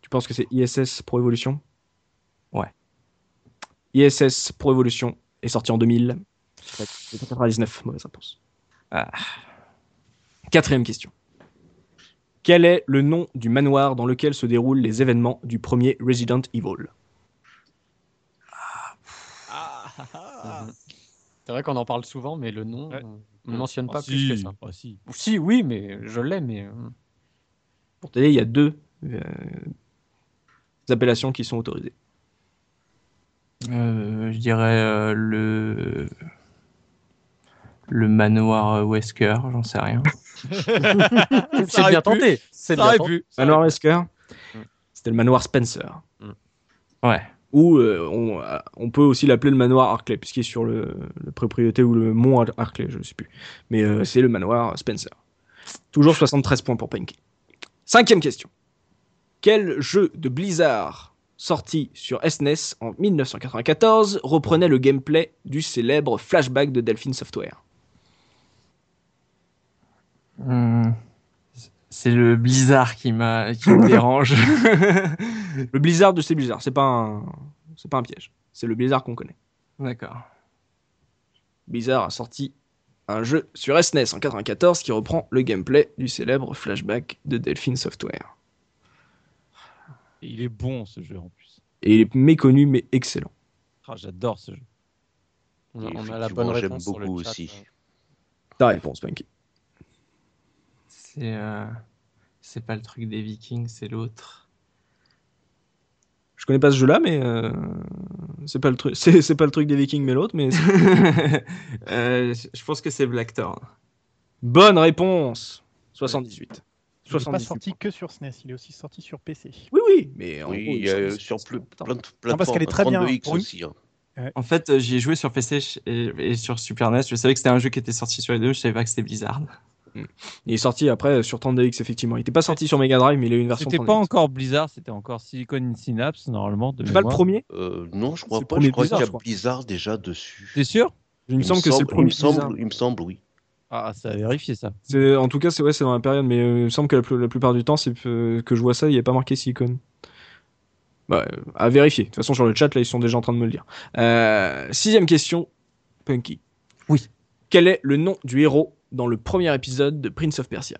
[SPEAKER 1] Tu penses que c'est ISS Pro Evolution
[SPEAKER 2] Ouais.
[SPEAKER 1] ISS Pro Evolution est sorti en 2000. C'est 99, mauvaise réponse. Ah. Quatrième question. Quel est le nom du manoir dans lequel se déroulent les événements du premier Resident Evil
[SPEAKER 10] Mhm. C'est vrai qu'on en parle souvent, mais le nom, euh, on ne mentionne
[SPEAKER 3] Ah,
[SPEAKER 10] pas
[SPEAKER 3] si.
[SPEAKER 10] plus que ça.
[SPEAKER 3] Ah, si.
[SPEAKER 10] Si, oui, mais je l'ai, mais. euh,
[SPEAKER 1] Pour t'aider, il y a deux euh, appellations qui sont autorisées.
[SPEAKER 2] Euh, je dirais euh, le le manoir euh, Wesker, j'en sais rien.
[SPEAKER 10] C'est bien tenté. C'est bien tenté.
[SPEAKER 1] Manoir Wesker C'était le manoir Spencer.
[SPEAKER 2] Ouais.
[SPEAKER 1] Ou euh, on, euh, on peut aussi l'appeler le manoir Harclay, puisqu'il est sur le, le propriété ou le mont Har- Harclay, je ne sais plus. Mais euh, c'est le manoir Spencer. Toujours 73 points pour Panky. Cinquième question. Quel jeu de Blizzard sorti sur SNES en 1994 reprenait le gameplay du célèbre flashback de Delphine Software
[SPEAKER 2] Hum, C'est le Blizzard qui m'a qui me dérange.
[SPEAKER 1] Le Blizzard de ces Blizzards, c'est pas un, c'est pas un piège. C'est le Blizzard qu'on connaît.
[SPEAKER 2] D'accord.
[SPEAKER 1] Blizzard a sorti un jeu sur SNES en 94 qui reprend le gameplay du célèbre flashback de Delphine Software.
[SPEAKER 3] Et Il est bon ce jeu en plus.
[SPEAKER 1] Et il est méconnu mais excellent.
[SPEAKER 3] Ah, J'adore ce jeu.
[SPEAKER 10] On a,
[SPEAKER 3] Et
[SPEAKER 10] on a la bonne
[SPEAKER 3] effectivement, j'aime
[SPEAKER 10] réponse sur le
[SPEAKER 3] beaucoup
[SPEAKER 10] chat,
[SPEAKER 3] aussi.
[SPEAKER 10] hein.
[SPEAKER 1] Ta réponse, Punky.
[SPEAKER 2] C'est euh, c'est pas le truc des Vikings, c'est l'autre.
[SPEAKER 1] Je connais pas ce jeu-là, mais euh, c'est pas le truc. C'est c'est pas le truc des Vikings, mais l'autre. Mais
[SPEAKER 2] Euh, je je pense que c'est Blackthorn.
[SPEAKER 1] bonne réponse. 78.
[SPEAKER 9] Il n'est pas
[SPEAKER 1] 78.
[SPEAKER 9] sorti que sur SNES, il est aussi sorti sur PC.
[SPEAKER 1] Oui, oui, mais
[SPEAKER 9] en
[SPEAKER 11] Oui,
[SPEAKER 9] gros,
[SPEAKER 11] il y a
[SPEAKER 9] ils
[SPEAKER 11] euh,
[SPEAKER 9] sont-
[SPEAKER 11] sur ple- plein de plateformes.
[SPEAKER 9] Non, parce qu'elle est très bien.
[SPEAKER 11] 32X
[SPEAKER 9] Pour une-
[SPEAKER 11] aussi. hein.
[SPEAKER 2] En fait, euh, j'y ai joué sur PC ch- et, et sur Super NES. Je savais que c'était un jeu qui était sorti sur les deux. Je savais pas que c'était Blizzard.
[SPEAKER 1] Il est sorti après sur 32X, effectivement. Il était pas sorti sur Mega Drive, mais il a eu une version.
[SPEAKER 3] C'était pas encore Blizzard, c'était encore Silicon Synapse normalement. de
[SPEAKER 1] C'est pas le
[SPEAKER 3] mémoire.
[SPEAKER 1] premier
[SPEAKER 11] Euh, non, je crois
[SPEAKER 3] C'est le
[SPEAKER 11] pas.
[SPEAKER 3] premier
[SPEAKER 11] Je crois qu'il y
[SPEAKER 3] Blizzard,
[SPEAKER 11] a
[SPEAKER 3] je crois.
[SPEAKER 11] Blizzard déjà dessus.
[SPEAKER 3] T'es sûr
[SPEAKER 1] Il me semble que c'est le premier
[SPEAKER 11] Il me semble,
[SPEAKER 1] Blizzard.
[SPEAKER 11] il me semble, oui.
[SPEAKER 3] Ah, ça a vérifié ça.
[SPEAKER 1] C'est- En tout cas, c'est ouais, c'est dans la période, mais euh, il me semble que la, plu- la plupart du temps, c'est euh, que je vois ça, il n'y a pas marqué Silicon. Bah, euh, à vérifier. De toute façon, sur le chat, là, ils sont déjà en train de me le dire. Euh, sixième question, Punky.
[SPEAKER 2] Oui.
[SPEAKER 1] Quel est le nom du héros dans le premier épisode de Prince of Persia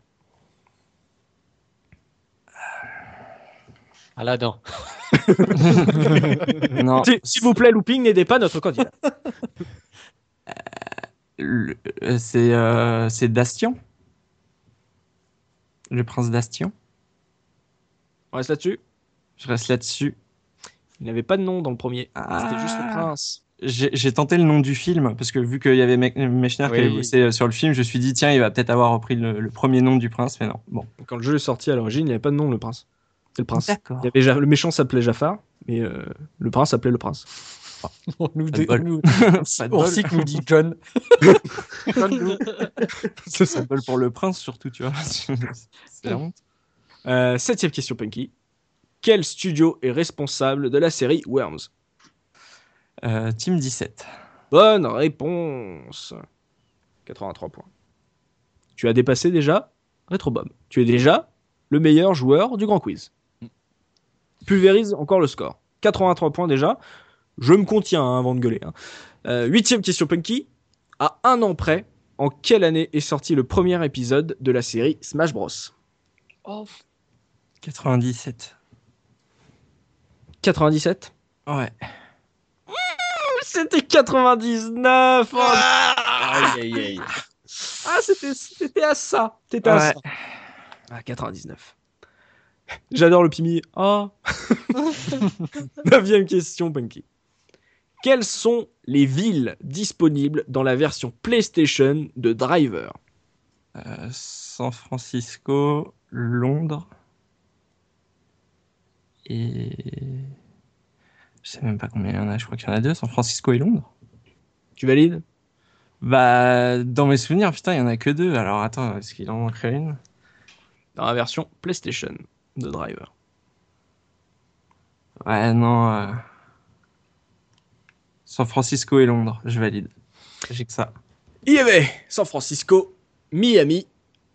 [SPEAKER 10] Aladdin.
[SPEAKER 2] Non.
[SPEAKER 1] S'il- S'il vous plaît, Looping, n'aidez pas notre candidat.
[SPEAKER 2] Le- euh, C'est euh, c'est Dastion. Le prince Dastion.
[SPEAKER 1] On reste là-dessus.
[SPEAKER 2] Je reste là-dessus.
[SPEAKER 1] Il n'avait pas de nom dans le premier. C'était juste le
[SPEAKER 2] Ah.
[SPEAKER 1] prince.
[SPEAKER 2] J'ai j'ai tenté le nom du film parce que vu qu'il y avait Me- Mechner qui
[SPEAKER 10] Oui.
[SPEAKER 2] avait bossé euh, sur le film, je me suis dit tiens il va peut-être avoir repris le, le premier nom du prince, mais non. Bon.
[SPEAKER 1] Quand le jeu est sorti à l'origine, il n'y avait pas de nom, le prince. C'est le prince.
[SPEAKER 2] D'accord.
[SPEAKER 1] Il y avait Ja- le méchant s'appelait Jafar, mais euh, le prince s'appelait le prince.
[SPEAKER 10] On nous
[SPEAKER 2] Pas de
[SPEAKER 10] dé-
[SPEAKER 2] bol.
[SPEAKER 10] on nous-
[SPEAKER 2] Pas de
[SPEAKER 10] on
[SPEAKER 2] bol.
[SPEAKER 10] sait qu'on dit John. John Doe.
[SPEAKER 1] C'est ça.
[SPEAKER 2] Pas de bol pour le prince surtout tu vois. C'est la honte.
[SPEAKER 1] Euh, septième question, Punky. Quel studio est responsable de la série Worms
[SPEAKER 2] Euh, team 17.
[SPEAKER 1] Bonne réponse. 83 points. tu as dépassé déjà Retrobomb. Tu es déjà le meilleur joueur du grand quiz. Pulvérise encore le score. 83 points déjà. Je me contiens hein, avant de gueuler. hein. Euh, huitième question, Punky. À un an près, en quelle année est sorti le premier épisode de la série Smash Bros
[SPEAKER 7] Oh,
[SPEAKER 2] 97.
[SPEAKER 1] 97
[SPEAKER 2] Ouais.
[SPEAKER 1] C'était 99 oh.
[SPEAKER 11] Aïe, aïe, aïe.
[SPEAKER 1] Ah, c'était- c'était à ça. T'étais à
[SPEAKER 2] Ouais.
[SPEAKER 1] ça. Ah, 99. J'adore le Pimi. Ah Neuvième question, Punky. Quelles sont les villes disponibles dans la version PlayStation de Driver
[SPEAKER 2] Euh, San Francisco, Londres. Et. Je sais même pas combien il y en a, je crois qu'il y en a deux, San Francisco et Londres.
[SPEAKER 1] Tu valides
[SPEAKER 2] Bah, dans mes souvenirs, putain, il y en a que deux. Alors attends, est-ce qu'il en manquerait une
[SPEAKER 1] Dans la version PlayStation de Driver.
[SPEAKER 2] Ouais, non. euh, San Francisco et Londres, je valide. J'ai que ça.
[SPEAKER 1] Il y avait San Francisco, Miami,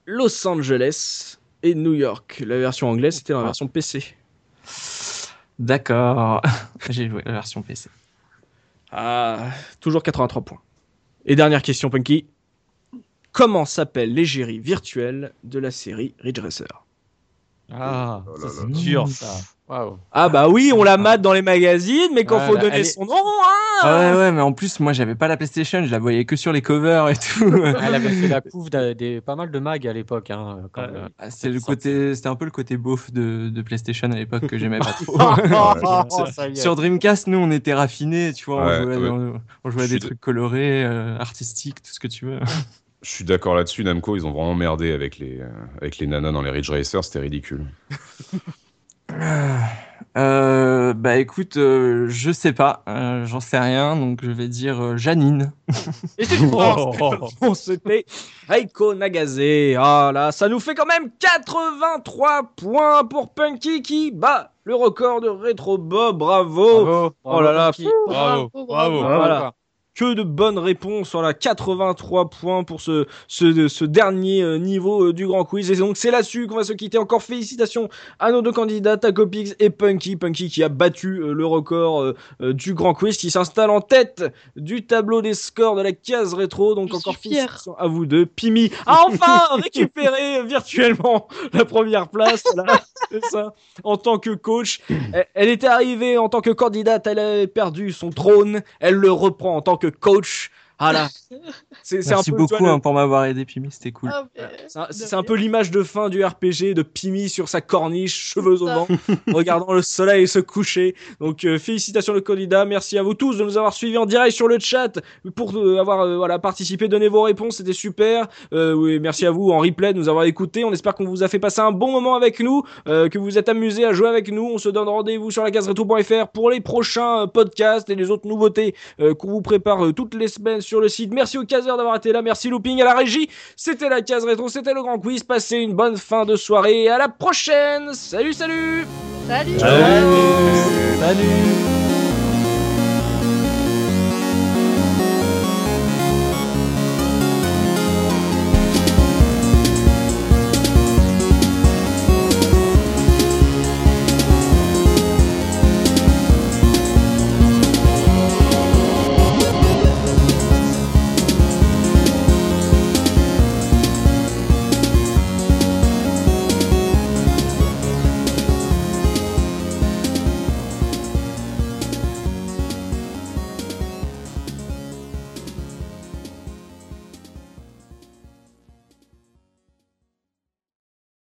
[SPEAKER 1] Los Angeles et New York. La version anglaise, c'était dans la version PC.
[SPEAKER 2] D'accord. J'ai joué la version PC.
[SPEAKER 1] Ah, toujours 83 points. Et dernière question, Punky. Comment s'appelle l'égérie virtuelle de la série Ridge Racer
[SPEAKER 3] Ah, ça,
[SPEAKER 8] là.
[SPEAKER 3] c'est dur ça.
[SPEAKER 10] Waouh.
[SPEAKER 1] Ah bah oui, on la mate dans les magazines, mais quand
[SPEAKER 2] Ouais,
[SPEAKER 1] faut
[SPEAKER 2] bah,
[SPEAKER 1] donner
[SPEAKER 2] elle est-
[SPEAKER 1] son nom, hein
[SPEAKER 2] Ah ouais, ouais, mais en plus, moi, j'avais pas la PlayStation, je la voyais que sur les covers et tout.
[SPEAKER 10] Elle avait fait la pouffe d'un- des pas mal de mags à l'époque. Hein, quand, euh,
[SPEAKER 2] Ah, C'était le côté, c'était un peu le côté beauf de, de PlayStation à l'époque que j'aimais pas trop.
[SPEAKER 1] Ah,
[SPEAKER 10] Oh, ça y est.
[SPEAKER 2] Sur Dreamcast, nous, on était raffinés, tu vois,
[SPEAKER 4] Ouais,
[SPEAKER 2] on jouait, à-
[SPEAKER 4] ouais.
[SPEAKER 2] on- on jouait à
[SPEAKER 4] Je
[SPEAKER 2] des
[SPEAKER 4] suis-
[SPEAKER 2] trucs colorés, euh, artistiques, tout ce que tu veux.
[SPEAKER 4] Je suis d'accord là-dessus, Namco, ils ont vraiment merdé avec les, euh, avec les nanas dans les Ridge Racer, c'était ridicule.
[SPEAKER 2] Euh, bah écoute, euh, je sais pas, euh, j'en sais rien, donc je vais dire euh, Janine.
[SPEAKER 1] Et c'est une
[SPEAKER 10] oh.
[SPEAKER 1] France.
[SPEAKER 2] Oh.
[SPEAKER 3] Oh.
[SPEAKER 1] Bon, c'était Heiko Nagase. Ah là, ça nous fait quand même 83 points pour Punky qui bat le record de Retro Bob. Bravo. oh là là. pff,
[SPEAKER 3] Bravo,
[SPEAKER 7] bravo,
[SPEAKER 3] bravo.
[SPEAKER 1] Voilà. Que de bonnes réponses. Voilà, 83 points pour ce, ce, ce dernier euh, niveau euh, du grand quiz. Et donc, c'est là-dessus qu'on va se quitter. Encore félicitations à nos deux candidats, Tacopix et Punky. Punky qui a battu euh, le record euh, euh, du grand quiz, qui s'installe en tête du tableau des scores de la case rétro. Donc,
[SPEAKER 7] Je
[SPEAKER 1] encore
[SPEAKER 7] suis fier.
[SPEAKER 1] félicitations à vous deux. Pimi a Ah, enfin récupéré euh, virtuellement la première place. Voilà, c'est ça. En tant que coach, elle, elle était arrivée en tant que candidate, elle avait perdu son trône, elle le reprend en tant que coach. Ah là, c'est c'est un
[SPEAKER 2] Merci
[SPEAKER 1] peu, tu
[SPEAKER 2] beaucoup
[SPEAKER 1] vois, le-
[SPEAKER 2] hein, pour m'avoir aidé, Pimi, c'était cool.
[SPEAKER 7] Ah, mais-
[SPEAKER 1] c'est un- c'est un peu l'image de fin du RPG de Pimi sur sa corniche, cheveux au
[SPEAKER 7] Ça.
[SPEAKER 1] vent, regardant le soleil se coucher. Donc euh, félicitations le candidat, merci à vous tous de nous avoir suivis en direct sur le chat pour euh, avoir euh, voilà participé, donné vos réponses, c'était super. Euh, oui, merci à vous en replay de nous avoir écoutés. On espère qu'on vous a fait passer un bon moment avec nous, euh, que vous vous êtes amusés à jouer avec nous. On se donne rendez-vous sur la pour les prochains euh, podcasts et les autres nouveautés euh, qu'on vous prépare euh, toutes les semaines sur le site. Merci aux caseurs d'avoir été là, merci Looping à la régie. C'était la case rétro, c'était le grand quiz. Passez une bonne fin de soirée et à la prochaine. Salut, salut.
[SPEAKER 7] Salut
[SPEAKER 3] Salut. Salut.